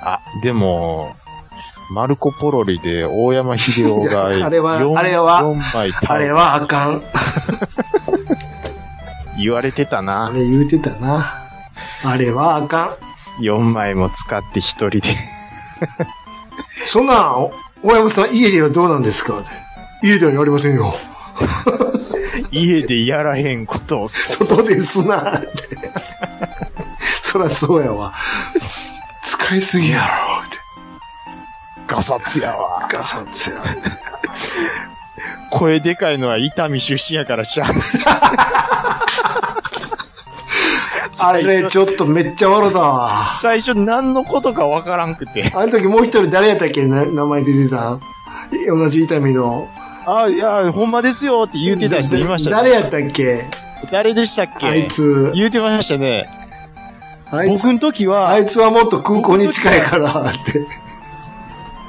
[SPEAKER 3] あ、でも、マルコ・ポロリで大山秀夫が
[SPEAKER 2] あれは
[SPEAKER 3] 四
[SPEAKER 2] あれは
[SPEAKER 3] 四枚
[SPEAKER 2] あれはあかん。
[SPEAKER 3] 言われてた
[SPEAKER 2] あ
[SPEAKER 3] な。
[SPEAKER 2] れ言うてたな。あれはあかん。
[SPEAKER 3] 4枚も使って一 人で。
[SPEAKER 2] そんなん、お大山さん家ではどうなんですかって家ではやりませんよ。
[SPEAKER 3] 家でやらへんことをそ
[SPEAKER 2] 外ですなって。そらそうやわ。使いすぎやろ。って
[SPEAKER 3] ガサツやわ。
[SPEAKER 2] ガサツや。
[SPEAKER 3] 声でかいのは伊丹出身やからしゃあない
[SPEAKER 2] あ
[SPEAKER 3] 最
[SPEAKER 2] れ
[SPEAKER 3] 初
[SPEAKER 2] ちょっとめっちゃ笑ったわ。
[SPEAKER 3] 最初何のことかわからんくて。
[SPEAKER 2] あの時もう一人誰やったっけな名前出てたんえ同じ痛みの。
[SPEAKER 3] あ、いや、ほんまですよって言うてた人いましたね。
[SPEAKER 2] 誰やったっけ
[SPEAKER 3] 誰でしたっけ
[SPEAKER 2] あいつ。
[SPEAKER 3] 言うてましたね。
[SPEAKER 2] あいつ
[SPEAKER 3] 僕の時は、
[SPEAKER 2] あいつはもっと空港に近いからって。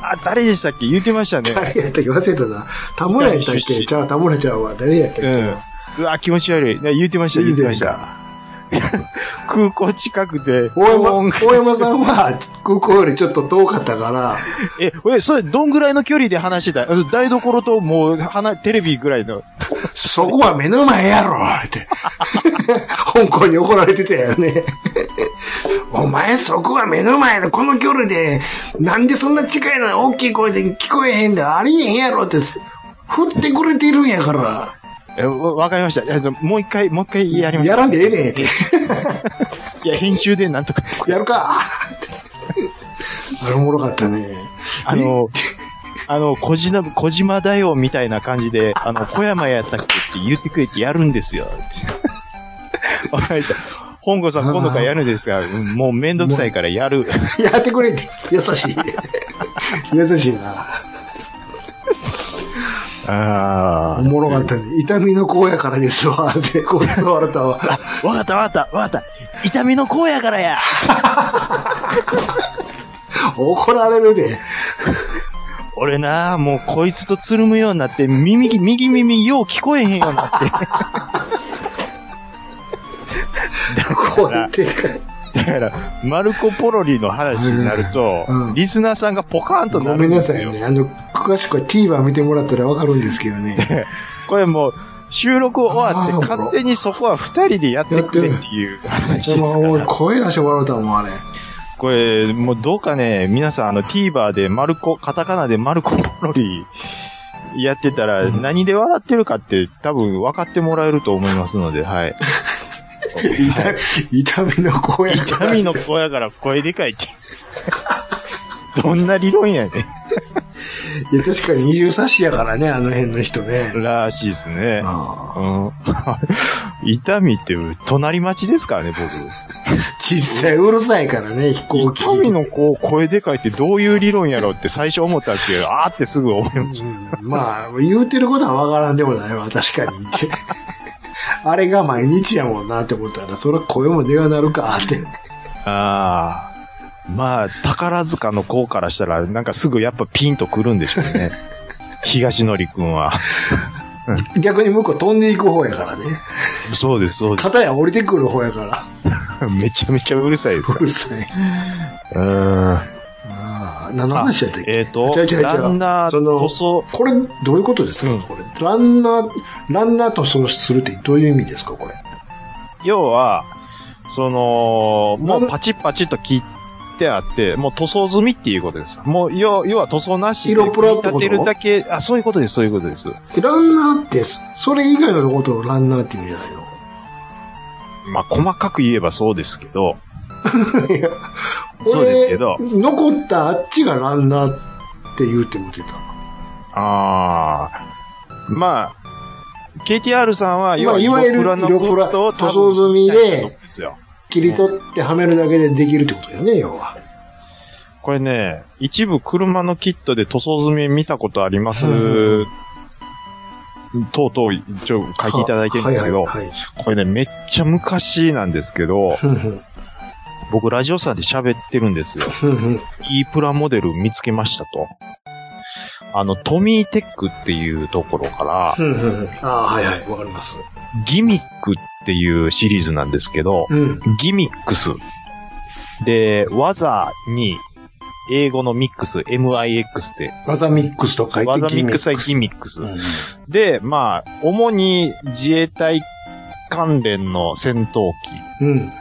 [SPEAKER 3] あ、誰でしたっけ言ってました ね。
[SPEAKER 2] 誰やったっけ忘れたな。田村やったっ
[SPEAKER 3] 伊丹出
[SPEAKER 2] け
[SPEAKER 3] 身
[SPEAKER 2] じゃあ田村ちゃうわ。誰やったっけ、
[SPEAKER 3] うん。うわ、気持ち悪い。ね言ってました、言ってました。
[SPEAKER 2] た。
[SPEAKER 3] 空港近くで、
[SPEAKER 2] 大山、
[SPEAKER 3] 騒音
[SPEAKER 2] 大山さんは空港よりちょっと遠かったから、
[SPEAKER 3] え、え、それ、どんぐらいの距離で話してたあの台所ともう、離テレビぐらいの。
[SPEAKER 2] そこは目の前やろって。 香港に怒られてたよね。 お前そこは目の前のこの距離で、なんでそんな近いのに大きい声で聞こえへんだありえへんやろってす、振ってくれてるんやから。
[SPEAKER 3] え、わわかりました。えっともう一回、もう一回やります。
[SPEAKER 2] やらんでええねんって。
[SPEAKER 3] いや、編集でなんと か。
[SPEAKER 2] やるか ってあれおもろかったね。
[SPEAKER 3] あの、あの、小島、小島だよ、みたいな感じで、あの、小山やったっけって言ってくれてやるんですよ。 わかりました。本郷さん、今度からやるんですが、うんもうめんどくさいからや る。
[SPEAKER 2] やってくれって。優しい。 優しいな。
[SPEAKER 3] あ
[SPEAKER 2] おもろかったね。痛みの子やからですわ。 って、こう伝われ たわ。
[SPEAKER 3] わかったわかったわかった。痛みのうやからや。
[SPEAKER 2] 怒られるで。
[SPEAKER 3] 俺な、もうこいつとつるむようになって、耳、右耳よう聞こえへんようになって。
[SPEAKER 2] こうやってかい。
[SPEAKER 3] だから、マルコ・ポロリの話になると、
[SPEAKER 2] うんうん
[SPEAKER 3] リスナーさんがポカーンとな
[SPEAKER 2] ご
[SPEAKER 3] る
[SPEAKER 2] めん
[SPEAKER 3] で
[SPEAKER 2] な
[SPEAKER 3] すよ
[SPEAKER 2] さいね。あの、詳しくは TVer 見てもらったらわかるんですけど ね。
[SPEAKER 3] これもう、収録終わって
[SPEAKER 2] あー
[SPEAKER 3] 勝手にそこは二人でやってくれっていう話
[SPEAKER 2] で
[SPEAKER 3] ですか
[SPEAKER 2] も、俺
[SPEAKER 3] ら。
[SPEAKER 2] 声出して笑うたもん、あれ。
[SPEAKER 3] これ、もうどうかね、皆さんあの TVer でマルコ、カタカナでマルコ・ポロリやってたら何で笑ってるかって多分分かってもらえると思いますので、はい。
[SPEAKER 2] 痛み、 痛みの子やから。
[SPEAKER 3] 痛みの子やから声でかいって。どんな理論やねん。
[SPEAKER 2] いや、確かに二重差しやからね、あの辺の人ね。
[SPEAKER 3] らしいですね。
[SPEAKER 2] ああ
[SPEAKER 3] うん。 痛みって、隣町ですからね、僕。
[SPEAKER 2] 実際うるさいからね、飛行機。
[SPEAKER 3] 痛みのこう、声でかいってどういう理論やろうって最初思ったんですけど、あーってすぐ思いまし
[SPEAKER 2] うんまあ、言うてることはわからんでもないわ、確かに。 ってあれが毎日やもんなって思ったら、そら声も出がなるかって。
[SPEAKER 3] た。ああ。まあ、宝塚の子からしたら、なんかすぐやっぱピンとくるんでしょう ね。東のりくんは。
[SPEAKER 2] 逆に向こう飛んでいく方やからね。
[SPEAKER 3] そうです、そうです。
[SPEAKER 2] 片や降りてくる方やから。
[SPEAKER 3] めちゃめちゃうるさいです
[SPEAKER 2] うるさい。
[SPEAKER 3] うーん。
[SPEAKER 2] ああ、何の話やったっけ
[SPEAKER 3] えっ、と
[SPEAKER 2] 違う違う違、う
[SPEAKER 3] ランナー、
[SPEAKER 2] その
[SPEAKER 3] 塗装、
[SPEAKER 2] これ、どういうことですか、
[SPEAKER 3] うん
[SPEAKER 2] これ。ランナー、ランナーとそうするってどういう意味ですかこれ。
[SPEAKER 3] 要は、その、も
[SPEAKER 2] なる
[SPEAKER 3] うパチッパチッと切ってあって、もう塗装済みっていうことです。もう、要要は塗装なしで
[SPEAKER 2] 色プラって
[SPEAKER 3] 組
[SPEAKER 2] こと
[SPEAKER 3] み立てるだけ、あ、そういうことです、そういうことです。
[SPEAKER 2] ランナーって、それ以外のことをランナーって言うんじゃないの
[SPEAKER 3] まあ、細かく言えばそうですけど、
[SPEAKER 2] いや
[SPEAKER 3] そうですけど
[SPEAKER 2] 俺残ったあっちがランナーって言うてもてた。
[SPEAKER 3] あー、まあ、KTR さんは、要は、
[SPEAKER 2] まあいわゆる
[SPEAKER 3] のことを
[SPEAKER 2] 色プラ塗装済み
[SPEAKER 3] 多
[SPEAKER 2] で
[SPEAKER 3] 分みたいなことですよ。
[SPEAKER 2] 切り取ってはめるだけでできるってことだよね、要は。
[SPEAKER 3] これね、一部車のキットで塗装済み見たことあります、
[SPEAKER 2] うん
[SPEAKER 3] とうとう一応書いていただいてるんですけど、
[SPEAKER 2] はいはいはい
[SPEAKER 3] これね、めっちゃ昔なんですけど、
[SPEAKER 2] ふんふん
[SPEAKER 3] 僕ラジオさんで喋ってるんですよ。
[SPEAKER 2] ふんふん
[SPEAKER 3] いいプラモデル見つけましたと。あの、トミーテックっていうところから、
[SPEAKER 2] ふんふんふんああ、はいはい、わかります。
[SPEAKER 3] ギミックっていうシリーズなんですけど、
[SPEAKER 2] うん。
[SPEAKER 3] ギミックス。で、技に、英語のミックス、MIX って、
[SPEAKER 2] 技ミックスと書いて
[SPEAKER 3] 技ミックス対
[SPEAKER 2] は
[SPEAKER 3] ギミックス
[SPEAKER 2] う。ん
[SPEAKER 3] で、まあ、主に自衛隊関連の戦闘機
[SPEAKER 2] うん。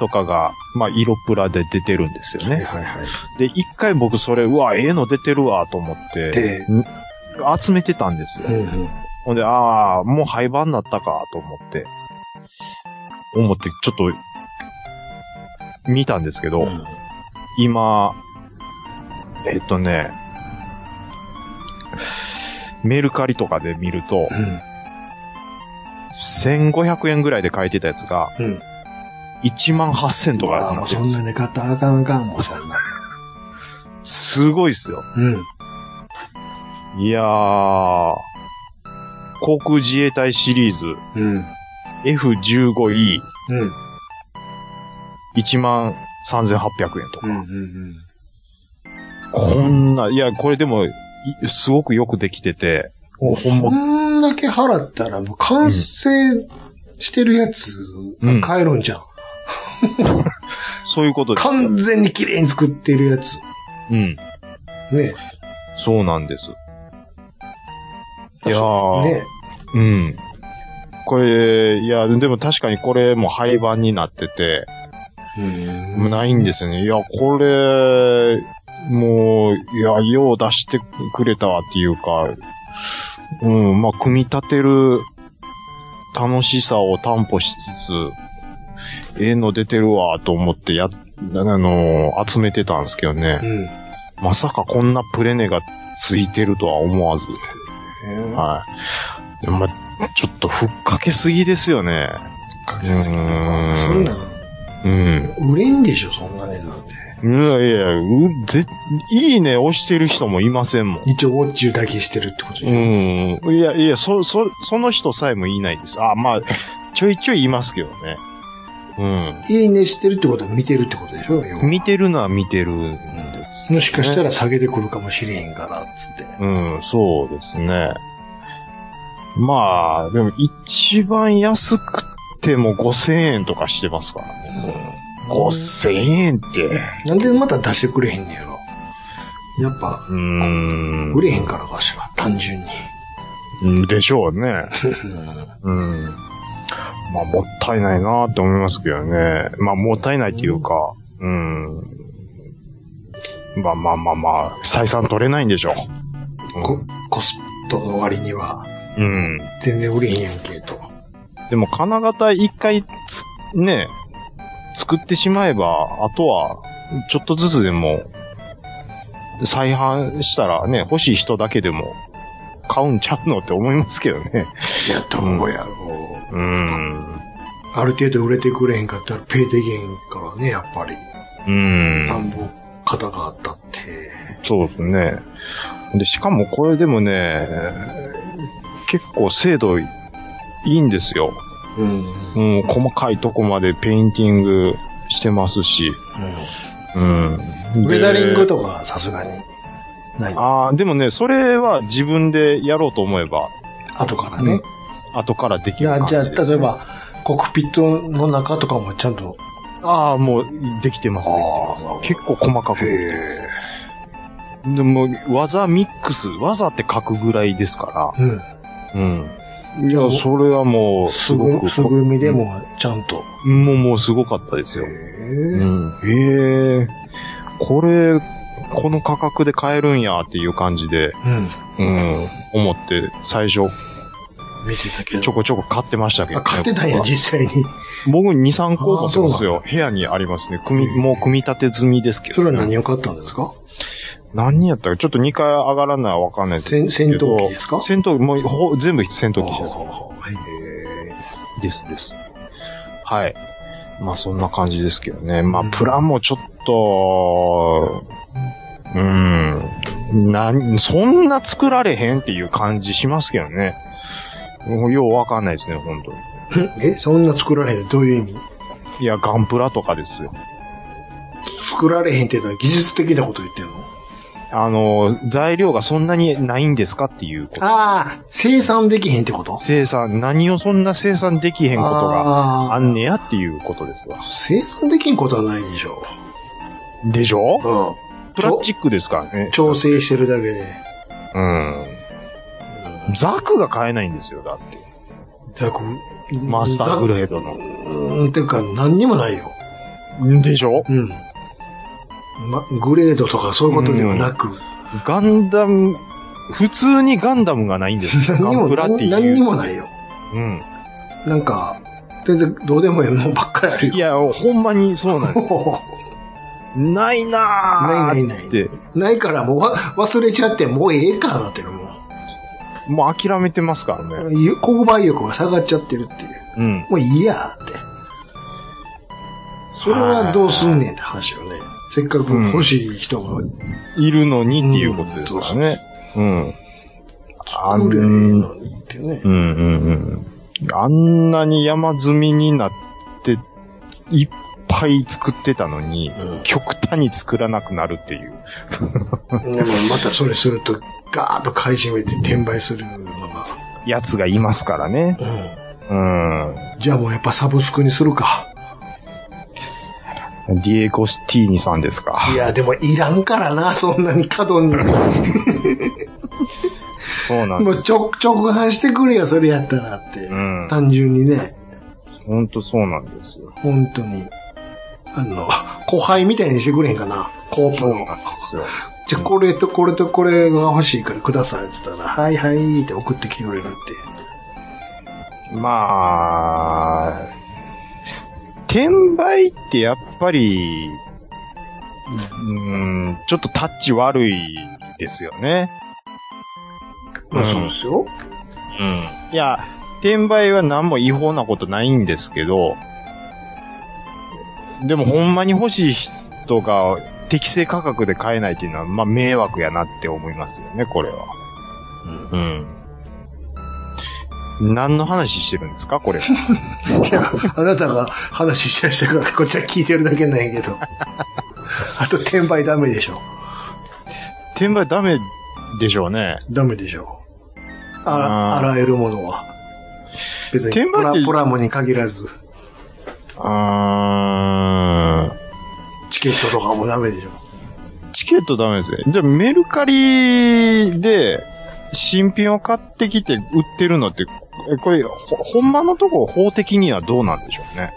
[SPEAKER 3] とかが、まあ、色プラで出てるんですよ
[SPEAKER 2] はい
[SPEAKER 3] ね。
[SPEAKER 2] はいはい。
[SPEAKER 3] で、一回僕それ、うわ、ええの出てるわ、と思って、
[SPEAKER 2] で、
[SPEAKER 3] 集めてたんですよ
[SPEAKER 2] う。んうん
[SPEAKER 3] ほんで、ああ、もう廃盤になったか、と思って、思って、ちょっと、見たんですけど、
[SPEAKER 2] うん
[SPEAKER 3] 今、えっとね、メルカリとかで見ると、1500円ぐらいで買えてたやつが、
[SPEAKER 2] うん
[SPEAKER 3] 1万8000と
[SPEAKER 2] あ
[SPEAKER 3] か
[SPEAKER 2] あ
[SPEAKER 3] にな
[SPEAKER 2] もう
[SPEAKER 3] って
[SPEAKER 2] そ
[SPEAKER 3] るん
[SPEAKER 2] ん
[SPEAKER 3] です
[SPEAKER 2] な
[SPEAKER 3] よ。
[SPEAKER 2] に買ったらあかんあかん、もうそんな。
[SPEAKER 3] すごいっすよ。
[SPEAKER 2] うん。
[SPEAKER 3] いやー、航空自衛隊シリーズ
[SPEAKER 2] うん。
[SPEAKER 3] F15E1
[SPEAKER 2] うん。
[SPEAKER 3] 万3800円と
[SPEAKER 2] う
[SPEAKER 3] か。
[SPEAKER 2] ん。うん。
[SPEAKER 3] こんな、いや、これでも、いすごくよくできてて、
[SPEAKER 2] もう
[SPEAKER 3] ほん
[SPEAKER 2] こ
[SPEAKER 3] ま、
[SPEAKER 2] んだけ払ったら、もう完成してるやつが買えるんじゃん。
[SPEAKER 3] そういうことで。
[SPEAKER 2] 完全に綺麗に作ってるやつ。
[SPEAKER 3] うん。
[SPEAKER 2] ね。
[SPEAKER 3] そうなんです。いやー、
[SPEAKER 2] ね。
[SPEAKER 3] うん。これ、いや、でも確かにこれも廃盤になってて、
[SPEAKER 2] うん。
[SPEAKER 3] ないんですよね。いや、これ、もう、いや、よう出してくれたわっていうか、うん、まあ、組み立てる楽しさを担保しつつ、ええの出てるわと思ってやっ、あの、集めてたんですけどね。
[SPEAKER 2] うん。
[SPEAKER 3] まさかこんなプレネがついてるとは思わず。
[SPEAKER 2] え
[SPEAKER 3] はい。でもまあ、ちょっとふっかけすぎですよね。
[SPEAKER 2] かけすぎとか
[SPEAKER 3] うん
[SPEAKER 2] そんなん、
[SPEAKER 3] うん。
[SPEAKER 2] 売れんでしょ、そんな値段で。
[SPEAKER 3] いやいや、うぜ、いいね押してる人もいませんもん。
[SPEAKER 2] 一応、ウォッチだけしてるってことじゃん。
[SPEAKER 3] うん。いやいや、そ、そ、その人さえもいないです。あ、まあ、ちょいちょい言いますけどね。
[SPEAKER 2] いいねしてるってことは見てるってことでしょ、要
[SPEAKER 3] うん。
[SPEAKER 2] は
[SPEAKER 3] 見てるのは見てるんです、
[SPEAKER 2] もしかした
[SPEAKER 3] ら。
[SPEAKER 2] ら下げてくるかもしれへんから、つって。
[SPEAKER 3] うん、そうですね。まあ、でも一番安くても5000円とかしてますからね。5000円って。
[SPEAKER 2] なんでまた出してくれへんねやろ。やっぱ、
[SPEAKER 3] うん。
[SPEAKER 2] 売れへんからかしら、単純に。
[SPEAKER 3] でしょうね。 うん。まあ、もったいないなって思いますけどね。まあ、もったいないっていうか、うん。まあまあまあまあ、採算取れないんでしょ
[SPEAKER 2] ココストの割には、
[SPEAKER 3] う。うん。
[SPEAKER 2] 全然売れへんやんけ、と。
[SPEAKER 3] でも、金型一回つ、ね、作ってしまえば、あとは、ちょっとずつでも、再販したらね、欲しい人だけでも買うんちゃうのって思いますけどね。
[SPEAKER 8] いや、どうやろう。
[SPEAKER 3] うん。
[SPEAKER 2] ある程度売れてくれへんかったらペイできへんからね、やっぱり。
[SPEAKER 3] う。
[SPEAKER 2] なんんぼ型があったって。
[SPEAKER 3] そうですね。で、しかもこれでもね、結構精度いいんですよ。
[SPEAKER 8] うん。
[SPEAKER 3] うん、細かいとこまでペインティングしてますし。うん。
[SPEAKER 2] ウェ
[SPEAKER 3] で
[SPEAKER 2] ザリングとかさすがにない。
[SPEAKER 3] ああ、でもね、それは自分でやろうと思えば、
[SPEAKER 2] 後からね。
[SPEAKER 3] 後からでき
[SPEAKER 2] い
[SPEAKER 3] る
[SPEAKER 2] や
[SPEAKER 3] 感じ
[SPEAKER 2] じゃあ、
[SPEAKER 3] ですね
[SPEAKER 2] 例え。ば、コックピットの中とかもちゃんと、
[SPEAKER 3] ああ、もう、できてます、できてます。結構細かくできてます。でも、技ミックス、技って書くぐらいですか
[SPEAKER 2] うん。
[SPEAKER 3] ら。うん。い
[SPEAKER 2] い
[SPEAKER 3] や、それはもう、す
[SPEAKER 2] す
[SPEAKER 3] ご
[SPEAKER 2] ぐ、
[SPEAKER 3] く、
[SPEAKER 2] すぐみでもちゃんと。
[SPEAKER 3] もう、もうすごかったですよ。
[SPEAKER 2] へえ。
[SPEAKER 3] うん。ええこれ、この価格で買えるんやっていう感じで、
[SPEAKER 2] うん。
[SPEAKER 3] うん、思って、最初、
[SPEAKER 2] 見てたけど。
[SPEAKER 3] ちょこちょこ買ってましたけど、
[SPEAKER 2] あ、買ってたんや、実際に。
[SPEAKER 3] 僕2、3個持ってますよ。部屋にありますね。組み、もう組み立て済みですけ
[SPEAKER 2] そ
[SPEAKER 3] ど。
[SPEAKER 2] れは何を買ったんですか
[SPEAKER 3] 何やったかちょっと2回上がらないわかんないですけ
[SPEAKER 2] 戦
[SPEAKER 3] ど。
[SPEAKER 2] 戦闘機ですか
[SPEAKER 3] 戦闘機、もうほ全部戦闘機です。
[SPEAKER 2] へえ
[SPEAKER 3] ですです。はい。まあそんな感じですけどね。まあプランもちょっと、うん、なん、そんな作られへんっていう感じしますけどね。もうようわかんないですね、本当に。
[SPEAKER 2] え、そんな作られへんってどういう意味
[SPEAKER 3] いや、ガンプラとかですよ。
[SPEAKER 2] 作られへんっていうのは技術的なこと言ってんの
[SPEAKER 3] あの、材料がそんなにないんですかっていうこと。
[SPEAKER 2] ああ、生産できへんってこと
[SPEAKER 3] 生産、何をそんな生産できへんことが
[SPEAKER 2] あ
[SPEAKER 3] あ
[SPEAKER 2] あ
[SPEAKER 3] んねやっていうことですわ。
[SPEAKER 2] 生産できんことはないでしょ
[SPEAKER 3] でしょ
[SPEAKER 2] う。うん。
[SPEAKER 3] プラスチックですからね。
[SPEAKER 2] 調整してるだけで、
[SPEAKER 3] うん。ザクが買えないんですよ、だって。
[SPEAKER 2] ザク、
[SPEAKER 3] マスターグ
[SPEAKER 2] レ
[SPEAKER 3] レードの。
[SPEAKER 2] うん、てか何にもないよ。
[SPEAKER 3] でしょ
[SPEAKER 2] うん。ま、グレードとかそういうことではなく、
[SPEAKER 3] ガンダム、普通にガンダムがないんですよ。
[SPEAKER 2] 何に
[SPEAKER 3] ガン
[SPEAKER 2] も、
[SPEAKER 3] プラっていう。
[SPEAKER 2] 何にもないよ。
[SPEAKER 3] うん。
[SPEAKER 2] なんか、全然どうでもいいもんばっかりあるよ
[SPEAKER 3] いや、ほんまにそうなんです。ないなぁ。
[SPEAKER 2] ないないない
[SPEAKER 3] って、
[SPEAKER 2] ないからもうわ忘れちゃって、もうええかなってるも
[SPEAKER 3] もう諦めてますからね。
[SPEAKER 2] う。ゆ購買意欲が下がっちゃってるっていう。
[SPEAKER 3] うん。
[SPEAKER 2] もういいやって。それはどうすんねんって話よね。せっかく欲しい人が、
[SPEAKER 3] いるのにっていうことですからね。うん。あ
[SPEAKER 2] 売れへん
[SPEAKER 3] ん
[SPEAKER 2] のにってね
[SPEAKER 3] う。んうんうん。あんなに山積みになって、いっぱい作ってたのに、
[SPEAKER 2] うん
[SPEAKER 3] 極端に作らなくなるっていう。
[SPEAKER 2] でも またそれすると、ガーッと買い占めて転売するのが。
[SPEAKER 3] やつがいますからね。
[SPEAKER 2] う
[SPEAKER 3] うん。
[SPEAKER 2] ん。じゃあもうやっぱサブスクにするか。
[SPEAKER 3] ディエゴシティーニさんですか。
[SPEAKER 2] いや、でもいらんからな、そんなに過 度に。
[SPEAKER 3] そうなん
[SPEAKER 2] も
[SPEAKER 3] で
[SPEAKER 2] う
[SPEAKER 3] す。
[SPEAKER 2] ちょ、直販してくれよ、それやったらって。
[SPEAKER 3] うん
[SPEAKER 2] 単純にね、
[SPEAKER 3] ほんとそうなんですよ。
[SPEAKER 2] 本当に。あの、後輩みたいにしてくれへんかな、コープ
[SPEAKER 3] そう
[SPEAKER 2] の。
[SPEAKER 3] なんですよ。
[SPEAKER 2] じゃあ、これとこれとこれが欲しいからくださいって言ったら、はいはいって送ってきてくれるって。
[SPEAKER 3] まあ、転売ってやっぱり、うん、ちょっとタッチ悪いですよね。
[SPEAKER 2] まあ
[SPEAKER 3] うん
[SPEAKER 2] そうですよ。
[SPEAKER 3] いや、転売は何も違法なことないんですけど、でもほんまに欲しい人が適正価格で買えないっていうのは、まあ迷惑やなって思いますよね、これは。うん。何の話してるんですか、これは。
[SPEAKER 2] いや、あなたが話しちゃしたから、こっちは聞いてるだけなんや けど。あと、転売ダメでしょ。
[SPEAKER 3] 転売ダメでしょうね。
[SPEAKER 2] ダメでしょ。あ
[SPEAKER 3] あ
[SPEAKER 2] ら、あ
[SPEAKER 3] ー
[SPEAKER 2] らゆるものは。別に
[SPEAKER 3] 転
[SPEAKER 2] プ
[SPEAKER 3] 売っ
[SPEAKER 2] ラ、
[SPEAKER 3] て
[SPEAKER 2] プラモに限らず、
[SPEAKER 3] うーん。
[SPEAKER 2] チケットとかもダメでしょ。
[SPEAKER 3] チケットダメですね。じゃあメルカリで新品を買ってきて売ってるのって、えこれ、ほ、ほんまのところ法的にはどうなんでしょうね。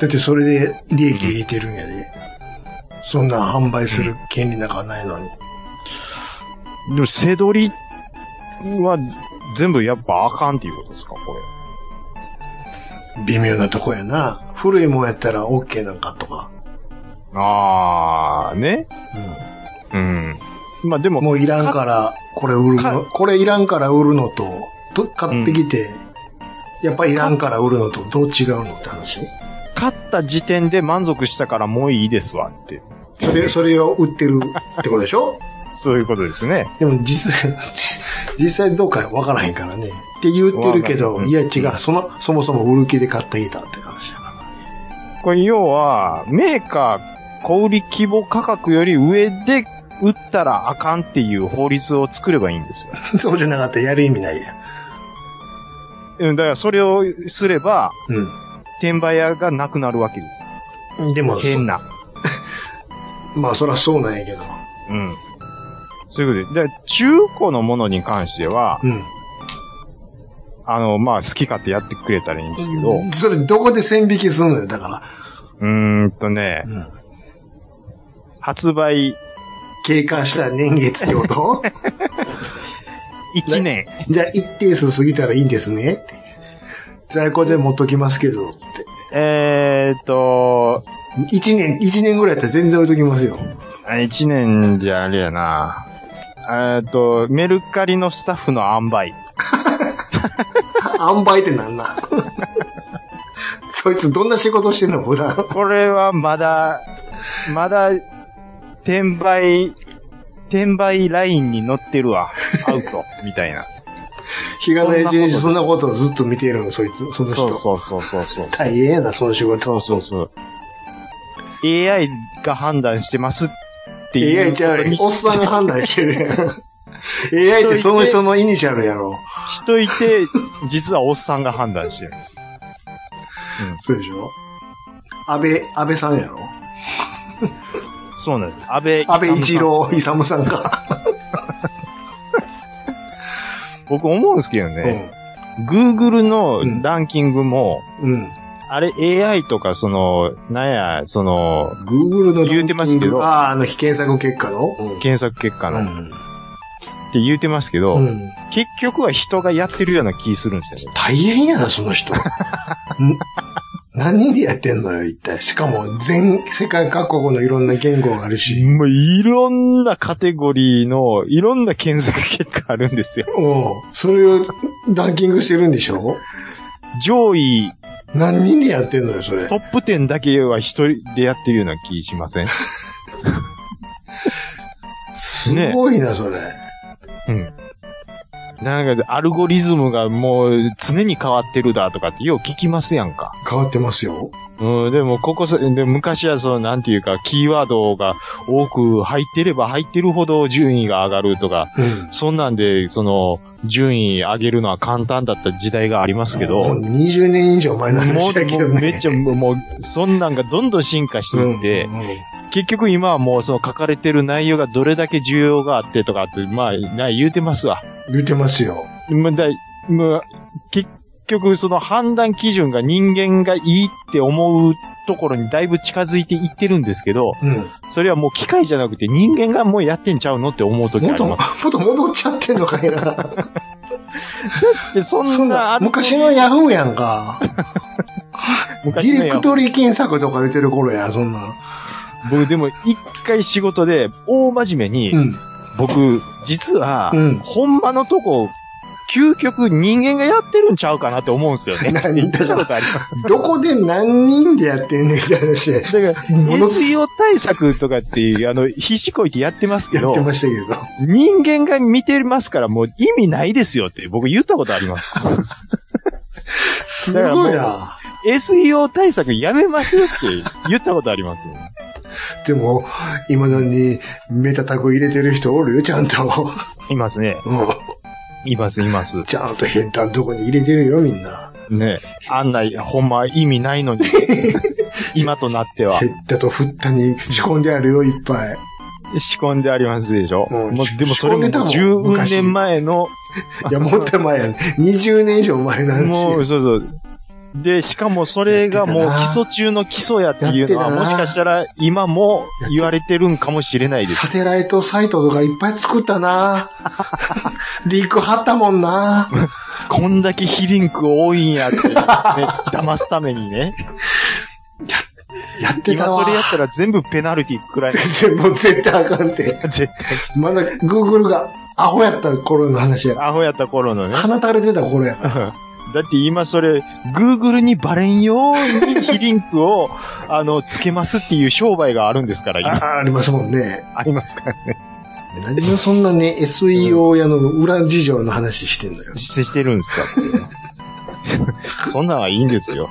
[SPEAKER 2] だってそれで利益得てるんやで。そんなん販売する権利なんかないのに。
[SPEAKER 3] でも、せどりは全部やっぱあかんっていうことですか、こ
[SPEAKER 2] 微妙なとこやな。古いもんやったら OK なんかとか。
[SPEAKER 3] れ。あー、ね。うん。まあでも、
[SPEAKER 2] もういらんから、これ売るの、これいらんから売るのと、と買ってきて、やっぱりいらんから売るのとどう違うのって話ね。
[SPEAKER 3] 勝った時点で満足したからもういいですわって。
[SPEAKER 2] それ、それを売ってるってことでしょ
[SPEAKER 3] そういうことですね。
[SPEAKER 2] でも実際、実際どうかわからへんからね。って言ってるけ
[SPEAKER 3] わ
[SPEAKER 2] ど、
[SPEAKER 3] からん
[SPEAKER 2] いや違う、その、そもそも売る気で買ってきたって話だから。
[SPEAKER 3] これ要は、メーカー小売規模価格より上で売ったらあかんっていう法律を作ればいいんですよ。
[SPEAKER 2] そうじゃなかったらや る意味ないやん。
[SPEAKER 3] うんだからそれをすれば、
[SPEAKER 2] う
[SPEAKER 3] 転売屋がなくなるわけですよ。
[SPEAKER 2] ん。でも、
[SPEAKER 3] 変な。
[SPEAKER 2] まあそりゃそうなんやけど。
[SPEAKER 3] うん。そういうことで。で、中古のものに関しては、
[SPEAKER 2] うん。
[SPEAKER 3] あの、まあ、好き勝手やってくれたらいいんですけど、う
[SPEAKER 2] それどこで線引きするのよ、だから。
[SPEAKER 3] ーんとね、
[SPEAKER 2] うん。
[SPEAKER 3] 発売
[SPEAKER 2] 経過した年月ってこと
[SPEAKER 3] 1年。
[SPEAKER 2] じゃあ一定数過ぎたらいいんですねって。在庫で持っときますけど、つって。
[SPEAKER 3] えーっと、
[SPEAKER 2] 一年、一年ぐらいやったら全然置いときま すよ。
[SPEAKER 3] 1年じゃあれやな。えーっと、メルカリのスタッフの塩梅。
[SPEAKER 2] 塩梅ってなんなん そいつどんな仕事してんの普段。
[SPEAKER 3] これはまだ、まだ、転売、転売ラインに乗ってるわ。アウ ト。みたいな。
[SPEAKER 2] 日がない一日そんなことをずっと見てるの、そいつ、その人。
[SPEAKER 3] そうそうそうそうそう。
[SPEAKER 2] 大変やな、その仕事。
[SPEAKER 3] そうそうそう。AI が判断してますっていう。
[SPEAKER 2] AI ちゃうよおっさんが判断してる やん。AI ってその人のイニシャルやろ。
[SPEAKER 3] しといて、実はおっさんが判断してるんですよ。
[SPEAKER 2] そうでしょ安倍、安倍さんやろ
[SPEAKER 3] そうなんです。安倍、
[SPEAKER 2] 安倍一。郎、勇さんか。
[SPEAKER 3] 僕思うんですけどね、Google のランキングも、
[SPEAKER 2] うん。うん。
[SPEAKER 3] あれ AI とかその、なんや、その、
[SPEAKER 2] Google のランキング
[SPEAKER 3] 言うてますけど
[SPEAKER 2] ああ、あの、非検索結果のうん。
[SPEAKER 3] 検索結果のって言うてますけど、
[SPEAKER 2] うん。うん
[SPEAKER 3] 結局は人がやってるような気するんですよね。
[SPEAKER 2] 大変やな、その人。ん 何でやってんのよ、一体。しかも、全世界各国のいろんな言語があるし。
[SPEAKER 3] もういろんなカテゴリーの、いろんな検索結果あるんですよ。
[SPEAKER 2] うん。それをランキングしてるんでしょ
[SPEAKER 3] 上位
[SPEAKER 2] 何人でやってんのよ、それ。
[SPEAKER 3] トップ10だけは一人でやってるような気しません
[SPEAKER 2] すごいな、それ。
[SPEAKER 3] うん。なんか、アルゴリズムがもう常に変わってるだとかってよう聞きますやんか。
[SPEAKER 2] 変わってますよ。
[SPEAKER 3] うん、でもここさ、で昔はその、なんていうか、キーワードが多く入ってれば入ってるほど順位が上がるとか、
[SPEAKER 2] うん。
[SPEAKER 3] そんなんで、その、順位上げるのは簡単だった時代がありますけど、
[SPEAKER 2] もう20年以上前の
[SPEAKER 3] も
[SPEAKER 2] 話だ
[SPEAKER 3] う、
[SPEAKER 2] け
[SPEAKER 3] も
[SPEAKER 2] ど
[SPEAKER 3] う
[SPEAKER 2] ね。
[SPEAKER 3] めっちゃ、もうもう、そんなんがどんどん進化していって、
[SPEAKER 2] うんうん
[SPEAKER 3] 結局今はもうその書かれてる内容がどれだけ重要があってとかって、まあ、な言うてますわ。
[SPEAKER 2] 言うてますよ。
[SPEAKER 3] もうだいもう結局その判断基準が人間がいいって思うところにだいぶ近づいていってるんですけど、
[SPEAKER 2] うん。
[SPEAKER 3] それはもう機械じゃなくて人間がもうやってんちゃうのって思う時あ
[SPEAKER 2] もっ
[SPEAKER 3] り
[SPEAKER 2] と、
[SPEAKER 3] ま
[SPEAKER 2] も
[SPEAKER 3] す。
[SPEAKER 2] っと戻っちゃってん のかいな。
[SPEAKER 3] で、そ
[SPEAKER 2] そ
[SPEAKER 3] ん
[SPEAKER 2] ん
[SPEAKER 3] な
[SPEAKER 2] な
[SPEAKER 3] あ、る
[SPEAKER 2] 昔のヤフーやんか。デ
[SPEAKER 3] 昔
[SPEAKER 2] ィ
[SPEAKER 3] の
[SPEAKER 2] レ
[SPEAKER 3] や
[SPEAKER 2] クトリー検索とか言ってる頃や、そんな。
[SPEAKER 3] 僕でも一回仕事で大真面目に、
[SPEAKER 2] うん。
[SPEAKER 3] 僕、実は、
[SPEAKER 2] うん
[SPEAKER 3] ほんまのとこ、究極人間がやってるんちゃうかなって思うんですよね。
[SPEAKER 2] 何だ
[SPEAKER 3] 言った
[SPEAKER 2] か
[SPEAKER 3] こ
[SPEAKER 2] ら、
[SPEAKER 3] とあります
[SPEAKER 2] どこで何人でやってんねんって話で
[SPEAKER 3] だから、
[SPEAKER 2] ものす
[SPEAKER 3] SEO 対策とかっていう、あの、必死こいてやってますけ
[SPEAKER 2] や
[SPEAKER 3] ど
[SPEAKER 2] って、ましたけど。
[SPEAKER 3] 人間が見てますからもう意味ないですよって僕言ったことあります。
[SPEAKER 2] すごいな。
[SPEAKER 3] SEO 対策やめましょうって言ったことありますよ。
[SPEAKER 2] でも、今のにメタタグ入れてる人おるよ、ちゃんと。
[SPEAKER 3] いますね。
[SPEAKER 2] うん。
[SPEAKER 3] います、います。
[SPEAKER 2] ちゃんと変態のとこに入れてるよ、みんな。
[SPEAKER 3] ねあんな、ほんま意味ない のに。今となっては。
[SPEAKER 2] 減ったと振ったに仕込んであるよ、いっぱい。
[SPEAKER 3] 仕込んでありますでしょ。
[SPEAKER 2] うん
[SPEAKER 3] もうでもそれも
[SPEAKER 2] 仕込んでたもん
[SPEAKER 3] 10
[SPEAKER 2] 昔
[SPEAKER 3] 年前の、
[SPEAKER 2] いや、もっと前やね。20年以上前の話。
[SPEAKER 3] もう、そうそう。で、しかもそれがもう基礎中の基礎やっていうのは、
[SPEAKER 2] やってたな
[SPEAKER 3] もしかしたら今も言われてるんかもしれないです。
[SPEAKER 2] サテライトサイトとかいっぱい作った なリーク貼ったもんな
[SPEAKER 3] こんだけ 非リンク多いんやって、ね、騙すためにね。
[SPEAKER 2] やってた
[SPEAKER 3] 今
[SPEAKER 2] わ。
[SPEAKER 3] それやったら全部ペナルティくらいの。
[SPEAKER 2] もう絶対あかんって。
[SPEAKER 3] 絶
[SPEAKER 2] まだ Google がアホやった頃の話や
[SPEAKER 3] 対、。アホやった頃のね。
[SPEAKER 2] 放たれてた頃やから。
[SPEAKER 3] だって今それ、Google にバレんようにヒリンクを、あの、つけますっていう商売があるんですから、今。
[SPEAKER 2] あありますもんね。
[SPEAKER 3] ありますからね。
[SPEAKER 2] 何をそんなね、SEO やの裏事情の話してんのよ。
[SPEAKER 3] してしてるんですかそれ そんなんはいいんですよ。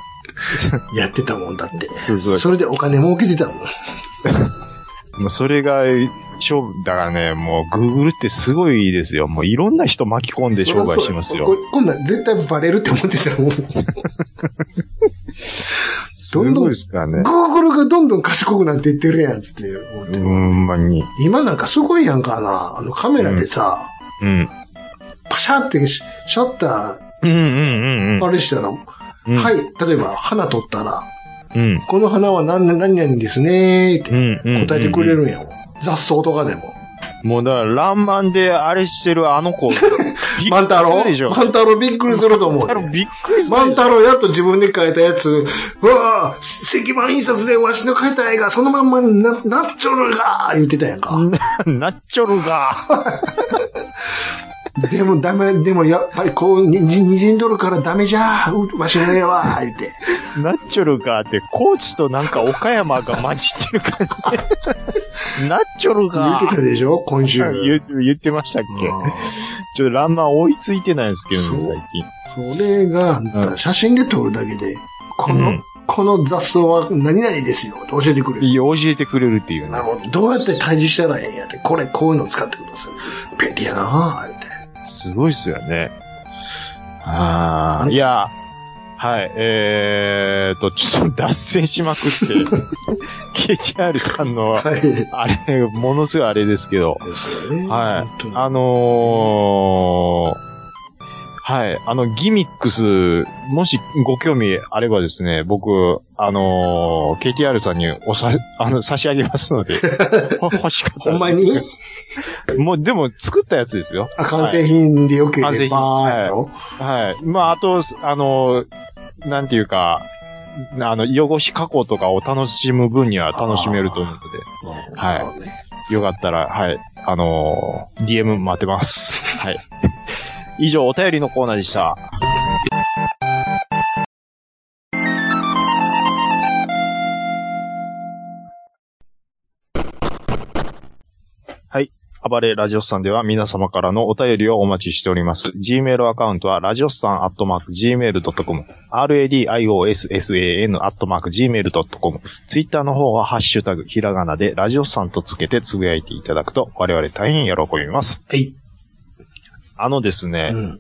[SPEAKER 2] やってたもんだって。
[SPEAKER 3] そうそう
[SPEAKER 2] それでお金儲けてたもん。
[SPEAKER 3] もうそれが、商売、だからね、もう Google ってすごいですよ。もういろんな人巻き込んで商売します
[SPEAKER 2] こ
[SPEAKER 3] よ。
[SPEAKER 2] こんなん絶対バレるって思ってたもん。
[SPEAKER 3] す
[SPEAKER 2] どんど
[SPEAKER 3] ごい
[SPEAKER 2] ん
[SPEAKER 3] ですからね。
[SPEAKER 2] Google がどんどん賢くなっていってるやんつって思って
[SPEAKER 3] ほんまに。
[SPEAKER 2] 今なんかすごいやんかな。あのカメラでさ、
[SPEAKER 3] うん。
[SPEAKER 2] パシャってシシャッタ
[SPEAKER 3] うんうんうん
[SPEAKER 2] ー、あれしたら、
[SPEAKER 3] うん。。
[SPEAKER 2] はいい、例えば花撮ったら、
[SPEAKER 3] うん。
[SPEAKER 2] この花は何何々ですねーっ
[SPEAKER 3] う
[SPEAKER 2] て
[SPEAKER 3] んうんうん。
[SPEAKER 2] 答えてくれるんやもん。雑草とかでも。
[SPEAKER 3] もうだから、ランマンであれしてるあの子、びっくり
[SPEAKER 2] 万太
[SPEAKER 3] す
[SPEAKER 2] 郎
[SPEAKER 3] るでしょ。
[SPEAKER 2] 万太郎びっくりすると思う
[SPEAKER 3] あ
[SPEAKER 2] ね、
[SPEAKER 3] れびっくりする
[SPEAKER 2] 万
[SPEAKER 3] でしょ。
[SPEAKER 2] 太郎やっと自分で描いたやつ、うわぁ、石板印刷でわしの描いた絵がそのまんまにななっちょるがー言ってたやんか。
[SPEAKER 3] ななっちょるが。
[SPEAKER 2] でもダメ、でもやっぱりこう、にじにじんどるからダメじゃーうわしの絵はー言って。
[SPEAKER 3] なっちょるがって、高知となんか岡山が混じってる感じ。なっちょる
[SPEAKER 2] 言っ
[SPEAKER 3] が
[SPEAKER 2] てたでしょ今週。
[SPEAKER 3] 言う言ってましたっけ
[SPEAKER 2] うん
[SPEAKER 3] ちょっとランマン追いついてないんですけどね、
[SPEAKER 2] そう
[SPEAKER 3] 最近。
[SPEAKER 2] それが、写真で撮るだけで、この、
[SPEAKER 3] うん
[SPEAKER 2] この雑草は何々ですよって教えてくれる。
[SPEAKER 3] いや教えてくれるっていう
[SPEAKER 2] な
[SPEAKER 3] ね
[SPEAKER 2] る。ほど。どうやって退治したらええんやって。これ、こういうの使ってください。便利やなぁ、って。
[SPEAKER 3] すごいっすよね。ああ、いや、はい、えーと、ちょっと脱線しまく って、KTR さんの、
[SPEAKER 2] はい。で
[SPEAKER 3] あれ、ものすごいあれですけど、
[SPEAKER 2] すよね。
[SPEAKER 3] はい
[SPEAKER 2] 本当に
[SPEAKER 3] あのー、はい、あの、ギミックス、もしご興味あればですね、僕、あのー、KTR さんにおさ、 あの、差し上げます ので、ほ欲しかった
[SPEAKER 2] ほ
[SPEAKER 3] ら
[SPEAKER 2] んまに
[SPEAKER 3] もう、でも、作ったやつですよ。
[SPEAKER 2] あ完成品でよけ
[SPEAKER 3] 完成
[SPEAKER 2] れ
[SPEAKER 3] 品
[SPEAKER 2] ば、やろ、
[SPEAKER 3] はい。まあ、あと、あの、なんていうか、あの、汚し加工とかを楽しむ分には楽しめると思うのは
[SPEAKER 2] ないるほどね
[SPEAKER 3] で、よかったら、はい、あのー、DM 待ってます。 はい。以上、お便りのコーナーでした。暴れラジオスさんでは皆様からのお便りをお待ちしております。Gmail アカウントは、ラジオスさんアットマーク Gmail.com、radiossan アットマーク Gmail.com、Twitter の方は、ハッシュタグ、ひらがなで、ラジオスさんとつけてつぶやいていただくと、我々大変喜びます。
[SPEAKER 2] はい。
[SPEAKER 3] あのですね、
[SPEAKER 2] うん。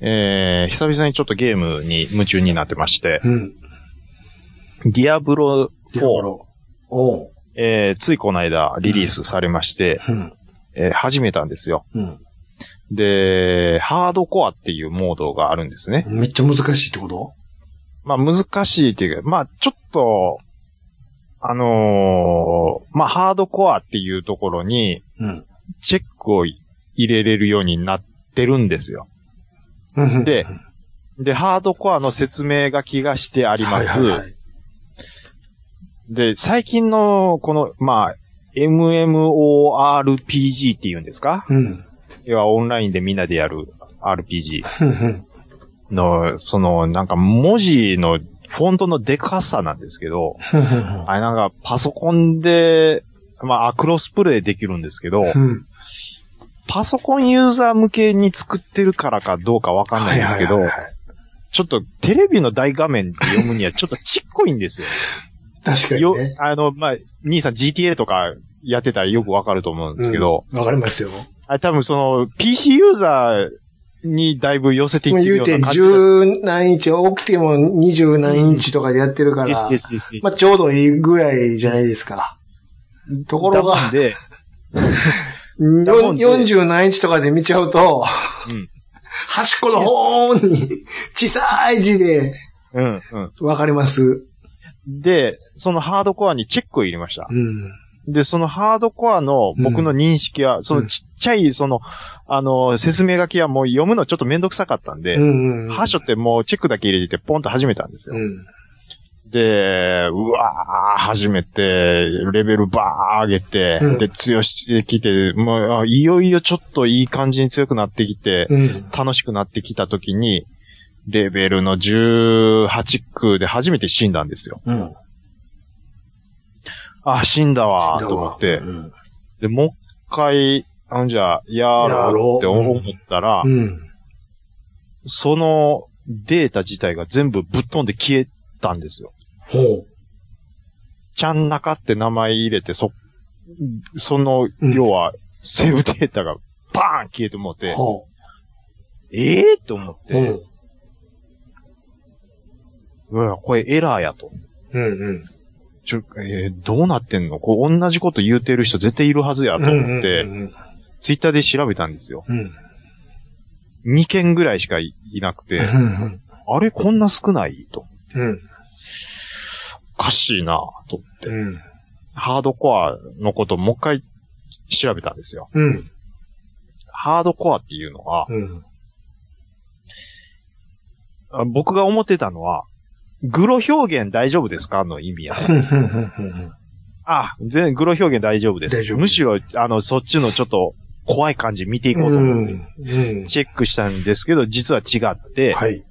[SPEAKER 3] えー、久々にちょっとゲームに夢中になってまして、
[SPEAKER 2] うん。
[SPEAKER 3] ディアブロ
[SPEAKER 2] だか
[SPEAKER 3] 4、
[SPEAKER 2] らおう。
[SPEAKER 3] えー、ついこの間リリースされまして、
[SPEAKER 2] うん。
[SPEAKER 3] えー始めたんですよ。
[SPEAKER 2] うん。
[SPEAKER 3] で、ハードコアっていうモードがあるんですね。
[SPEAKER 2] めっちゃ難しいってこと
[SPEAKER 3] まあ難しいっていうか、まあちょっと、あのーまあハードコアっていうところに
[SPEAKER 2] うん。
[SPEAKER 3] チェックを入れれるようになってるんですよ。
[SPEAKER 2] うん
[SPEAKER 3] で、で、ハードコアの説明書きがしてあります。
[SPEAKER 2] はいはいはい
[SPEAKER 3] で、最近のこの、まあ、MMORPG っていうんですか
[SPEAKER 2] うん。
[SPEAKER 3] 要はオンラインでみんなでやる RPG
[SPEAKER 2] うんうん。
[SPEAKER 3] の、その、なんか文字のフォントのデカさなんですけど、
[SPEAKER 2] うんうん
[SPEAKER 3] あれなんかパソコンで、まあ、クロスプレイできるんですけど、
[SPEAKER 2] うん。うん。
[SPEAKER 3] パソコンユーザー向けに作ってるからかどうかわかん ないんですけど
[SPEAKER 2] はいはい、はいはい
[SPEAKER 3] ちょっとテレビの大画面で読むにはちょっとちっこいんですよ。
[SPEAKER 2] 確かに
[SPEAKER 3] よ
[SPEAKER 2] ね。、
[SPEAKER 3] あの、まあ、兄さん GTA とかやってたらよくわかると思うんですけど、
[SPEAKER 2] わかりますよ。
[SPEAKER 3] あれ多分その PC ユーザーにだいぶ寄せてい
[SPEAKER 2] まあ
[SPEAKER 3] ってる
[SPEAKER 2] 言
[SPEAKER 3] よ
[SPEAKER 2] う
[SPEAKER 3] うな感
[SPEAKER 2] て、
[SPEAKER 3] じだ
[SPEAKER 2] 十何インチ、多くても二十何インチとかでやってるから、
[SPEAKER 3] ですですですです
[SPEAKER 2] まあちょうどいいぐらいじゃないですか。ところが
[SPEAKER 3] だもんで、だもんで
[SPEAKER 2] 四十何インチとかで見ちゃうと、
[SPEAKER 3] うん
[SPEAKER 2] 端っこの方に小さい字で
[SPEAKER 3] うん、うん。
[SPEAKER 2] わかります。
[SPEAKER 3] で、そのハードコアにチェックを入れました
[SPEAKER 2] う。ん。
[SPEAKER 3] で、そのハードコアの僕の認識は、そのちっちゃい、その、あの、説明書きはもう読むのちょっとめんどくさかったんで、
[SPEAKER 2] うん。
[SPEAKER 3] 箇所ってもうチェックだけ入れてポンと始めたんです
[SPEAKER 2] う
[SPEAKER 3] よ。
[SPEAKER 2] ん。
[SPEAKER 3] で、うわー、始めて、レベルばー上げて、
[SPEAKER 2] うん
[SPEAKER 3] で、強してきて、もう、あいよいよちょっといい感じに強くなってきて、
[SPEAKER 2] うん。
[SPEAKER 3] 楽しくなってきた時に、レベルの18区で初めて死んだんですよ。
[SPEAKER 2] うん。
[SPEAKER 3] あ、死んだわーと思って、
[SPEAKER 2] うん。
[SPEAKER 3] で、もう一回、あんじゃ、やろうって思ったら、
[SPEAKER 2] うん。
[SPEAKER 3] そのデータ自体が全部ぶっ飛んで消えたんですよ。
[SPEAKER 2] ほう。
[SPEAKER 3] ちゃんなかって名前入れて、そ、その、
[SPEAKER 2] うん
[SPEAKER 3] 要は、セーブデータがバーン消えてもうて、
[SPEAKER 2] ほ
[SPEAKER 3] ええと思っ
[SPEAKER 2] う。う
[SPEAKER 3] て、
[SPEAKER 2] ん。
[SPEAKER 3] うわ、これエラーやと。
[SPEAKER 2] うん。うん。
[SPEAKER 3] ちょ、えーどうなってんのこれ同じこと言うてる人絶対いるはずやと思って、
[SPEAKER 2] うん。
[SPEAKER 3] ツイッターで調べたんですよ。
[SPEAKER 2] うん。
[SPEAKER 3] 2件ぐらいしかいいなくて、
[SPEAKER 2] うん。
[SPEAKER 3] あれこんな少ないと。
[SPEAKER 2] うん。
[SPEAKER 3] おかしいなと思って、
[SPEAKER 2] うん。
[SPEAKER 3] ハードコアのことをもう一回調べたんですよ。
[SPEAKER 2] うん。
[SPEAKER 3] ハードコアっていうのは、
[SPEAKER 2] うん。
[SPEAKER 3] あ僕が思ってたのは、グロ表現大丈夫ですかの意味やね。あ、全グロ表現大丈夫です。
[SPEAKER 2] 大丈夫
[SPEAKER 3] むしろ、あの、そっちのちょっと怖い感じ見ていこうと思って、
[SPEAKER 2] うん。
[SPEAKER 3] チェックしたんですけど、実は違って、
[SPEAKER 2] はい。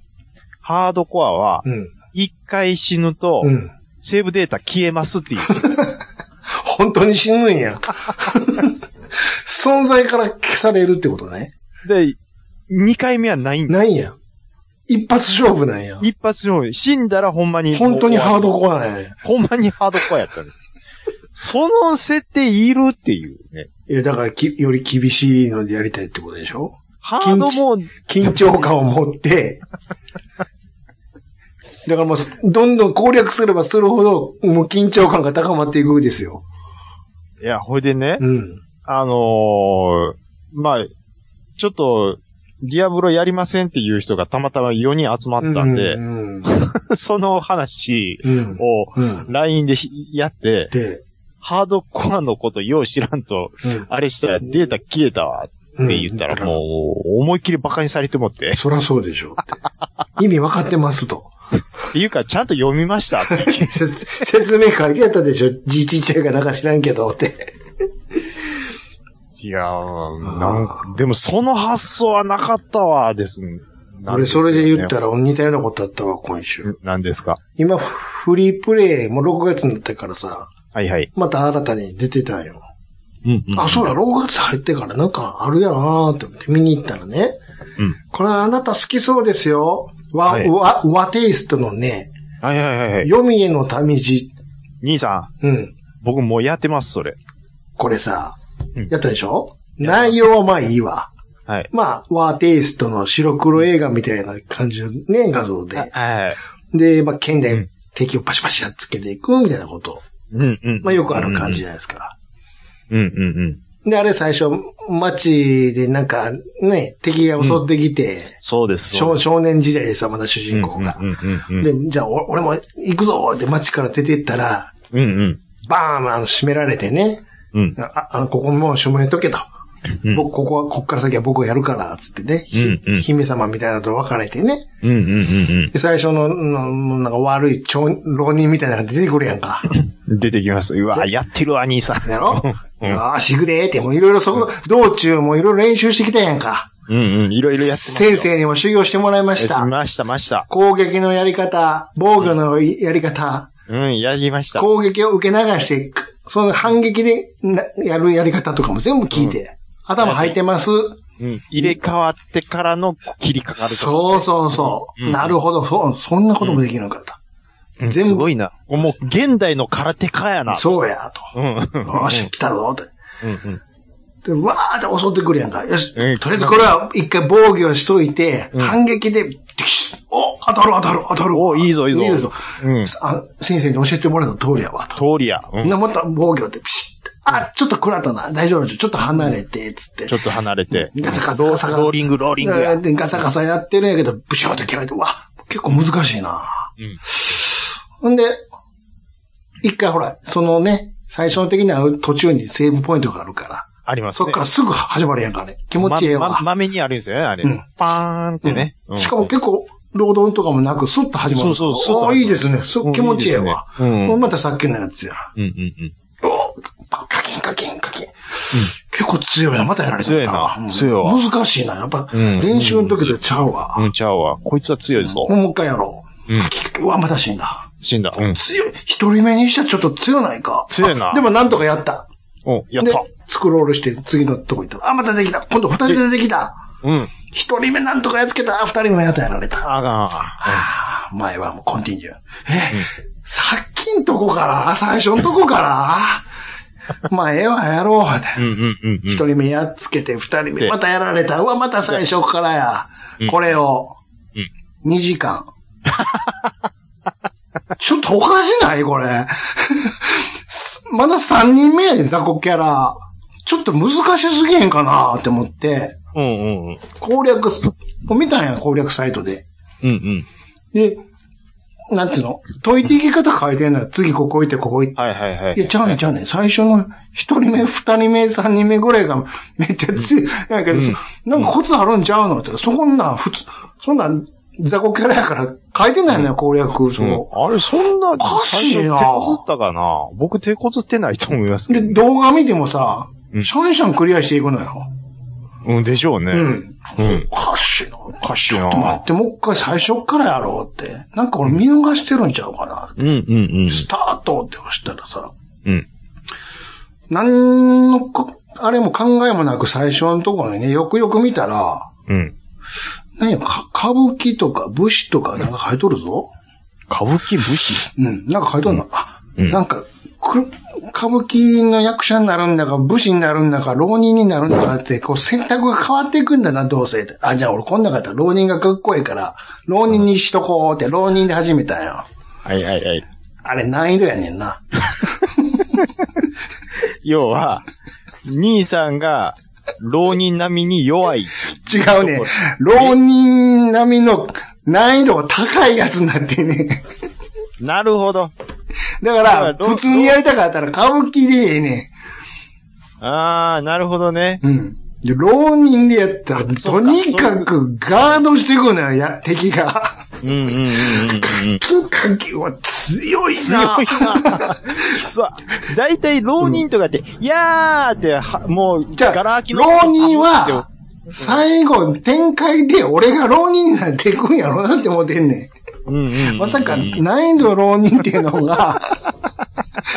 [SPEAKER 3] ハードコアは、
[SPEAKER 2] うん。
[SPEAKER 3] 一回死ぬと、
[SPEAKER 2] うん。
[SPEAKER 3] セーブデータ消えますっていう。
[SPEAKER 2] 本当に死ぬんや。 存在から消されるってことね。
[SPEAKER 3] で、二回目はないんだ。
[SPEAKER 2] ないんや。一発勝負なんや。
[SPEAKER 3] 一発の死んだらほんまに。
[SPEAKER 2] 本当にハー
[SPEAKER 3] もう
[SPEAKER 2] ドコアなんや。
[SPEAKER 3] ほんまにハードコアやったんです。その設定いるっていうね。
[SPEAKER 2] いや、だからき、より厳しいのでやりたいってことでしょ
[SPEAKER 3] ハードも、
[SPEAKER 2] 緊張感を持って、 だからもう、どんどん攻略すればするほど、もう緊張感が高まっていくんですよ。
[SPEAKER 3] いや、ほいでね、
[SPEAKER 2] うん。
[SPEAKER 3] あのーまあ、ちょっと、ディアブロやりませんっていう人がたまたま4人集まったんで、
[SPEAKER 2] うん。
[SPEAKER 3] その話
[SPEAKER 2] うん。
[SPEAKER 3] を
[SPEAKER 2] うん。
[SPEAKER 3] LINE でしやって、
[SPEAKER 2] で、
[SPEAKER 3] ハードコアのことよう知らんと、
[SPEAKER 2] うん
[SPEAKER 3] あれしたらデータ消えたわって言ったら
[SPEAKER 2] うん
[SPEAKER 3] もう思いっきり馬鹿にされてもって、
[SPEAKER 2] そらそうでしょうって。意味わかってますと。
[SPEAKER 3] っていうかちゃんと読みましたって
[SPEAKER 2] 説説明書いてやったでしょ字ちっちゃいかなんか知らんけどって。
[SPEAKER 3] いやー、なんか、でもその発想はなかったわ、です。なん
[SPEAKER 2] 俺
[SPEAKER 3] す
[SPEAKER 2] そ
[SPEAKER 3] よね
[SPEAKER 2] れで言ったら似たようなことあったわ、今週。
[SPEAKER 3] 何ですか
[SPEAKER 2] 今、フリープレイも6月になったからさ、
[SPEAKER 3] はいはい。
[SPEAKER 2] また新たに出てたんよ。
[SPEAKER 3] うん、うん。
[SPEAKER 2] あ、そうだ、6月入ってからなんかあるやなーって思って見に行ったらね。
[SPEAKER 3] うん
[SPEAKER 2] これあなた好きそうですよ。和、
[SPEAKER 3] はい
[SPEAKER 2] 和、和テイストのね、
[SPEAKER 3] はいはいはいはい。
[SPEAKER 2] 読みへの民路。
[SPEAKER 3] 兄さん、
[SPEAKER 2] うん。
[SPEAKER 3] 僕もうやってます、それ。
[SPEAKER 2] これさ
[SPEAKER 3] うん、
[SPEAKER 2] やったでしょ、内容はまあいいわ。
[SPEAKER 3] はい。
[SPEAKER 2] まあ、ワーテイストの白黒映画みたいな感じのね、画像で。
[SPEAKER 3] はい。
[SPEAKER 2] で、まあ、剣
[SPEAKER 3] う
[SPEAKER 2] で
[SPEAKER 3] ん
[SPEAKER 2] 敵をパシパシやっつけていくみたいなこと。
[SPEAKER 3] うんうん。
[SPEAKER 2] まあ、よくある感じじゃないですか。
[SPEAKER 3] うんうんうん。
[SPEAKER 2] で、あれ最初、街でなんかね、敵が襲ってきて、
[SPEAKER 3] そうです。
[SPEAKER 2] 少
[SPEAKER 3] う
[SPEAKER 2] 少年時代でさ、まだ主
[SPEAKER 3] うんう
[SPEAKER 2] 人公
[SPEAKER 3] ん
[SPEAKER 2] が。
[SPEAKER 3] うんうん。
[SPEAKER 2] で、じゃあ、お俺も行くぞって街から出てったら、
[SPEAKER 3] うんうん。
[SPEAKER 2] バーンあの、閉められてね。
[SPEAKER 3] うん。
[SPEAKER 2] あ、あの、ここもう閉めとけと。
[SPEAKER 3] うん
[SPEAKER 2] 僕、ここは、こっから先は僕がやるから、つってね。ひ
[SPEAKER 3] うんうん
[SPEAKER 2] 姫様みたいなのと別れてね。
[SPEAKER 3] うんうんうん
[SPEAKER 2] で、最初の、のなんか悪い町、浪人みたいなのが出てくるやんか。
[SPEAKER 3] うん。出てきます。うわ、やってるわ、兄さん。
[SPEAKER 2] やろ
[SPEAKER 3] うん
[SPEAKER 2] よーし、行くでーって、もういろいろそこ、道中もいろいろ練習してきたやんか。
[SPEAKER 3] うんうん。いろいろやってますよ。
[SPEAKER 2] 先生にも修行してもらいまし
[SPEAKER 3] え
[SPEAKER 2] た
[SPEAKER 3] し。ました、ました。
[SPEAKER 2] 攻撃のやり方、防御のやり方、
[SPEAKER 3] うん、やりました。
[SPEAKER 2] 攻撃を受け流して、その反撃でなやるやり方とかも全部聞いて、頭入ってます。
[SPEAKER 3] うん。入れ替わってからの切りかかるとこ。
[SPEAKER 2] そうそうそう。
[SPEAKER 3] うん
[SPEAKER 2] なるほど、そう、そんなこともできるのかと。
[SPEAKER 3] うん
[SPEAKER 2] 全部
[SPEAKER 3] すごいな。もう、現代の空手家やな。
[SPEAKER 2] そうや、と。
[SPEAKER 3] うん。うん
[SPEAKER 2] よし、来たぞ、って。
[SPEAKER 3] うん。
[SPEAKER 2] で、わーって襲ってくるやんか。よし、と
[SPEAKER 3] うん
[SPEAKER 2] りあえずこれは一回防御しといて、
[SPEAKER 3] うん
[SPEAKER 2] 反撃で、テキシッお、当たる当たる当たる。
[SPEAKER 3] おいいぞいいぞ
[SPEAKER 2] いいぞ。
[SPEAKER 3] うん。
[SPEAKER 2] あ先生に教えてもらった通りやわ、と。
[SPEAKER 3] 通りや。うん。
[SPEAKER 2] な、もっと防御って、ピシッて。あ、ちょっと食らったな。大丈夫ちょっと離れて、つって。
[SPEAKER 3] ちょっと離れて。
[SPEAKER 2] ガサガサガサガサ
[SPEAKER 3] ローリング、ローリングや。
[SPEAKER 2] でガサガサやってるんやけど、ブシューって切られて、うわ、結構難しいな。
[SPEAKER 3] うん
[SPEAKER 2] ほんで、一回ほら、そのね、最初の的には途中にセーブポイントがあるから、
[SPEAKER 3] ありますね。
[SPEAKER 2] そっからすぐ始まるやんかね。気持ちええわ。
[SPEAKER 3] ま、ま、豆にあるんですよね、あれ。
[SPEAKER 2] うん
[SPEAKER 3] パーンってね。うん
[SPEAKER 2] しかも結構、ロードンとかもなく、スッと始まる。
[SPEAKER 3] そうそうスッと始ま
[SPEAKER 2] あ
[SPEAKER 3] る
[SPEAKER 2] いいですね。す
[SPEAKER 3] うん
[SPEAKER 2] 気持ちええわ。
[SPEAKER 3] いいですねうん
[SPEAKER 2] もうまたさっきのやつや。
[SPEAKER 3] うんうん
[SPEAKER 2] おカカキンカキンカキン。結構強いな。またやられて
[SPEAKER 3] 強いな強いわ
[SPEAKER 2] 難しいな。やっぱ、
[SPEAKER 3] うん
[SPEAKER 2] 練習の時とちゃうわ。
[SPEAKER 3] うん。うん、ちゃうわ。こいつは強いぞ。
[SPEAKER 2] もう一回やろう。
[SPEAKER 3] うん
[SPEAKER 2] カキンカキン。うわ、また死んだ。
[SPEAKER 3] 死んだ。うん。
[SPEAKER 2] 強い。一人目にしてはちょっと強ないか。
[SPEAKER 3] 強いな
[SPEAKER 2] あでもなんとかやった。
[SPEAKER 3] お、やった
[SPEAKER 2] で。スクロールして次のとこ行ったら。あ、またできた。今度二人でできた。
[SPEAKER 3] うん。
[SPEAKER 2] 一人目なんとかやっつけた。あ、二人目やったやられた。
[SPEAKER 3] あが
[SPEAKER 2] あー前はもうコンティニュー。え、さっきんとこから、最初んとこから。 まあ、ええわ、やろう。みたい
[SPEAKER 3] ん。ううん
[SPEAKER 2] なん
[SPEAKER 3] うんうん。
[SPEAKER 2] 一人目やっつけて、二人目、
[SPEAKER 3] で
[SPEAKER 2] またやられた。うわ、また最初からや。これを
[SPEAKER 3] うん、
[SPEAKER 2] 2時間。 ちょっとおかしないこれ。 すまだ3人目やで、雑魚キャラ。ちょっと難しすぎへんかなって思って、
[SPEAKER 3] うんうんうん。
[SPEAKER 2] 攻略す、見たんや、攻略サイトで。
[SPEAKER 3] うんうん。
[SPEAKER 2] で、なんていうの解いていき方変えてんのよ。次ここ行って、ここ行って。
[SPEAKER 3] はいはいはい。
[SPEAKER 2] いや、ちゃうねんちゃうねん最初の一人目、二人目、三人目ぐらいがめっちゃ強い。やけど、なんかコツあるんちゃうのって言ったら、そんなん普通、そんなん雑魚キャラやから書いてないのよ、攻略。そうの
[SPEAKER 3] ん、あれ、そんな、
[SPEAKER 2] かしい
[SPEAKER 3] 最
[SPEAKER 2] な
[SPEAKER 3] 初手こずったかな僕手こずってないと思いますけ
[SPEAKER 2] で、
[SPEAKER 3] ど。
[SPEAKER 2] 動画見てもさ、
[SPEAKER 3] うん
[SPEAKER 2] シャンシャンクリアしていくのよ。
[SPEAKER 3] うん、でしょうね。
[SPEAKER 2] うん。
[SPEAKER 3] うん。
[SPEAKER 2] おかしいな。
[SPEAKER 3] おかしいな
[SPEAKER 2] 待って、もう一回最初っからやろうって。なんか俺見逃してるんちゃうかな。
[SPEAKER 3] うんうんうん。
[SPEAKER 2] スタートって押したらさ、
[SPEAKER 3] うん。
[SPEAKER 2] 何のこ、あれも考えもなく最初のところにね、よくよく見たら、
[SPEAKER 3] うん。
[SPEAKER 2] 何や、か歌舞伎とか武士とかなんか書いとるぞ。
[SPEAKER 3] 歌舞伎武士
[SPEAKER 2] うん、なんか書いとるの。あ、
[SPEAKER 3] うん
[SPEAKER 2] なんか、く歌舞伎の役者になるんだか、武士になるんだか、浪人になるんだかって、こう選択が変わっていくんだな、どうせ。あ、じゃあ俺こんなかったら浪人がかっこいいから、浪人にしとこうって、浪人で始めたんよ。
[SPEAKER 3] はいはいはい。
[SPEAKER 2] あれ難易度やねんな。
[SPEAKER 3] 要は、兄さんが、浪人並みに弱い。
[SPEAKER 2] 違うね。浪人並みの難易度が高いやつになってね。
[SPEAKER 3] なるほど。
[SPEAKER 2] だ
[SPEAKER 3] か
[SPEAKER 2] か
[SPEAKER 3] ら
[SPEAKER 2] ら、
[SPEAKER 3] 浪
[SPEAKER 2] 普通にやりたかったら歌舞伎でええね
[SPEAKER 3] あー、なるほどね。
[SPEAKER 2] ん。うん。で、浪人でやったら、
[SPEAKER 3] そ
[SPEAKER 2] と
[SPEAKER 3] うか
[SPEAKER 2] にかくガードしていくのよ、や、敵が。
[SPEAKER 3] うんうんうんうんうん。
[SPEAKER 2] とかきは強い
[SPEAKER 3] 強
[SPEAKER 2] な。
[SPEAKER 3] いなそう。だいたい浪人とかって、いやーっては、もう、
[SPEAKER 2] じゃ
[SPEAKER 3] ガラ
[SPEAKER 2] あ
[SPEAKER 3] 空き、の
[SPEAKER 2] 浪人は、、最後、展開で俺が浪人になっていくんやろなって思ってんねん。
[SPEAKER 3] うんうんうん。
[SPEAKER 2] まさか、難易度浪人っていうの が、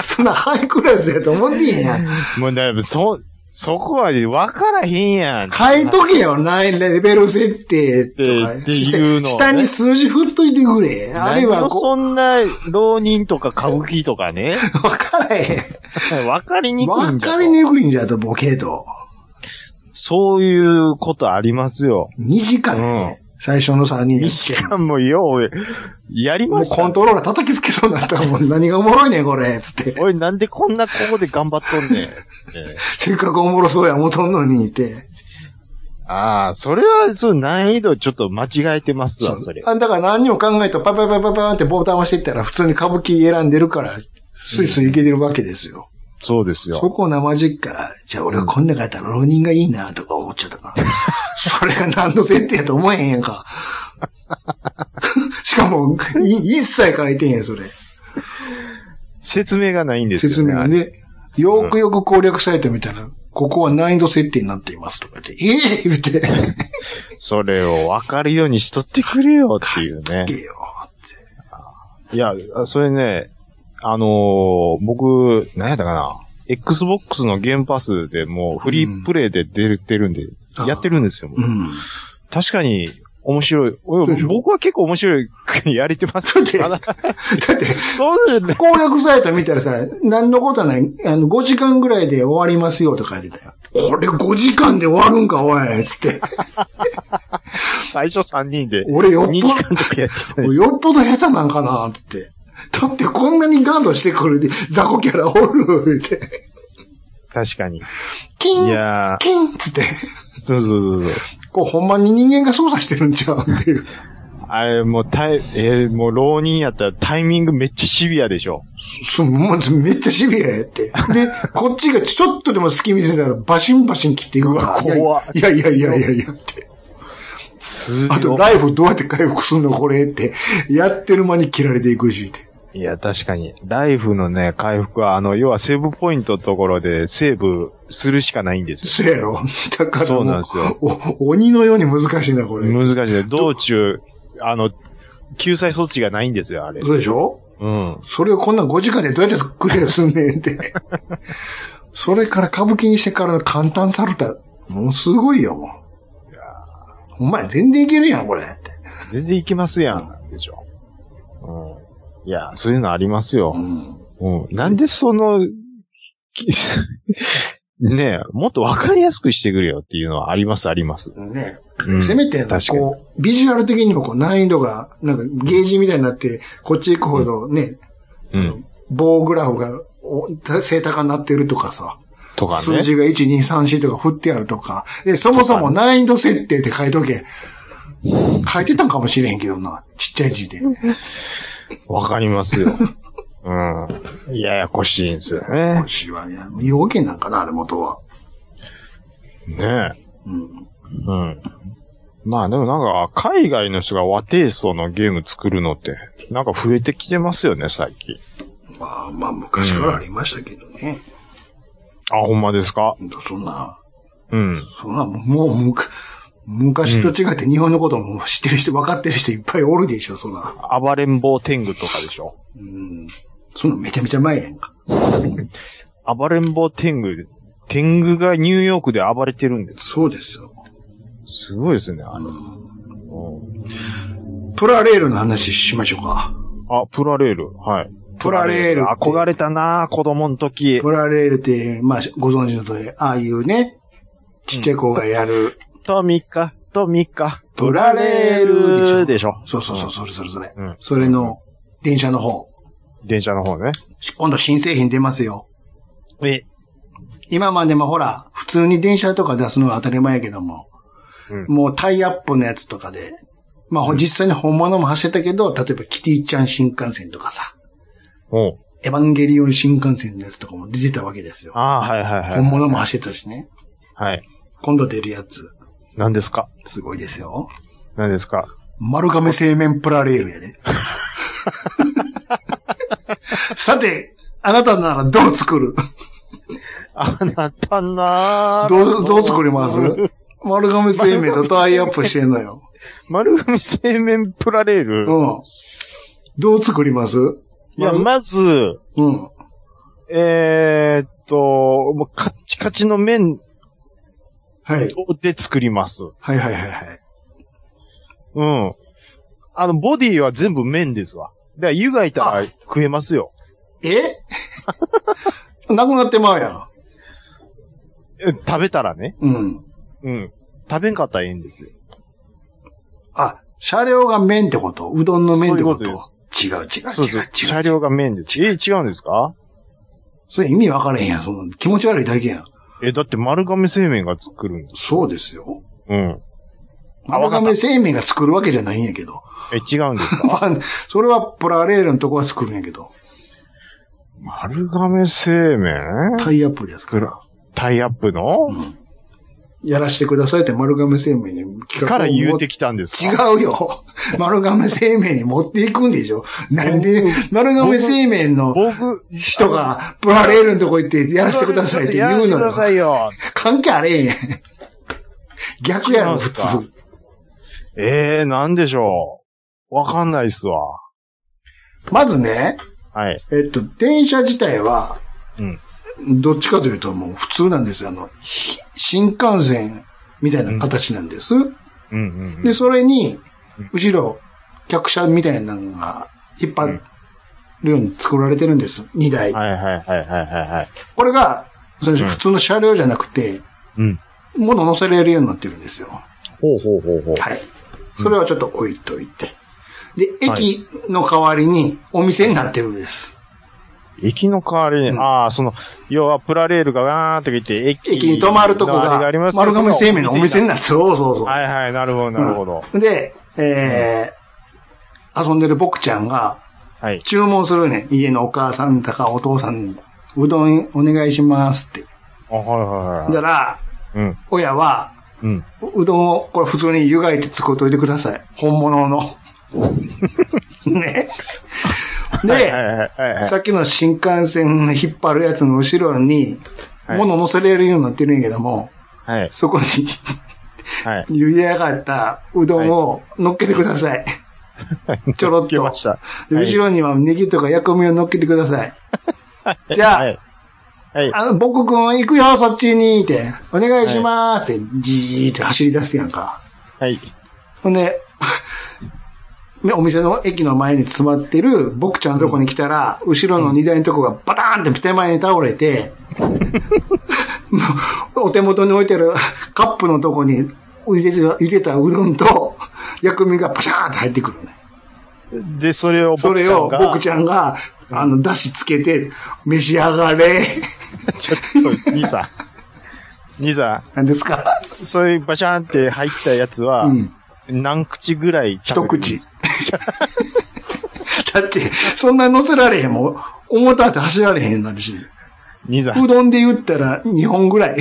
[SPEAKER 2] そんなハイクラスやと思ってんやん。
[SPEAKER 3] もうだいぶ、そ、そこは分からへんやん。
[SPEAKER 2] 変えとけよ、ないレベル設定とか。
[SPEAKER 3] っていうのをね
[SPEAKER 2] 下に数字振っといてくれ。ある
[SPEAKER 3] 何
[SPEAKER 2] いは
[SPEAKER 3] を
[SPEAKER 2] こ
[SPEAKER 3] そんな、浪人とか歌舞伎とか ね。
[SPEAKER 2] う、わからへ
[SPEAKER 3] 分かりに
[SPEAKER 2] ん。
[SPEAKER 3] くい
[SPEAKER 2] わ
[SPEAKER 3] んじゃ
[SPEAKER 2] か
[SPEAKER 3] と
[SPEAKER 2] りにくいんじゃと、ボケと。
[SPEAKER 3] そういうことありますよ。
[SPEAKER 2] 2時間ね。最初の3人。
[SPEAKER 3] 2時間もよう、やり
[SPEAKER 2] も
[SPEAKER 3] ま
[SPEAKER 2] う
[SPEAKER 3] した、
[SPEAKER 2] コントローラー叩きつけそうになったもん。何がおもろいねん、これ。つって。
[SPEAKER 3] おい、なんでこんなここで頑張っとんねん。ええ
[SPEAKER 2] せっかくおもろそうや、思うとんのに、って。
[SPEAKER 3] ああ、それは、そう、難易度ちょっと間違えてますわ、それ。
[SPEAKER 2] あだから何にも考えたら、パパパパパンってボタン押していったら、普通に歌舞伎選んでるから、スイスイいけてるわけですよ。
[SPEAKER 3] そうです
[SPEAKER 2] そ
[SPEAKER 3] よ。
[SPEAKER 2] こを生実家、じゃあ俺はこんなかったら浪人がいいなとか思っちゃったから。それが何の設定やと思えへんやんか。しかも、い一切書いてんやん、それ。
[SPEAKER 3] 説明がないんですよ、ね。
[SPEAKER 2] 説明が。ね。よくよく攻略サイト見たら、ここは難易度設定になっていますとか言って、ええ言って、
[SPEAKER 3] それを分かるようにしとってくれよっていうね。
[SPEAKER 2] ええよ。
[SPEAKER 3] いや、それね、あのー僕、何やったかな。Xbox のゲームパスでもうフリープレイで出てるんで、
[SPEAKER 2] あ
[SPEAKER 3] やってるんですよ。
[SPEAKER 2] うん。
[SPEAKER 3] 確かに、面白い。おい
[SPEAKER 2] そうでしょ
[SPEAKER 3] 僕は結構面白いやれてます
[SPEAKER 2] だって
[SPEAKER 3] ただ
[SPEAKER 2] だって、
[SPEAKER 3] そうね。
[SPEAKER 2] 攻略サイト見たらさ、何のことはない、あの、5時間ぐらいで終わりますよとか言ってたよ。これ5時間で終わるんか、おい つって。
[SPEAKER 3] 最初3人で。
[SPEAKER 2] 俺よっぽ
[SPEAKER 3] 2時間とかやってたでしょ
[SPEAKER 2] よっぽど下手なんかなって。だってこんなにガードしてくる雑魚キャラおるって。
[SPEAKER 3] 確かに。
[SPEAKER 2] キン
[SPEAKER 3] いや
[SPEAKER 2] キンっつって。
[SPEAKER 3] ー、そうそうそうそう。
[SPEAKER 2] こうほんまに人間が操作してるんちゃうっていう。
[SPEAKER 3] あれ、もう、タイ、えーもう、浪人やったらタイミングめっちゃシビアでしょ。
[SPEAKER 2] そう、もうめっちゃシビアやって。で、こっちがちょっとでも隙見せたらバシンバシン切っていくから。
[SPEAKER 3] うわ怖っ
[SPEAKER 2] いやいやいやいやいやいやって。
[SPEAKER 3] 通
[SPEAKER 2] あと、
[SPEAKER 3] 常。
[SPEAKER 2] ライフどうやって回復すんのこれって、やってる間に切られていくし、って。
[SPEAKER 3] いや、確かに。ライフのね、回復は、あの、要はセーブポイントのところでセーブするしかないんですよ。
[SPEAKER 2] そうやろ。だからも
[SPEAKER 3] そうなんですよ
[SPEAKER 2] お鬼のように難しいな、これ。
[SPEAKER 3] 難しいね。道中、あの、救済措置がないんですよ、あれ。
[SPEAKER 2] そうでしょ
[SPEAKER 3] うん。
[SPEAKER 2] それをこんな5時間でどうやってクリアすんねんって。それから歌舞伎にしてからの簡単された。もうすごいよ、もう。お前全然いけるやん、これ。って
[SPEAKER 3] 全然いけますやん。でしょ。うん。いや、そういうのあります
[SPEAKER 2] う
[SPEAKER 3] よ。
[SPEAKER 2] ん。
[SPEAKER 3] うん。なんでその、 きねえ、もっとわかりやすくしてくれよっていうのはあります、あります。
[SPEAKER 2] ね、
[SPEAKER 3] うん
[SPEAKER 2] せめて、
[SPEAKER 3] 確かに
[SPEAKER 2] こう、ビジュアル的にもこう難易度が、なんかゲージみたいになって、こっち行くほどね、
[SPEAKER 3] うん。
[SPEAKER 2] 棒グラフがお正高になってるとかさ、
[SPEAKER 3] とか
[SPEAKER 2] 数
[SPEAKER 3] ね。
[SPEAKER 2] 字が1、2、3、4とか振ってあるとか、で、そもそも難易度設定って書いとけ。書いてたんかもしれへんけどな、ちっちゃい字で。
[SPEAKER 3] わかります よ。うん。ややこしいんですよね。
[SPEAKER 2] 腰はね、要件なんかな、あれ元は。
[SPEAKER 3] ねえ。
[SPEAKER 2] うん。
[SPEAKER 3] うん。まあでもなんか、海外の人が和テイストのゲーム作るのって、なんか増えてきてますよね、最近。
[SPEAKER 2] まあまあ、昔からありましたけどね。
[SPEAKER 3] あ、ほんまですか
[SPEAKER 2] ほんとそんな、
[SPEAKER 3] うん。
[SPEAKER 2] そんな、もうむか、昔と違って日本のことも知ってる人、分かってる人いっぱいおるでしょ、そら。
[SPEAKER 3] 暴れん坊天狗とかでしょ
[SPEAKER 2] うん。そんなめちゃめちゃ前やんか。
[SPEAKER 3] 暴れん坊天狗、天狗がニューヨークで暴れてるんです。
[SPEAKER 2] そうですよ。
[SPEAKER 3] すごいですね、あれ。
[SPEAKER 2] プラレールの話しましょうか。
[SPEAKER 3] あ、プラレール。はい。
[SPEAKER 2] プラレールって
[SPEAKER 3] 憧れたなぁ子供の時。
[SPEAKER 2] プラレールって、まあ、ご存知の通り、ああいうね、ちっちゃい子がやる、
[SPEAKER 3] トミカ、トミカ、
[SPEAKER 2] プラレール
[SPEAKER 3] でしょ。
[SPEAKER 2] そうそうそう、それそれそれ。
[SPEAKER 3] うん
[SPEAKER 2] それの、電車の方。
[SPEAKER 3] 電車の方ね。
[SPEAKER 2] し今度新製品出ますよ。
[SPEAKER 3] え、
[SPEAKER 2] 今までもほら、普通に電車とか出すのは当たり前やけども、
[SPEAKER 3] うん
[SPEAKER 2] もうタイアップのやつとかで、まあ、ほ実際に本物も走ってたけど、例えばキティちゃん新幹線とかさ、
[SPEAKER 3] おう
[SPEAKER 2] エヴァンゲリオン新幹線のやつとかも出てたわけですよ。
[SPEAKER 3] ああ、はいはいはい。
[SPEAKER 2] 本物も走ってたしね。
[SPEAKER 3] はい。
[SPEAKER 2] 今度出るやつ、
[SPEAKER 3] 何ですか
[SPEAKER 2] すごいですよ。
[SPEAKER 3] 何ですか
[SPEAKER 2] 丸亀製麺プラレール やで。さて、あなたならどう作る
[SPEAKER 3] あなたなぁ
[SPEAKER 2] どう、どう作ります丸亀製麺とタイアップしてんのよ。
[SPEAKER 3] 丸亀製麺プラレール。
[SPEAKER 2] うん。どう作ります
[SPEAKER 3] いや、
[SPEAKER 2] 丸
[SPEAKER 3] まず、
[SPEAKER 2] うん。
[SPEAKER 3] えーっと、もうカッチカチの麺
[SPEAKER 2] はい。
[SPEAKER 3] で作ります。
[SPEAKER 2] はいはいはいはい。
[SPEAKER 3] うん。あの、ボディは全部麺ですわ。だから湯がいたら食えますよ。
[SPEAKER 2] え なくなってまうやん。
[SPEAKER 3] え食べたらね。
[SPEAKER 2] うん。
[SPEAKER 3] うん。食べんかったらええんですよ。
[SPEAKER 2] あ、車両が麺ってことうどんの麺ってこと
[SPEAKER 3] そういうこ
[SPEAKER 2] 違う違う違う違う。
[SPEAKER 3] そうそう。車両が麺です。え、違うんですか
[SPEAKER 2] それ意味分からへんやん。その気持ち悪いだけやん。
[SPEAKER 3] え、だって丸亀製麺が作るんです。
[SPEAKER 2] そうですよ。
[SPEAKER 3] うん。あ
[SPEAKER 2] 丸
[SPEAKER 3] わかった
[SPEAKER 2] 亀製麺が作るわけじゃないんやけど。
[SPEAKER 3] え、違うんですか
[SPEAKER 2] ま あ、それはプラレールのとこは作るんやけど。
[SPEAKER 3] 丸亀製麺
[SPEAKER 2] タイアップですから。
[SPEAKER 3] タイアップの
[SPEAKER 2] やらしてくださいって丸亀製麺に企画
[SPEAKER 3] か
[SPEAKER 2] を
[SPEAKER 3] ら
[SPEAKER 2] 持っ
[SPEAKER 3] 言うてきたんですか
[SPEAKER 2] 違 うよ。丸亀製麺に持っていくんでしょ。なんで、丸亀製麺の
[SPEAKER 3] 僕、
[SPEAKER 2] 人がプラレールのとこ行ってやらせてくださいって
[SPEAKER 3] やら
[SPEAKER 2] 言う
[SPEAKER 3] せて
[SPEAKER 2] の
[SPEAKER 3] く
[SPEAKER 2] よ
[SPEAKER 3] だ。さいよ。
[SPEAKER 2] 関係あれへん。逆や
[SPEAKER 3] 違う
[SPEAKER 2] ろ、
[SPEAKER 3] ん
[SPEAKER 2] 普
[SPEAKER 3] すか
[SPEAKER 2] 通。
[SPEAKER 3] ええー、なんでしょう。わかんないっすわ。
[SPEAKER 2] まずね、
[SPEAKER 3] はい。
[SPEAKER 2] えっと、電車自体は、
[SPEAKER 3] うん
[SPEAKER 2] どっちかというともう普通なんですよ。あの、ひ新幹線みたいな形なんです。
[SPEAKER 3] うんうんうん。
[SPEAKER 2] で、それに、後ろ、客車みたいなのが引っ張るように作られてるんです。2台。
[SPEAKER 3] はいはいはいはいはいはい。
[SPEAKER 2] これが、それ普通の車両じゃなくて、
[SPEAKER 3] うん。
[SPEAKER 2] 物乗せられるようになってるんですよ。
[SPEAKER 3] ほうほうほうほう。
[SPEAKER 2] はい。それはちょっと置いといて。で、
[SPEAKER 3] はい
[SPEAKER 2] 駅の代わりにお店になってるんです。
[SPEAKER 3] 駅の代わりに、
[SPEAKER 2] うん
[SPEAKER 3] ああ、その、要はプラレールがガーンと来て、駅
[SPEAKER 2] 駅に泊まるとこ
[SPEAKER 3] のあれ
[SPEAKER 2] が
[SPEAKER 3] ありま、すけど
[SPEAKER 2] 丸亀製麺のお店になってる。そうそうそう。
[SPEAKER 3] はいはい、なるほどなるほど。
[SPEAKER 2] うんで、えー遊んでる僕ちゃんが
[SPEAKER 3] はい。
[SPEAKER 2] 注文するね。家のお母さんとかお父さんに、うどんお願いしますって。
[SPEAKER 3] あ、はいはいは
[SPEAKER 2] だ
[SPEAKER 3] い。
[SPEAKER 2] から、
[SPEAKER 3] うん。
[SPEAKER 2] 親は、
[SPEAKER 3] うん。
[SPEAKER 2] うどんを、これ普通に湯がいて使うといてください。本 物の。ね。
[SPEAKER 3] はい
[SPEAKER 2] で、
[SPEAKER 3] はいはいはい。
[SPEAKER 2] さっきの新幹線の引っ張るやつの後ろに、
[SPEAKER 3] はい
[SPEAKER 2] 物乗せれるようになってるんやけども、
[SPEAKER 3] はい。
[SPEAKER 2] そこに
[SPEAKER 3] はい。
[SPEAKER 2] 茹で上がったうどんを乗っけてくだ さい。ちょろっ
[SPEAKER 3] 受け
[SPEAKER 2] と。
[SPEAKER 3] ました。
[SPEAKER 2] で
[SPEAKER 3] はい
[SPEAKER 2] 後ろにはネギとか薬味を乗っけてください。じゃあ、
[SPEAKER 3] はい。はい。
[SPEAKER 2] あの、僕くん行くよ、そっちに、って、お願いしますって、じーって走り出すやんか。
[SPEAKER 3] はい。
[SPEAKER 2] ほんで、 ねお店の駅の前に詰まってる、僕ちゃんのとこに来たら、後ろの荷台のとこがバターンって手前に倒れて、 もうお手元に置いてる カップのとこに、茹でてた、茹でたうどんと、薬味がパシャーンって入ってくるね。
[SPEAKER 3] で、それを僕ちゃ
[SPEAKER 2] そ
[SPEAKER 3] んが、
[SPEAKER 2] れを僕ちゃんが、あの、出汁つけて、召し上がれ。
[SPEAKER 3] ちょっと、兄さん。 兄さ
[SPEAKER 2] 何ですか
[SPEAKER 3] ん、そういうバシャーンって入ったやつは、
[SPEAKER 2] うん
[SPEAKER 3] 何口ぐらい
[SPEAKER 2] 一
[SPEAKER 3] 食べてるん
[SPEAKER 2] 口
[SPEAKER 3] です。
[SPEAKER 2] だって、そんな乗せられへんもん。重たって走られへんなるし。
[SPEAKER 3] 兄さん
[SPEAKER 2] う、どんで言ったら2本ぐらい。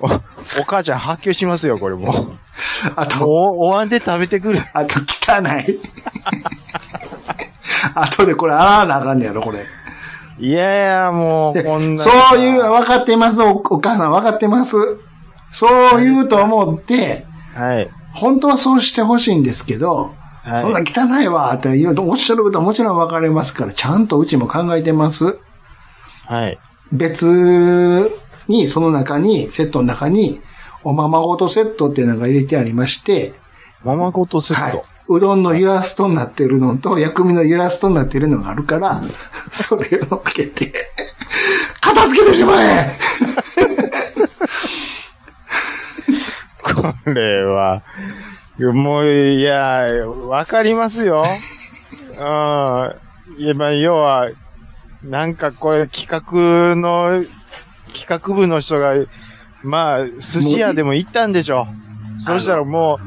[SPEAKER 3] おお母ちゃん発狂しますよ、これも う。
[SPEAKER 2] あ
[SPEAKER 3] もう
[SPEAKER 2] と、
[SPEAKER 3] お椀で食べてくる。
[SPEAKER 2] あと汚い。 あとでこれ洗わなあかんねやろ、これ。
[SPEAKER 3] いやいや、もう、
[SPEAKER 2] で
[SPEAKER 3] こんな。
[SPEAKER 2] そういう、分かってます、おお母さん分かってます。そう言うと思って、
[SPEAKER 3] はい。
[SPEAKER 2] 本当はそうしてほしいんですけど、
[SPEAKER 3] はい。
[SPEAKER 2] そんな汚いわ、って言うと、おっしゃることはもちろん分かれますから、ちゃんとうちも考えてます。
[SPEAKER 3] はい。
[SPEAKER 2] 別に、その中に、セットの中に、おままごとセットっていうのが入れてありまして、
[SPEAKER 3] ままごとセッ
[SPEAKER 2] は
[SPEAKER 3] ト。
[SPEAKER 2] い。うどんのイラストになってるのと、薬味のイラストになってるのがあるから、それをかけて、 片付けてしまえ
[SPEAKER 3] これは、もう、いや、わかりますよ。うん。いや、まあ、要は、なんかこれ企画の、企画部の人が、まあ、寿司屋でも行ったんでしょ。そうしたらも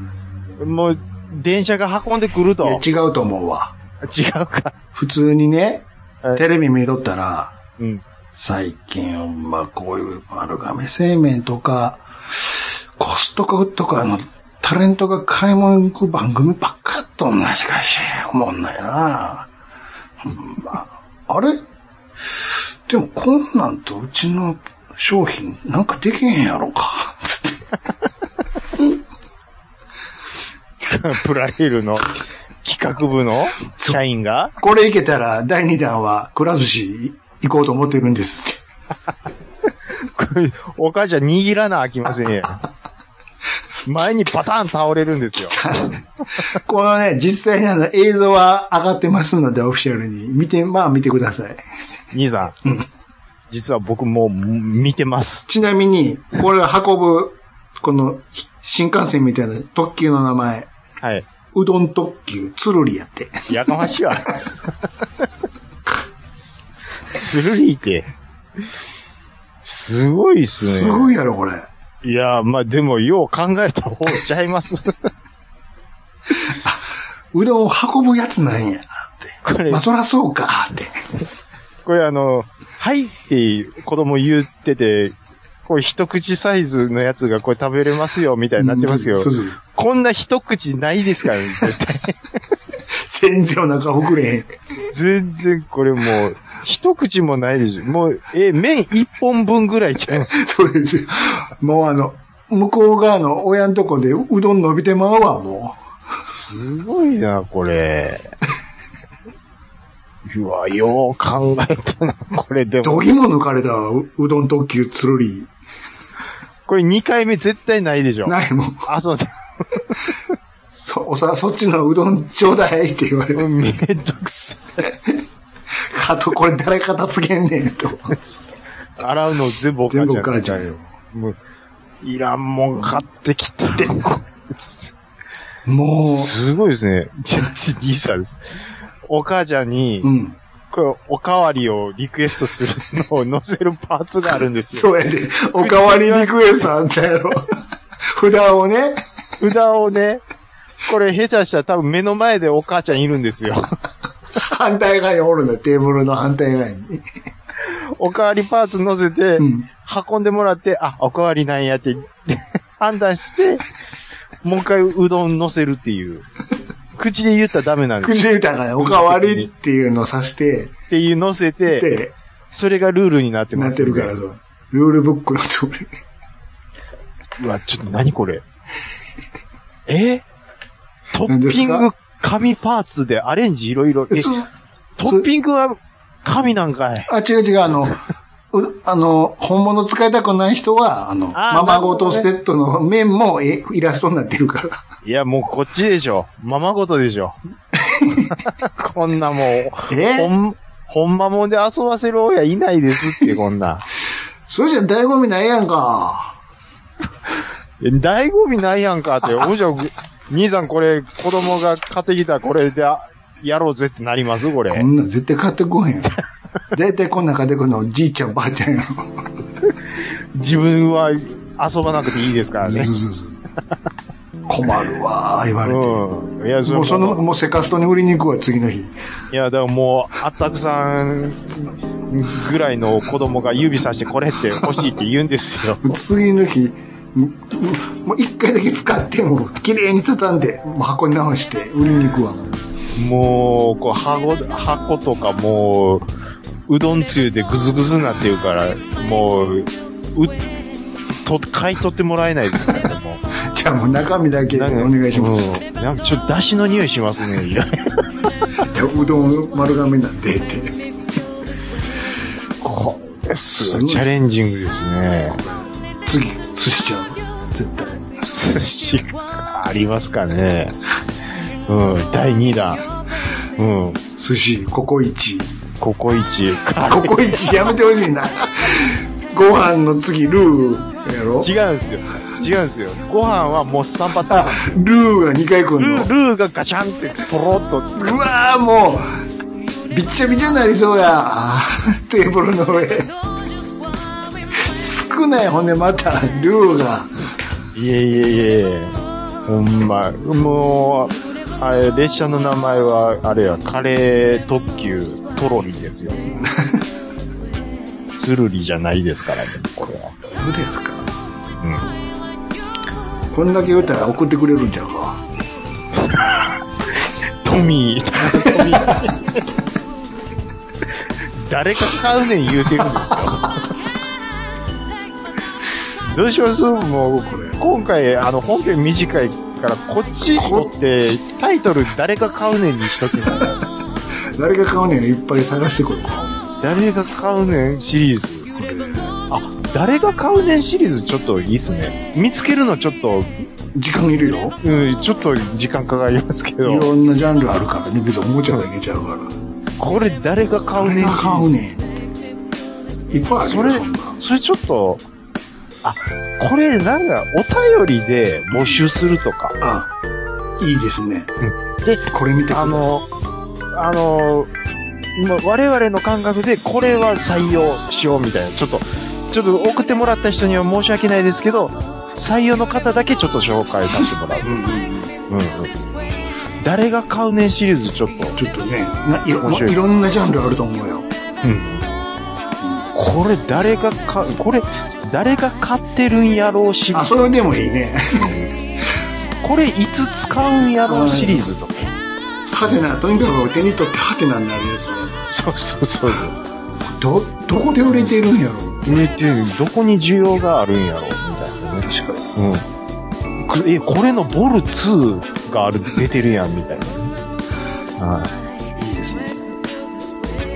[SPEAKER 3] う、もう、電車が運んでくると。
[SPEAKER 2] い
[SPEAKER 3] 違
[SPEAKER 2] や違うと思うわ。
[SPEAKER 3] うか。
[SPEAKER 2] 普通にね
[SPEAKER 3] はい、
[SPEAKER 2] テレビ見とったら、
[SPEAKER 3] うん。
[SPEAKER 2] 最近、まあこういう丸亀製麺とか、コストコとかのタレントが買い物行く番組ばっかやっとんな、しかし、思んないな。うんまあ、あれでもこんなんとうちの商品なんかできへんやろか。つって
[SPEAKER 3] プライルの企画部の社員が、
[SPEAKER 2] これいけたら第2弾はくら寿司行こうと思ってるんですって。
[SPEAKER 3] これ お母ちゃん握らなあきませんやん。前にパターン倒れるんですよ。
[SPEAKER 2] このね、実際にあの映像は上がってますので、オフィシャルに。見て、まあ見てください。
[SPEAKER 3] 兄さん。実は僕もう見てます。
[SPEAKER 2] ちなみに、これを運ぶ、このひ新幹線みたいな特急の名前、
[SPEAKER 3] はい。
[SPEAKER 2] うどん特急、つるりやって。
[SPEAKER 3] やかましいわ。つるりいて。すごいっすね。
[SPEAKER 2] すごいやろ、これ。
[SPEAKER 3] い。や、まあでもよう考えた方ちゃいます。
[SPEAKER 2] うどんを運ぶやつなんや、って。
[SPEAKER 3] これ
[SPEAKER 2] まあ、、そらそうか、って。
[SPEAKER 3] これあの、はいって子供言ってて、こう一口サイズのやつがこれ食べれますよみたいになってますけど
[SPEAKER 2] うん、そうそう
[SPEAKER 3] こんな一口ないですから、ね、 絶対。
[SPEAKER 2] 全然お腹ほくれへん。
[SPEAKER 3] 全然これもう、一口もないでしょ。もう、え、麺一本分ぐらいちゃいます。
[SPEAKER 2] そうですよ。もうあの、向こう側の親んとこでうどん伸びてまうわ、も
[SPEAKER 3] すごいな、これ。うわ、よう考えたな、これで
[SPEAKER 2] う。
[SPEAKER 3] も。
[SPEAKER 2] どぎも抜かれたわううどん特急、つるり。
[SPEAKER 3] これ二回目絶対ないでしょ。
[SPEAKER 2] ないもん。
[SPEAKER 3] あ、そうだ。
[SPEAKER 2] そ、おさ、そっちのうどんちょうだいって言われる。
[SPEAKER 3] めんどくさい。
[SPEAKER 2] あと、これ誰片付けんねんと。
[SPEAKER 3] 洗うの全部お母ちゃん
[SPEAKER 2] 全部お母ちゃんよ。
[SPEAKER 3] もう、いらんもん買ってきた。
[SPEAKER 2] もう、
[SPEAKER 3] すごいですね。ジャッジ兄さんです。お母ちゃんに、
[SPEAKER 2] うん。
[SPEAKER 3] これ、おかわりをリクエストするのを載せるパーツがあるんですよ。
[SPEAKER 2] そうやで。おかわりリクエストあんたやろ。札をね、
[SPEAKER 3] 札をね、これ下手したら多分目の前でお母ちゃんいるんです よ。
[SPEAKER 2] 反対側におるのよ、テーブルの反対側に。
[SPEAKER 3] おかわりパーツ載せて、
[SPEAKER 2] うん
[SPEAKER 3] 運んでもらって、あ、おかわりなんやって、 判断して、もう一回うどん乗せるっていう。口で言ったらダメなんです
[SPEAKER 2] 口で言うたから、おかわりっていうのをさして、
[SPEAKER 3] っていう乗せて、
[SPEAKER 2] で、
[SPEAKER 3] それがルールになってま
[SPEAKER 2] なっ
[SPEAKER 3] す
[SPEAKER 2] て
[SPEAKER 3] んで。
[SPEAKER 2] るから、そう。ルールブックの通り。
[SPEAKER 3] うわ、ちょっと何こ れ。えト
[SPEAKER 2] 何
[SPEAKER 3] ッ
[SPEAKER 2] です
[SPEAKER 3] ピン
[SPEAKER 2] か
[SPEAKER 3] グ紙パーツでアレンジいろいろ。え、
[SPEAKER 2] そう
[SPEAKER 3] トッピングは紙なんかい。
[SPEAKER 2] あ、違う違う、あの、うあの、本物使いたくない人は、あの、
[SPEAKER 3] あー
[SPEAKER 2] ままごと
[SPEAKER 3] なるほ
[SPEAKER 2] セ
[SPEAKER 3] ど
[SPEAKER 2] ットの面もえイラストになってるから。
[SPEAKER 3] いや、もうこっちでしょ。ままごとでし ょ。こんなもう、ほ
[SPEAKER 2] え
[SPEAKER 3] ん、ほんまもんで遊ばせる親いないですって、こん な。
[SPEAKER 2] それじゃ醍醐味ないやんか。
[SPEAKER 3] え醍醐味ないやんかって。おじゃ、兄さんこれ、子供が買ってきたこれで、あやろうぜってなりますこ
[SPEAKER 2] こ
[SPEAKER 3] れ。
[SPEAKER 2] んなん絶対買ってこへん。絶対こんなん買ってくんの、じいちゃんばあちゃんやろ。
[SPEAKER 3] 自分は遊ばなくていいですから
[SPEAKER 2] そう
[SPEAKER 3] ね
[SPEAKER 2] そ。うそう。困るわー、言われて。
[SPEAKER 3] うん。いや、それ
[SPEAKER 2] もうその、
[SPEAKER 3] も
[SPEAKER 2] もうセカストに売りに行くわ、次の日。
[SPEAKER 3] いや、だからもう、あったくさんぐらいの子供が指さしてこれって欲しいって言うんです よ。
[SPEAKER 2] 次の日、もうもう一回だけ使って、もう綺麗に畳んで、もう箱に直して、売りに行くわ。
[SPEAKER 3] もう、こう、箱、箱とかもう、うどんつゆでぐずぐずになってるから、もう、う、と、買い取ってもらえないです から、もう。
[SPEAKER 2] じゃあもう中身だけお願いします。
[SPEAKER 3] うんなんかちょっと出汁の匂いしますね、いや
[SPEAKER 2] いやうどん丸亀なんでって。
[SPEAKER 3] これすご
[SPEAKER 2] すご
[SPEAKER 3] い
[SPEAKER 2] い
[SPEAKER 3] チャレンジングですね。
[SPEAKER 2] 次、寿司ちゃう。絶対。
[SPEAKER 3] 寿司ありますかね。うん、第2弾。うん、
[SPEAKER 2] 寿司、ココイチ。
[SPEAKER 3] ココイチ。
[SPEAKER 2] あ、ココイチやめてほしいな。ご飯の次、ルーやろ
[SPEAKER 3] 違うんですよ。違うんですよ。ご飯はもうスタンパタ
[SPEAKER 2] あ
[SPEAKER 3] ーン。、
[SPEAKER 2] ルーが2回来
[SPEAKER 3] ル
[SPEAKER 2] んの
[SPEAKER 3] ー、。ルーがガチャンってとろっと。
[SPEAKER 2] うわーもう、びっちゃびちゃになりそうや。 あーテーブルの上。少ない、ほんでまた、ルーが。
[SPEAKER 3] いえいえいえ。ほんま、もう、あれ、列車の名前は、あれや、カレー特急トロリですよ。つるりじゃないですからね、これは。
[SPEAKER 2] そうですか。
[SPEAKER 3] うん。
[SPEAKER 2] こんだけ言ったら送ってくれるんちゃうか。
[SPEAKER 3] トミー、トミー。誰か買うねん言うてるんですよ。どうしますもう、これ。今回、あの、本編短いから、こっち取って、タイトル誰か買うねんにしときます。
[SPEAKER 2] 誰が買うねん、いっぱい探してこい。こ
[SPEAKER 3] 誰が買うねんシリーズ。
[SPEAKER 2] れ
[SPEAKER 3] あ、誰が買うねんシリーズちょっといいっすね。見つけるのちょっと、
[SPEAKER 2] 時間いるよ。
[SPEAKER 3] うん、ちょっと時間かかりますけ
[SPEAKER 2] い
[SPEAKER 3] ど、
[SPEAKER 2] ろんなジャンルあるからね、別におもちゃだけちゃうから。
[SPEAKER 3] これ誰が買うねんシリーズ
[SPEAKER 2] 買う。ねんって。いっぱいある
[SPEAKER 3] そ
[SPEAKER 2] よ、
[SPEAKER 3] れ
[SPEAKER 2] そんな。、
[SPEAKER 3] それちょっと、あ、これなんかお便りで募集するとか。
[SPEAKER 2] あ、いいですね。
[SPEAKER 3] で、
[SPEAKER 2] これ見て
[SPEAKER 3] あ
[SPEAKER 2] くだ
[SPEAKER 3] の、あの、ま我々の感覚でこれは採用しようみたいな、ちょっと、ちょっと送ってもらった人には申し訳ないですけど、採用の方だけちょっと紹介させてもらう。
[SPEAKER 2] うんうんうん。
[SPEAKER 3] うんうん。誰が買うねんシリーズちょっと、
[SPEAKER 2] ちょっとね、ないろ
[SPEAKER 3] 面白い
[SPEAKER 2] いろんなジャンルあると思うよ。
[SPEAKER 3] うん。これ誰が買う、これ誰が買ってるんやろうシリー
[SPEAKER 2] あ、
[SPEAKER 3] ズ。
[SPEAKER 2] それでもいいね。
[SPEAKER 3] これいつ使うんやろうシリーズとか。
[SPEAKER 2] ハテナ、とにかく手に取ってハテナになるやつね。
[SPEAKER 3] そうそうそうそう。
[SPEAKER 2] ど、どこで売れているんやろう
[SPEAKER 3] ねっていうどこに需要があるんやろみたいなね。
[SPEAKER 2] 確かに。
[SPEAKER 3] うんく。え、これのボル2がある、出てるやん、みたいなね。はい
[SPEAKER 2] いですね。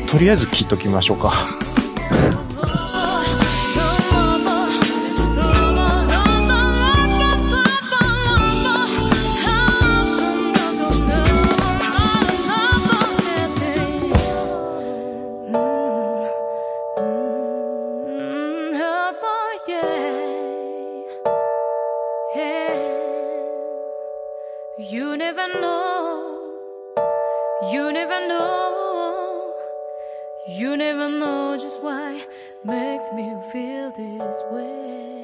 [SPEAKER 3] い。とりあえず切っときましょうか。
[SPEAKER 1] You never know, you never know. You never know just why makes me feel this way.